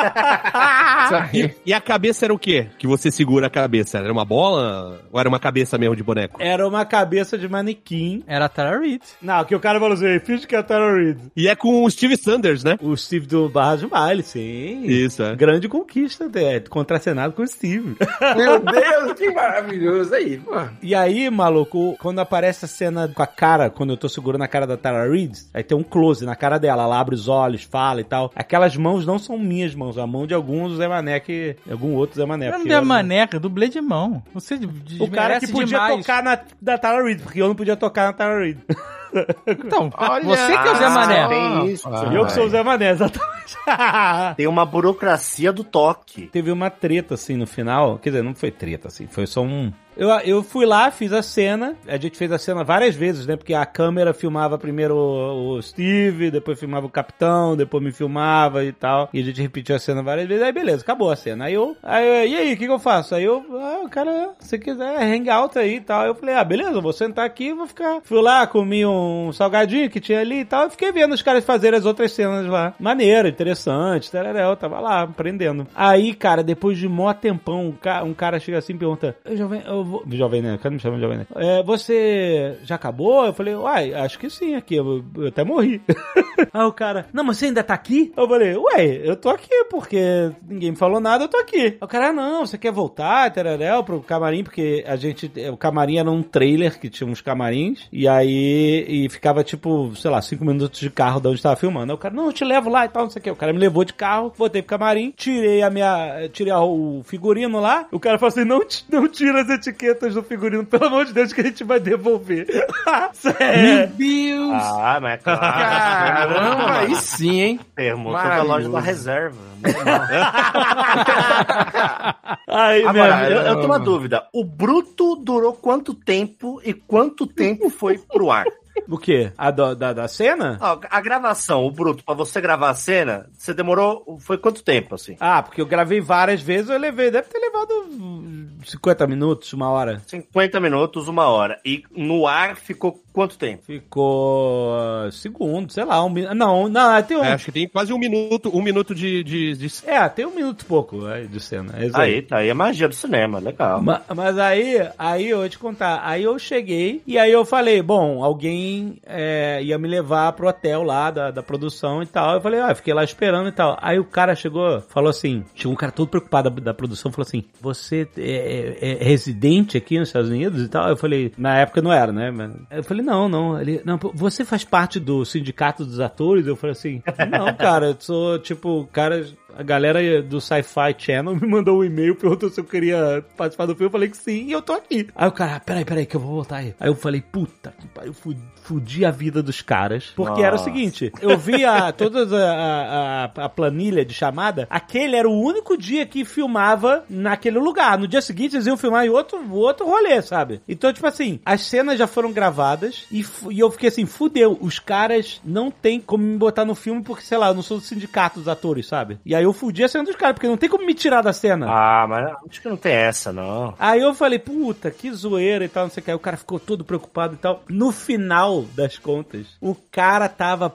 [SPEAKER 5] Isso aí.
[SPEAKER 4] E a cabeça era o quê? Que você segura a cabeça? Era uma bola? Ou era uma cabeça mesmo de boneco?
[SPEAKER 1] Era uma cabeça de manequim.
[SPEAKER 2] Era a Tara Reid.
[SPEAKER 1] Não, que o cara falou assim, finge que é Tara Reid.
[SPEAKER 4] E é com o Steve Sanders, né?
[SPEAKER 1] O Steve do Barra de Baile, sim.
[SPEAKER 4] Isso, é.
[SPEAKER 1] Grande conquista, é, contracenado com o Steve.
[SPEAKER 5] Meu Deus, que maravilhoso aí, pô.
[SPEAKER 1] E aí, maluco, quando aparece a cena com a cara, quando eu tô segurando a cara da Tara Reid, aí tem um close na cara dela, ela abre os olhos, fala e tal. Aquelas mãos não são minhas mãos, é a mão de alguns Zé Mané que... algum outro Zé Mané.
[SPEAKER 2] Eu não
[SPEAKER 1] É,
[SPEAKER 2] é
[SPEAKER 1] porque
[SPEAKER 2] dei a
[SPEAKER 1] eu-
[SPEAKER 2] maneca, dublê de mão. Você
[SPEAKER 1] O cara que podia tocar na da Tara Reid, porque eu não podia tocar na Tara Reid.
[SPEAKER 2] Então,
[SPEAKER 5] Olha,
[SPEAKER 2] você que é o Zé Mané.
[SPEAKER 5] Ah,
[SPEAKER 3] Tem isso.
[SPEAKER 5] ah,
[SPEAKER 1] E eu que sou o Zé Mané, exatamente.
[SPEAKER 3] Tem uma burocracia do toque.
[SPEAKER 1] Teve uma treta assim no final, quer dizer, não foi treta assim, foi só um. Eu, eu fui lá, fiz a cena. A gente fez a cena várias vezes, né? Porque a câmera filmava primeiro o, o Steve, depois filmava o Capitão, depois me filmava e tal. E a gente repetiu a cena várias vezes. Aí beleza, acabou a cena. Aí eu, aí, eu, e aí, o que, que eu faço? Aí eu, ah, cara, se quiser, hangout aí e tal. Eu falei, ah, beleza, eu vou sentar aqui e vou ficar. Fui lá, comi um salgadinho que tinha ali e tal. E fiquei vendo os caras fazerem as outras cenas lá. Maneiro, interessante, tereréu, tava lá, aprendendo. Aí, cara, depois de mó tempão, um ca- um cara, chega assim e pergunta, eu jovem, eu vou... Jovem Nerd, cara me chama de Jovem Nerd. É, você já acabou? Eu falei, uai, acho que sim, aqui, eu, eu até morri. Aí o cara, não, mas você ainda tá aqui? Eu falei, ué, eu tô aqui, porque ninguém me falou nada, eu tô aqui. Aí O cara, ah, não, você quer voltar, tereréu, pro camarim, porque a gente, o camarim era um trailer que tinha uns camarins, e aí, e ficava tipo, sei lá, cinco minutos de carro de onde tava filmando. Aí o cara, não, eu te levo lá e tal, não sei o que. O cara me levou de carro, voltei pro camarim, tirei a minha, tirei a- o figurino lá, o cara falou assim, não, ti- não tira as etiquetas do figurino, pelo amor de Deus, que a gente vai devolver. Sério.
[SPEAKER 2] Deus!
[SPEAKER 3] Ah, mas é claro. é um
[SPEAKER 5] Caramba, aí sim, hein?
[SPEAKER 3] Permuta da loja da
[SPEAKER 5] Maravilhoso.
[SPEAKER 3] reserva. Normal.
[SPEAKER 1] Aí,
[SPEAKER 5] Ah,
[SPEAKER 1] minha
[SPEAKER 3] Agora,
[SPEAKER 1] amiga-
[SPEAKER 3] eu, eu tenho uma dúvida. O bruto durou quanto tempo e quanto tempo foi pro ar?
[SPEAKER 1] O quê? A do- da, da cena?
[SPEAKER 3] Ó, a gravação, o bruto, pra você gravar a cena, você demorou. Foi quanto tempo, assim?
[SPEAKER 1] Ah, porque eu gravei várias vezes, eu levei, deve ter levado hum, 50 minutos, uma hora.
[SPEAKER 3] 50 minutos, uma hora. E no ar ficou quanto tempo?
[SPEAKER 1] Ficou ah, segundo, sei lá, um minuto. Não, não, tem um.
[SPEAKER 4] É,
[SPEAKER 1] É.
[SPEAKER 4] acho que tem quase um minuto, um minuto de. de, de...
[SPEAKER 1] tem um minuto e pouco aí, de cena. é isso
[SPEAKER 4] Ah,
[SPEAKER 1] aí.
[SPEAKER 3] Aí, tá aí a magia do cinema, legal.
[SPEAKER 1] Ma- Mas, aí, aí eu vou te contar. Aí eu cheguei e aí eu falei, bom, alguém é, ia me levar pro hotel lá da, da produção e tal. Eu falei, ah, fiquei lá esperando e tal. Aí o cara chegou, falou assim, chegou um cara todo preocupado da, da produção, falou assim, você é, é- é residente aqui nos Estados Unidos e tal? Eu falei, na época não era, né? Mas- Eu falei, não, não. Ele, não, pô, você faz parte do sindicato dos atores? Eu falei assim, não, cara, eu sou tipo, cara a galera do Sci-Fi Channel me mandou um e-mail perguntou se eu queria participar do filme. Eu falei que sim e eu tô aqui. Aí o cara, ah, peraí, peraí, que eu vou voltar aí. Aí eu falei, puta que pariu, fu- fudi a vida dos caras. Porque era o
[SPEAKER 3] Nossa.
[SPEAKER 1] seguinte, eu vi a, toda a, a- a planilha de chamada, aquele era o único dia que filmava naquele lugar. No dia seguinte eles iam filmar em outro, outro rolê, sabe? Então, tipo assim, as cenas já foram gravadas e, fu- e eu fiquei assim, fudeu, os caras não tem como me botar no filme porque, sei lá, eu não sou do sindicato dos atores, sabe? E aí eu fudi a cena dos caras, porque não tem como me tirar da cena.
[SPEAKER 3] Ah, mas acho que não tem essa, não.
[SPEAKER 1] Aí eu falei, puta, que zoeira e tal, não sei o que. Aí o cara ficou todo preocupado e tal. No final das contas, o cara tava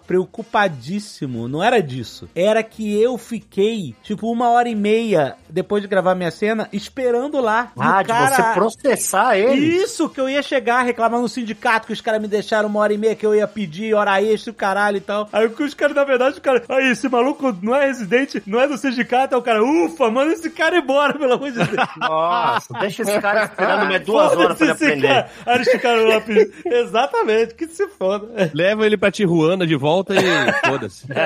[SPEAKER 1] preocupadíssimo. Não era disso. Era que eu fiquei, tipo, uma hora e meia depois de gravar minha cena, esperando lá. E o
[SPEAKER 3] Ah, de você processar ele.
[SPEAKER 1] Isso, que eu ia chegar reclamando no sindicato, que os caras me deixaram uma hora e meia, que eu ia pedir hora extra, o caralho e tal. Aí que os caras, na verdade, os caras, aí, esse maluco não é residente, não é do sindicato, aí o cara, ufa, manda esse cara embora, pelo amor de Deus.
[SPEAKER 3] Nossa, deixa esse cara esperando mais duas horas pra ele
[SPEAKER 1] Foda-se esse
[SPEAKER 3] aprender.
[SPEAKER 1] cara. Aí eles ficaram lá pedindo. Exatamente, que se foda. É.
[SPEAKER 4] Leva ele pra Tijuana de volta e foda-se.
[SPEAKER 1] Não,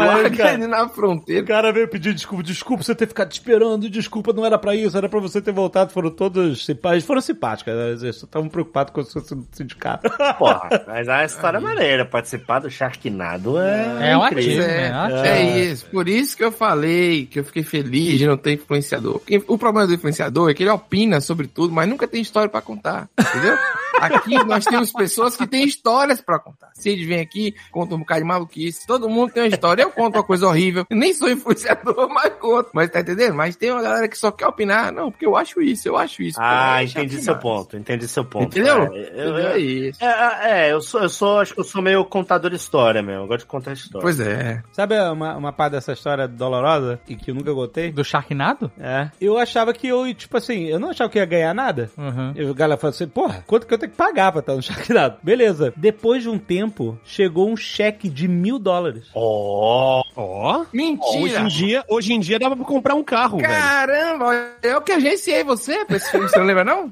[SPEAKER 1] aí, o
[SPEAKER 5] Larga
[SPEAKER 1] cara,
[SPEAKER 5] ele na
[SPEAKER 1] o
[SPEAKER 5] fronteira.
[SPEAKER 1] cara veio pedir desculpa, desculpa você ter ficado te esperando, desculpa, não era pra isso, era pra você ter voltado. Foram todos simpáticos, foram simpáticos, né? eles só estavam preocupados com o seu sindicato.
[SPEAKER 3] Porra, mas é uma história maneira. Participar do Sharknado é.
[SPEAKER 2] É um
[SPEAKER 5] Pois
[SPEAKER 2] ativo,
[SPEAKER 5] é,
[SPEAKER 2] né? É
[SPEAKER 4] Ah,
[SPEAKER 2] um ativo.
[SPEAKER 5] é isso. Por isso que eu falei que eu fiquei feliz de não ter influenciador. Porque o problema do influenciador é que ele opina sobre tudo, mas nunca tem história pra contar, entendeu? Aqui nós temos pessoas que têm histórias pra contar. Cid vem aqui, conta um bocado de maluquice. Todo mundo tem uma história. Eu conto uma coisa horrível. Eu nem sou influenciador, mas conto. Mas tá entendendo? Mas tem uma galera que só quer opinar. Não, porque eu acho isso, eu acho isso.
[SPEAKER 3] Ah,
[SPEAKER 5] Pô,
[SPEAKER 3] entendi
[SPEAKER 5] chato
[SPEAKER 3] seu
[SPEAKER 5] demais.
[SPEAKER 3] ponto, entendi seu ponto.
[SPEAKER 5] É um Entendeu?
[SPEAKER 3] É, eu-
[SPEAKER 5] Entendeu? É isso.
[SPEAKER 3] É, é, é, eu sou, eu sou, acho que eu sou meio contador de história mesmo. Eu gosto de contar história.
[SPEAKER 5] Pois é.
[SPEAKER 1] Sabe uma, uma parte dessa história dolorosa e que eu nunca contei?
[SPEAKER 2] Do Sharknado?
[SPEAKER 1] É. Eu achava que eu, tipo assim, eu não achava que eu ia ganhar nada.
[SPEAKER 2] Uhum.
[SPEAKER 1] E o galera falou assim, porra, quanto que eu tenho que pagar pra estar no Sharknado? Beleza. Depois de um tempo, chegou um cheque de mil dólares.
[SPEAKER 3] Oh. Ó,
[SPEAKER 4] Ó. Hoje
[SPEAKER 5] Mentira!
[SPEAKER 4] em, dia, hoje em dia dava pra comprar um carro, velho.
[SPEAKER 5] Caramba, eu que agenciei você pra esse filme, você não lembra não?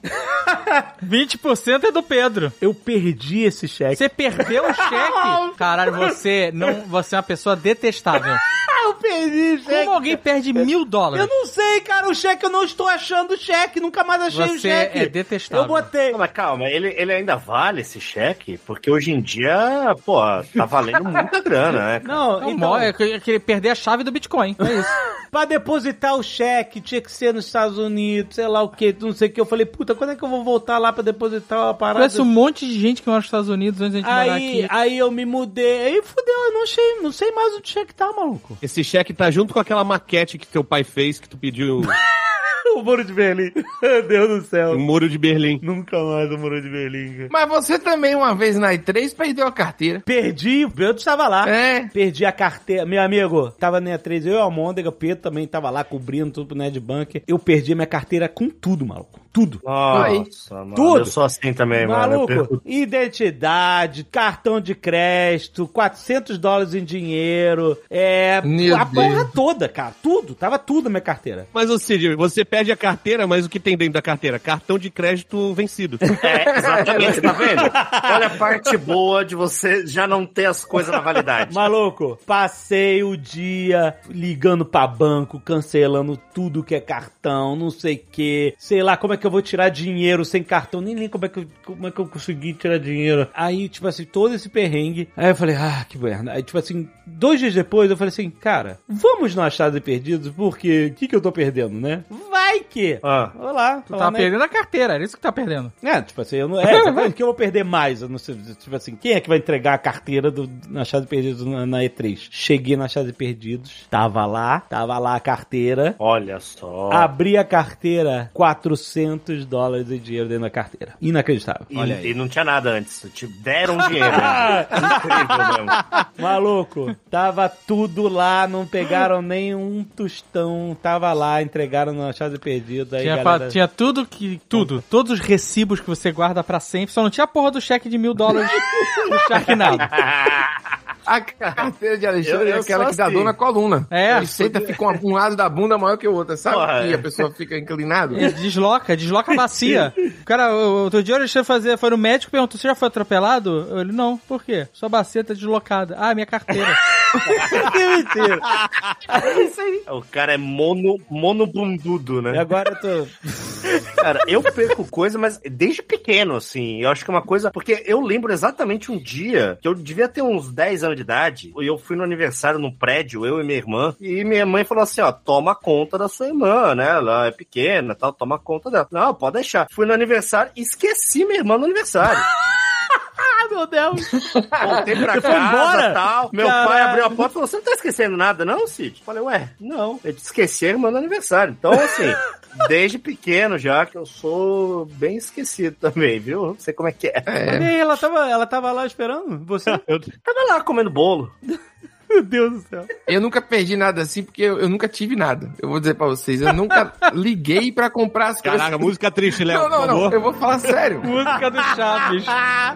[SPEAKER 2] 20% é do Pedro.
[SPEAKER 1] Eu perdi esse cheque.
[SPEAKER 2] Você perdeu o cheque? Caralho, você, não, você é uma pessoa detestável.
[SPEAKER 1] Eu perdi o
[SPEAKER 2] Como alguém perde mil
[SPEAKER 1] É Eu
[SPEAKER 2] dólares?
[SPEAKER 1] não sei, cara, o cheque, eu não estou achando o cheque. Nunca mais achei o
[SPEAKER 2] Você
[SPEAKER 1] cheque.
[SPEAKER 2] é detestável.
[SPEAKER 1] eu botei.
[SPEAKER 3] Não, mas calma, ele, ele ainda vale esse cheque? Porque hoje em dia, pô, tá valendo muita grana, né? cara?
[SPEAKER 1] Não,
[SPEAKER 2] Não, é-
[SPEAKER 1] então...
[SPEAKER 2] mó- é que- é que ele perder a chave do Bitcoin. É isso.
[SPEAKER 1] pra depositar o cheque, tinha que ser nos Estados Unidos, sei lá o que, não sei o que. Eu falei, puta, quando é que eu vou voltar lá pra depositar a parada?
[SPEAKER 2] Parece um monte de gente que mora nos Estados Unidos antes de a gente morar
[SPEAKER 1] Aí,
[SPEAKER 2] aqui.
[SPEAKER 1] aí eu me mudei, aí fudeu, eu não sei, não sei mais onde tinha que tá, maluco.
[SPEAKER 4] Esse cheque tá junto com aquela maquete que teu pai fez, que tu pediu um,
[SPEAKER 1] O Muro de Berlim. Meu Deus do
[SPEAKER 4] no
[SPEAKER 2] Hum.
[SPEAKER 1] céu.
[SPEAKER 4] um Muro de Berlim.
[SPEAKER 1] Nunca mais o Muro de Berlim. cara.
[SPEAKER 5] Mas você também, uma vez na E3, perdeu a carteira.
[SPEAKER 1] Perdi, o Pedro estava lá.
[SPEAKER 2] Ah,
[SPEAKER 5] É.
[SPEAKER 1] Perdi a carteira. Meu amigo, tava na E3, eu e o Almôndega, o Pedro também tava lá cobrindo tudo pro Nerd Bunker. Eu perdi a minha carteira com tudo, maluco. Tudo.
[SPEAKER 3] Nossa, mano.
[SPEAKER 1] Tudo.
[SPEAKER 3] Eu sou assim também, mano. Eu perco
[SPEAKER 1] Maluco, identidade, cartão de crédito, 400 dólares em dinheiro, é,
[SPEAKER 5] Meu
[SPEAKER 1] a
[SPEAKER 5] Deus.
[SPEAKER 1] porra toda, cara, tudo, tava tudo na minha carteira.
[SPEAKER 4] Mas, ô Cid, você perde a carteira, mas o que tem dentro da carteira? Cartão de crédito vencido.
[SPEAKER 3] É, exatamente, tá vendo? Olha a parte boa de você já não ter as coisas na validade.
[SPEAKER 1] Maluco, passei o dia ligando pra banco, cancelando tudo que é cartão, não sei o que. Sei lá, como é que eu vou tirar dinheiro sem cartão? Nem lembro como é que eu, como é que eu consegui tirar dinheiro. Aí, tipo assim, todo esse perrengue. Aí eu falei, ah, que merda. Aí, tipo assim, dois dias depois eu falei assim, cara, vamos no Achados e Perdidos, porque o que, que eu tô perdendo, né? Vai que... né?
[SPEAKER 3] Ah,
[SPEAKER 1] Olha lá.
[SPEAKER 2] Tu tava
[SPEAKER 5] tá
[SPEAKER 1] falando aí.
[SPEAKER 2] tá perdendo a carteira, era isso que tá perdendo.
[SPEAKER 1] É, tipo assim, eu não. É, exatamente, que eu vou perder mais. Eu não sei, tipo assim, quem é que vai entregar a carteira do, na Chave Perdidos na, na E3? Cheguei na Chave Perdidos, tava lá, tava lá a carteira.
[SPEAKER 3] olha
[SPEAKER 5] Ah,
[SPEAKER 3] só.
[SPEAKER 1] Abri a carteira, 400 dólares de dinheiro dentro da carteira. Inacreditável.
[SPEAKER 3] E, e não tinha nada antes. Te deram um dinheiro. Incrível mesmo.
[SPEAKER 1] Maluco, tava tudo lá, não pegaram nem um tostão. Tava lá, entregaram na Chave Perdidos. Aí,
[SPEAKER 2] Tinha,
[SPEAKER 1] galera...
[SPEAKER 2] fa- tinha tudo que. Tudo. Todos os recibos que você guarda pra sempre. Só não tinha a porra do cheque de mil dólares do Sharknado.
[SPEAKER 5] A carteira de Alexandre
[SPEAKER 3] Eu- eu
[SPEAKER 5] é aquela
[SPEAKER 3] sou
[SPEAKER 5] que dá
[SPEAKER 3] assim.
[SPEAKER 5] dor na coluna.
[SPEAKER 2] É.
[SPEAKER 5] Ele senta, fica um, um lado da bunda maior que o outro, sabe?
[SPEAKER 3] Porra.
[SPEAKER 4] é.
[SPEAKER 5] E a pessoa fica inclinada.
[SPEAKER 2] E Desloca, desloca a bacia. O cara, o- outro dia o Alexandre fazia, foi no médico e perguntou: você já foi atropelado? Ele, não, por quê? Sua bacia tá deslocada. Ah, minha carteira.
[SPEAKER 3] O cara é mono, monobundudo,
[SPEAKER 1] E
[SPEAKER 3] né?
[SPEAKER 1] agora eu tô.
[SPEAKER 3] Cara, eu perco coisa, mas desde pequeno, assim. Eu acho que é uma coisa. Porque eu lembro exatamente um dia que eu devia ter uns 10 anos de idade. E eu fui no aniversário num prédio, eu e minha irmã. E minha mãe falou assim: ó, toma conta da sua irmã, né? Ela é pequena tal, toma conta dela. Não, pode deixar. Fui no aniversário e esqueci minha irmã no aniversário.
[SPEAKER 1] Ah, meu Deus!
[SPEAKER 3] Voltei pra
[SPEAKER 1] Você foi
[SPEAKER 3] casa
[SPEAKER 1] embora?
[SPEAKER 3] tal. Meu
[SPEAKER 1] Caralho.
[SPEAKER 3] pai abriu a porta e falou: Você não tá esquecendo nada, não, Cid? Falei, ué, não. Eu te esqueci a irmã do aniversário. Então, assim, desde pequeno já que eu sou bem esquecido também, viu? Não sei como é que é.
[SPEAKER 1] E aí, ela tava, ela tava lá esperando você?
[SPEAKER 3] Tava lá comendo bolo.
[SPEAKER 1] Meu Deus do céu.
[SPEAKER 5] Eu nunca perdi nada assim, porque eu, eu nunca tive nada. Eu vou dizer pra vocês, eu nunca liguei pra comprar as coisas.
[SPEAKER 4] Caraca, música triste, Léo.
[SPEAKER 5] não, não,
[SPEAKER 4] por
[SPEAKER 5] não,
[SPEAKER 4] favor.
[SPEAKER 5] eu vou falar sério.
[SPEAKER 2] Música do Chaves.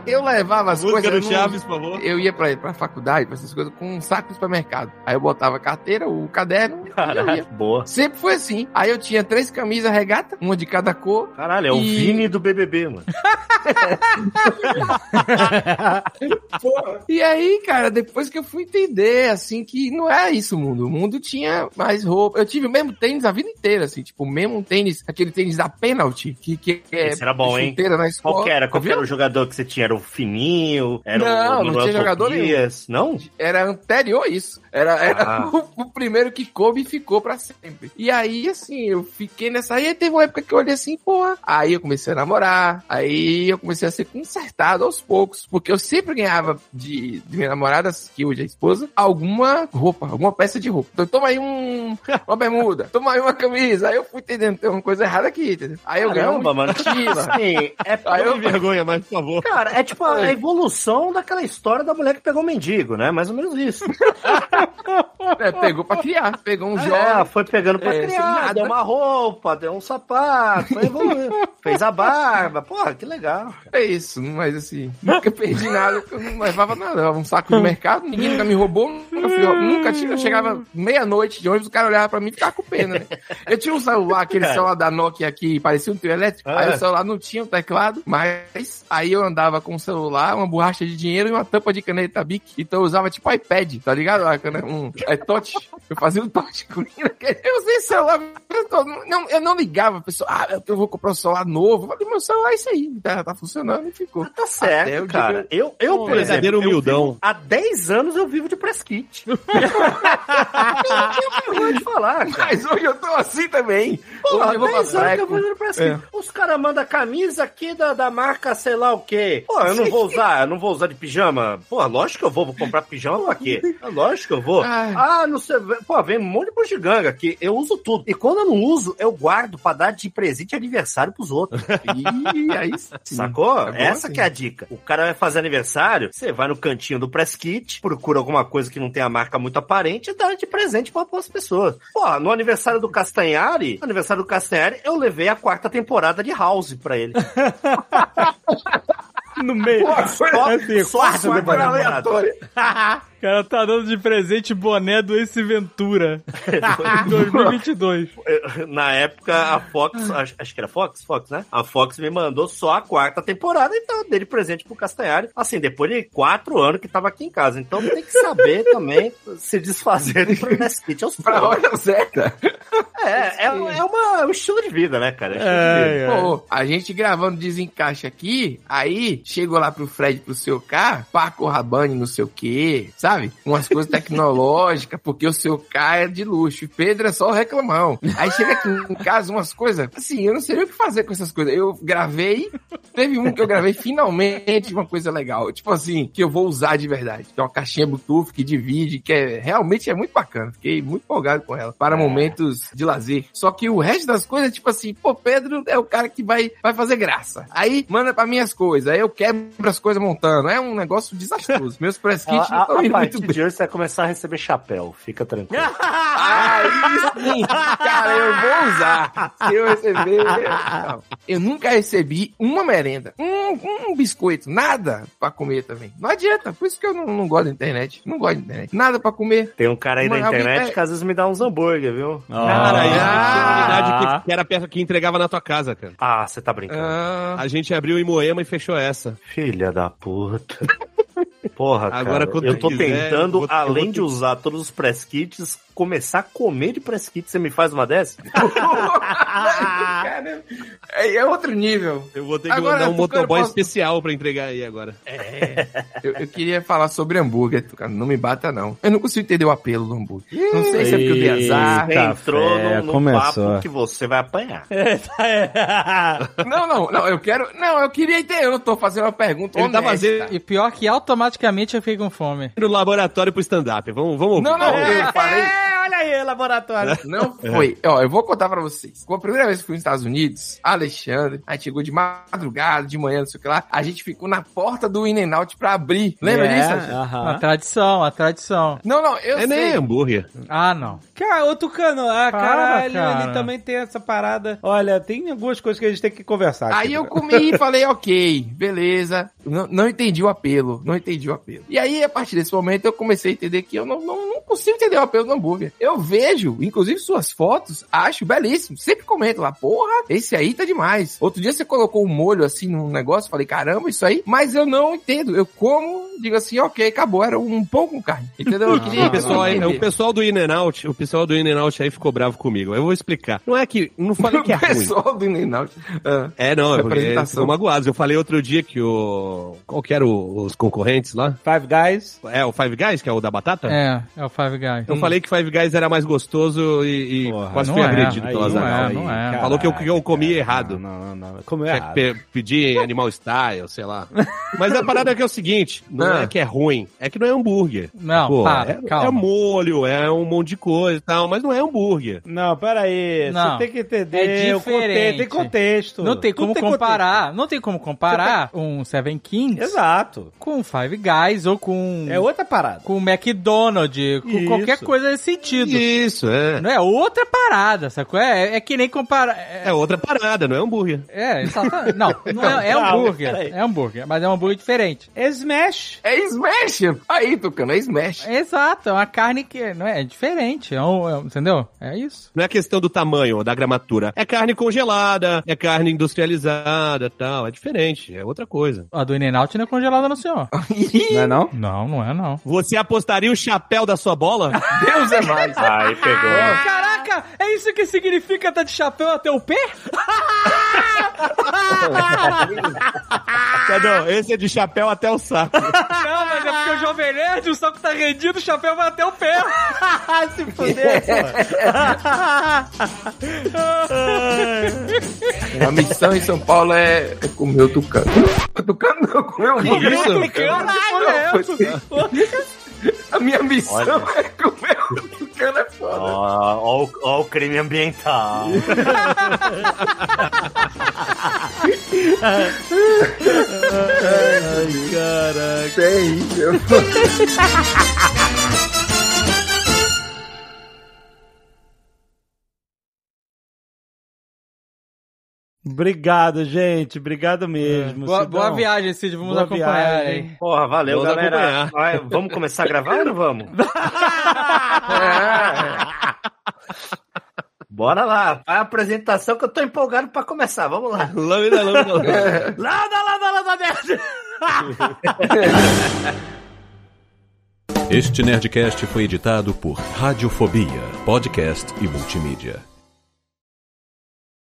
[SPEAKER 5] Eu levava as
[SPEAKER 4] Música do
[SPEAKER 5] coisas... eu não-
[SPEAKER 4] Chaves, por favor.
[SPEAKER 5] Eu ia pra, pra faculdade, pra essas coisas, com um saco de supermercado. Aí eu botava a carteira, o caderno, e eu
[SPEAKER 3] Caralho,
[SPEAKER 5] ia.
[SPEAKER 3] boa.
[SPEAKER 5] Sempre foi assim. Aí eu tinha três camisas regata, uma de cada cor.
[SPEAKER 3] Caralho, é o
[SPEAKER 5] E-
[SPEAKER 3] Vini do BBB, mano.
[SPEAKER 5] E aí, cara, depois que eu fui entender, assim, que não é isso o mundo. O mundo tinha mais roupa. Eu tive o mesmo tênis a vida inteira, assim, tipo, o mesmo tênis, aquele tênis da penalty, que, que é
[SPEAKER 3] Esse era bom, hein?
[SPEAKER 5] chuteira na escola.
[SPEAKER 3] Qual que era?
[SPEAKER 5] Tá
[SPEAKER 3] Qual que era o
[SPEAKER 5] vendo?
[SPEAKER 3] jogador que você tinha? Era o Fininho? Era
[SPEAKER 5] Não,
[SPEAKER 3] o
[SPEAKER 5] não tinha jogador nenhum.
[SPEAKER 3] Dias? Não?
[SPEAKER 5] Era anterior a isso. Era, era
[SPEAKER 3] Ah.
[SPEAKER 5] o, o primeiro que coube e ficou pra sempre. E aí, assim, eu fiquei nessa. Aí teve uma época que eu olhei assim, porra. Aí eu comecei a namorar. Aí eu comecei a ser consertado aos poucos. Porque eu sempre ganhava de, de minha namorada, que hoje é esposa, alguma roupa, alguma peça de roupa. Então toma aí um, uma bermuda, toma aí uma camisa. Aí eu fui entendendo, tem uma coisa errada aqui, entendeu? Aí eu ganhava
[SPEAKER 3] Caramba,
[SPEAKER 5] uma
[SPEAKER 3] mano.
[SPEAKER 5] mochila.
[SPEAKER 3] Assim, é
[SPEAKER 5] Aí
[SPEAKER 4] Eu
[SPEAKER 5] eu
[SPEAKER 4] me vergonha, mas por favor.
[SPEAKER 3] Cara, é tipo a evolução daquela história da mulher que pegou o mendigo, né? Mais ou menos isso.
[SPEAKER 5] é, pegou pra criar, pegou um
[SPEAKER 3] É,
[SPEAKER 5] jovem.
[SPEAKER 3] foi pegando pra
[SPEAKER 5] É, sem
[SPEAKER 3] criar,
[SPEAKER 5] nada.
[SPEAKER 3] deu uma roupa, deu um sapato, foi evoluindo. fez a barba. Porra, que legal.
[SPEAKER 5] É isso, mas assim, nunca perdi nada, porque eu não levava nada, eu levava um saco de mercado, ninguém nunca me roubou, nunca fui, roubado, nunca tive, eu chegava meia-noite de ônibus, o cara olhava pra mim e ficava com pena, né? Eu tinha um celular, aquele celular da Nokia que parecia um trio elétrico,
[SPEAKER 3] Ah.
[SPEAKER 5] aí o celular não tinha o teclado, mas aí eu andava com o celular, uma borracha de dinheiro e uma tampa de caneta Bic, então eu usava tipo iPad, tá ligado? Uma cana- Um, é touch, eu fazia um touch com ele, eu usei celular Eu tô- não, eu não ligava, a pessoa, ah, eu- eu vou comprar um celular novo. Eu falei, meu celular é isso aí, tá, tá funcionando e ficou.
[SPEAKER 3] Tá
[SPEAKER 5] Até o
[SPEAKER 3] certo,
[SPEAKER 5] dia
[SPEAKER 3] cara. Eu, eu por exemplo,
[SPEAKER 4] verdadeiro
[SPEAKER 3] eu
[SPEAKER 4] é. humildão.
[SPEAKER 3] vivo- há 10 anos eu vivo de press kit. eu vou te falar, cara.
[SPEAKER 5] Mas hoje eu tô assim também.
[SPEAKER 3] Porra,
[SPEAKER 5] hoje eu vou
[SPEAKER 3] 10 anos
[SPEAKER 5] passar.
[SPEAKER 3] que eu vou no press kit. Os caras mandam camisa aqui da, da marca sei lá o quê. Pô, eu não vou usar, eu não vou usar de pijama. Pô, lógico que eu vou, vou comprar pijama pra quê? É Lógico que eu vou.
[SPEAKER 5] Ai.
[SPEAKER 3] Ah, não sei. Pô, vem um monte de bugiganga aqui. Eu uso tudo. E quando eu não uso, eu guardo pra dar de presente de aniversário pros outros.
[SPEAKER 5] Ih, aí sim.
[SPEAKER 3] Sacou?
[SPEAKER 5] Agora
[SPEAKER 3] Essa
[SPEAKER 5] sim.
[SPEAKER 3] que é a dica. O cara vai fazer aniversário, você vai no cantinho do press kit, procura alguma coisa que não tem a marca muito aparente e dá de presente pra as pessoas. Pô, no aniversário do Castanhari, no aniversário do Castanhari, eu levei a quarta temporada de House pra ele.
[SPEAKER 7] No meio.
[SPEAKER 5] Pô, foi-
[SPEAKER 3] Só,
[SPEAKER 7] assim,
[SPEAKER 3] só a
[SPEAKER 5] foi
[SPEAKER 3] É quarta
[SPEAKER 5] pra
[SPEAKER 3] temporada.
[SPEAKER 5] aleatória.
[SPEAKER 2] O cara tá dando de presente boné do Ace Ventura. 2022.
[SPEAKER 3] Na época, a Fox, acho, acho que era Fox, Fox, né? A Fox me mandou só a quarta temporada, então eu dei de presente pro Castanhari, assim, depois de quatro anos que tava aqui em casa. Então tem que saber também se desfazer do press kit aos
[SPEAKER 5] Pra
[SPEAKER 3] poucos.
[SPEAKER 5] hora certa.
[SPEAKER 3] um É, é, é, uma, é um estilo de vida, né, cara? É um estilo de vida.
[SPEAKER 5] Pô, a gente gravando desencaixa aqui, aí chegou lá pro Fred, pro seu K, Paco Rabanne, não sei o quê, sabe? Umas coisas tecnológicas, porque o seu K é de luxo, e Pedro é só o reclamão. Aí chega aqui em casa umas coisas, assim, eu não sei nem o que fazer com essas coisas. Eu gravei, teve um que eu gravei finalmente uma coisa legal, tipo assim, que eu vou usar de verdade. Tem uma caixinha Bluetooth que divide, que é, realmente é muito bacana. Fiquei muito empolgado com ela, para momentos de lazer. Só que o resto das coisas, tipo assim, pô, Pedro é o cara que vai, vai fazer graça. Aí manda pra minhas coisas, aí eu quebro as coisas montando. É um negócio desastroso. Meus press kits
[SPEAKER 3] A, a,
[SPEAKER 5] não estão
[SPEAKER 3] a
[SPEAKER 5] indo
[SPEAKER 3] partir
[SPEAKER 5] muito bem.
[SPEAKER 3] de hoje você vai começar a receber chapéu, fica tranquilo.
[SPEAKER 5] Aí sim, cara, eu vou usar. Se eu receber. Não. Eu nunca recebi uma merenda, um, um biscoito, nada pra comer também. Não adianta, por isso que eu não, não gosto da internet. Não gosto de internet. Nada pra comer.
[SPEAKER 3] Tem um cara aí
[SPEAKER 5] Mas
[SPEAKER 3] na
[SPEAKER 5] alguém
[SPEAKER 3] internet
[SPEAKER 5] tá-
[SPEAKER 3] que às vezes me dá uns hambúrguer, viu?
[SPEAKER 1] Ah,
[SPEAKER 3] Ah.
[SPEAKER 4] Cara, isso é a
[SPEAKER 7] Ah.
[SPEAKER 4] comunidade que, que era a peça que entregava na tua casa, cara.
[SPEAKER 3] Ah, você tá brincando.
[SPEAKER 5] Ah,
[SPEAKER 4] A gente abriu em Moema e fechou essa.
[SPEAKER 3] Filha da puta. Porra,
[SPEAKER 4] Agora,
[SPEAKER 3] cara,
[SPEAKER 4] quando
[SPEAKER 3] eu tô
[SPEAKER 4] quiser,
[SPEAKER 3] tentando,
[SPEAKER 4] eu vou- eu
[SPEAKER 3] além
[SPEAKER 4] vou-
[SPEAKER 3] de usar todos os press kits, começar a comer de press kit. Você me faz uma dessa?
[SPEAKER 5] cara, é, é outro nível.
[SPEAKER 4] Eu vou ter que
[SPEAKER 5] Agora,
[SPEAKER 4] mandar um
[SPEAKER 5] eu quero-
[SPEAKER 4] motoboy
[SPEAKER 5] posso-
[SPEAKER 4] especial pra entregar aí agora.
[SPEAKER 5] Eu, eu queria falar sobre hambúrguer, cara. Não me bata, não. Eu não consigo entender o apelo do hambúrguer. Não sei se é porque eu dei azar.
[SPEAKER 3] Você Ah, entrou
[SPEAKER 7] fé,
[SPEAKER 3] num, num
[SPEAKER 7] começou.
[SPEAKER 3] papo que você vai apanhar.
[SPEAKER 5] Não, não, não. Eu quero. Não, eu queria entender. Eu não tô fazendo uma pergunta.
[SPEAKER 4] Ele tá
[SPEAKER 5] honesta.
[SPEAKER 4] fazendo
[SPEAKER 2] E pior que automaticamente eu fiquei com fome.
[SPEAKER 4] no laboratório pro stand-up. Vamos, vamos ouvir.
[SPEAKER 5] Não, não, eu falei.
[SPEAKER 1] É, olha aí, laboratório.
[SPEAKER 5] Não foi. Ó, eu vou contar pra vocês. Foi a primeira vez que fui nos Estados Unidos, Alexandre, a gente chegou de madrugada, de manhã, não sei o que lá, a gente ficou na porta do in and out pra abrir. Lembra disso? Alexandre?
[SPEAKER 2] Uma tradição, uma tradição.
[SPEAKER 5] Não, não, eu
[SPEAKER 4] É
[SPEAKER 5] sei.
[SPEAKER 4] nem hambúrguer.
[SPEAKER 2] Ah, não.
[SPEAKER 7] Cara, ô Tucano, ah,
[SPEAKER 2] Para,
[SPEAKER 7] caralho,
[SPEAKER 2] cara.
[SPEAKER 7] ele também tem essa parada. Olha, tem algumas coisas que a gente tem que conversar.
[SPEAKER 5] Aí eu comi e falei, ok, beleza. Não, não entendi o apelo, não entendi o apelo. E aí, a partir desse momento, eu comecei a entender que eu não, não, não consigo entender o apelo do hambúrguer. Eu vejo, inclusive, suas fotos, acho belíssimo. Sempre comento lá, porra, esse aí tá demais. Outro dia você colocou um molho assim num negócio, falei, caramba, isso aí. Mas eu não entendo. Eu como, digo assim, ok, acabou. Era um pão com carne. Entendeu? Eu queria
[SPEAKER 4] Ah, O um pessoal, aí-
[SPEAKER 5] entender.
[SPEAKER 4] o pessoal do In and Out, o pessoal do In and Out aí ficou bravo comigo. Eu vou explicar. Não é que. Não falei que é
[SPEAKER 5] O
[SPEAKER 4] ruim.
[SPEAKER 5] pessoal do Nenal. Ah,
[SPEAKER 4] É, não, é porque eles
[SPEAKER 5] Representação.
[SPEAKER 4] ficam magoados. Eu falei outro dia que o. Qual que era o- os concorrentes lá?
[SPEAKER 7] Five Guys.
[SPEAKER 4] É, o Five Guys, que é o da batata?
[SPEAKER 2] É, é o Five Guys.
[SPEAKER 4] Eu falei que Five Guys era mais gostoso e, e
[SPEAKER 7] Porra,
[SPEAKER 4] quase
[SPEAKER 2] não
[SPEAKER 4] fui
[SPEAKER 2] é.
[SPEAKER 4] agredido
[SPEAKER 2] Aí
[SPEAKER 4] pela
[SPEAKER 2] não
[SPEAKER 4] Zagal.
[SPEAKER 2] é, não é.
[SPEAKER 4] Falou que eu- que eu comi
[SPEAKER 7] cara,
[SPEAKER 4] errado.
[SPEAKER 7] Não, não, não. não.
[SPEAKER 1] É,
[SPEAKER 7] Comeu
[SPEAKER 4] Tinha que
[SPEAKER 7] errado.
[SPEAKER 4] pe- pedir Animal Style, sei lá. Mas a parada é que é o seguinte: não
[SPEAKER 5] Ah.
[SPEAKER 4] é que é ruim, é que não é hambúrguer.
[SPEAKER 2] Não,
[SPEAKER 4] Pô,
[SPEAKER 2] para,
[SPEAKER 4] é,
[SPEAKER 2] calma.
[SPEAKER 4] é molho, é um monte de coisa e tal, mas não é hambúrguer.
[SPEAKER 7] Não, peraí.
[SPEAKER 2] Não.
[SPEAKER 7] Você tem que entender.
[SPEAKER 2] É
[SPEAKER 7] o contexto, tem
[SPEAKER 2] diferente.
[SPEAKER 7] contexto.
[SPEAKER 2] Não tem
[SPEAKER 7] Tudo
[SPEAKER 2] como
[SPEAKER 7] contexto.
[SPEAKER 2] comparar, não tem como comparar um Seven Kings
[SPEAKER 7] Exato.
[SPEAKER 2] com um Five Guys ou com
[SPEAKER 7] É outra parada.
[SPEAKER 2] com um McDonald's, com
[SPEAKER 7] Isso.
[SPEAKER 2] qualquer coisa nesse sentido.
[SPEAKER 4] Isso, é.
[SPEAKER 2] Não é outra parada, sacou? É, é que nem comparar. É,
[SPEAKER 4] É outra parada, não é hambúrguer.
[SPEAKER 2] é, exatamente. Não, não é, é
[SPEAKER 7] Não,
[SPEAKER 2] hambúrguer.
[SPEAKER 7] peraí.
[SPEAKER 2] É hambúrguer, mas é um hambúrguer diferente.
[SPEAKER 7] Smash.
[SPEAKER 5] É Smash! Aí, Tucano, é Smash.
[SPEAKER 2] Exato, é uma carne que não é, é diferente, é um- é um- entendeu? É isso.
[SPEAKER 4] Não é questão do tamanho, da gramatura. É carne congelada, é carne industrializada tal. É diferente, é outra coisa.
[SPEAKER 2] A do In-N-Out não é congelada não, senhor.
[SPEAKER 7] Não é não?
[SPEAKER 2] Não, não é não.
[SPEAKER 4] Você apostaria o chapéu da sua bola?
[SPEAKER 5] Deus é mais.
[SPEAKER 3] Aí pegou.
[SPEAKER 7] Ah.
[SPEAKER 2] Caraca, Caraca, é isso que significa tá de chapéu até o pé?
[SPEAKER 4] Não, esse é de chapéu até o saco.
[SPEAKER 2] Não, mas é porque o Jovem Nerd, o saco tá rendido, o chapéu vai até o pé.
[SPEAKER 1] Se fuder,
[SPEAKER 5] A missão em São Paulo é, é comer o tucano. O tucano não, comer o
[SPEAKER 2] Que
[SPEAKER 5] bicho.
[SPEAKER 2] isso, cara? Que porra é
[SPEAKER 5] Não,
[SPEAKER 2] essa?
[SPEAKER 5] A minha missão
[SPEAKER 3] Olha.
[SPEAKER 5] é comer o tucano, é foda.
[SPEAKER 3] Ó, ó, o- ó o crime ambiental.
[SPEAKER 5] Tem, eu
[SPEAKER 7] Obrigado, gente. Obrigado mesmo.
[SPEAKER 2] É. Boa,
[SPEAKER 7] Sidão.
[SPEAKER 2] boa viagem, Cid. Vamos
[SPEAKER 7] Boa
[SPEAKER 2] acompanhar,
[SPEAKER 7] viagem.
[SPEAKER 2] hein?
[SPEAKER 3] Porra, valeu,
[SPEAKER 4] Vamos
[SPEAKER 3] galera.
[SPEAKER 4] acompanhar.
[SPEAKER 3] Vai, vamos começar a gravar ou não vamos?
[SPEAKER 5] É.
[SPEAKER 3] Bora lá, a apresentação que eu tô empolgado pra começar, vamos lá.
[SPEAKER 4] Lâmina, lâmina, lâmina.
[SPEAKER 3] Lada, lada, lada, merda!
[SPEAKER 8] Este Nerdcast foi editado por Radiofobia, podcast e multimídia.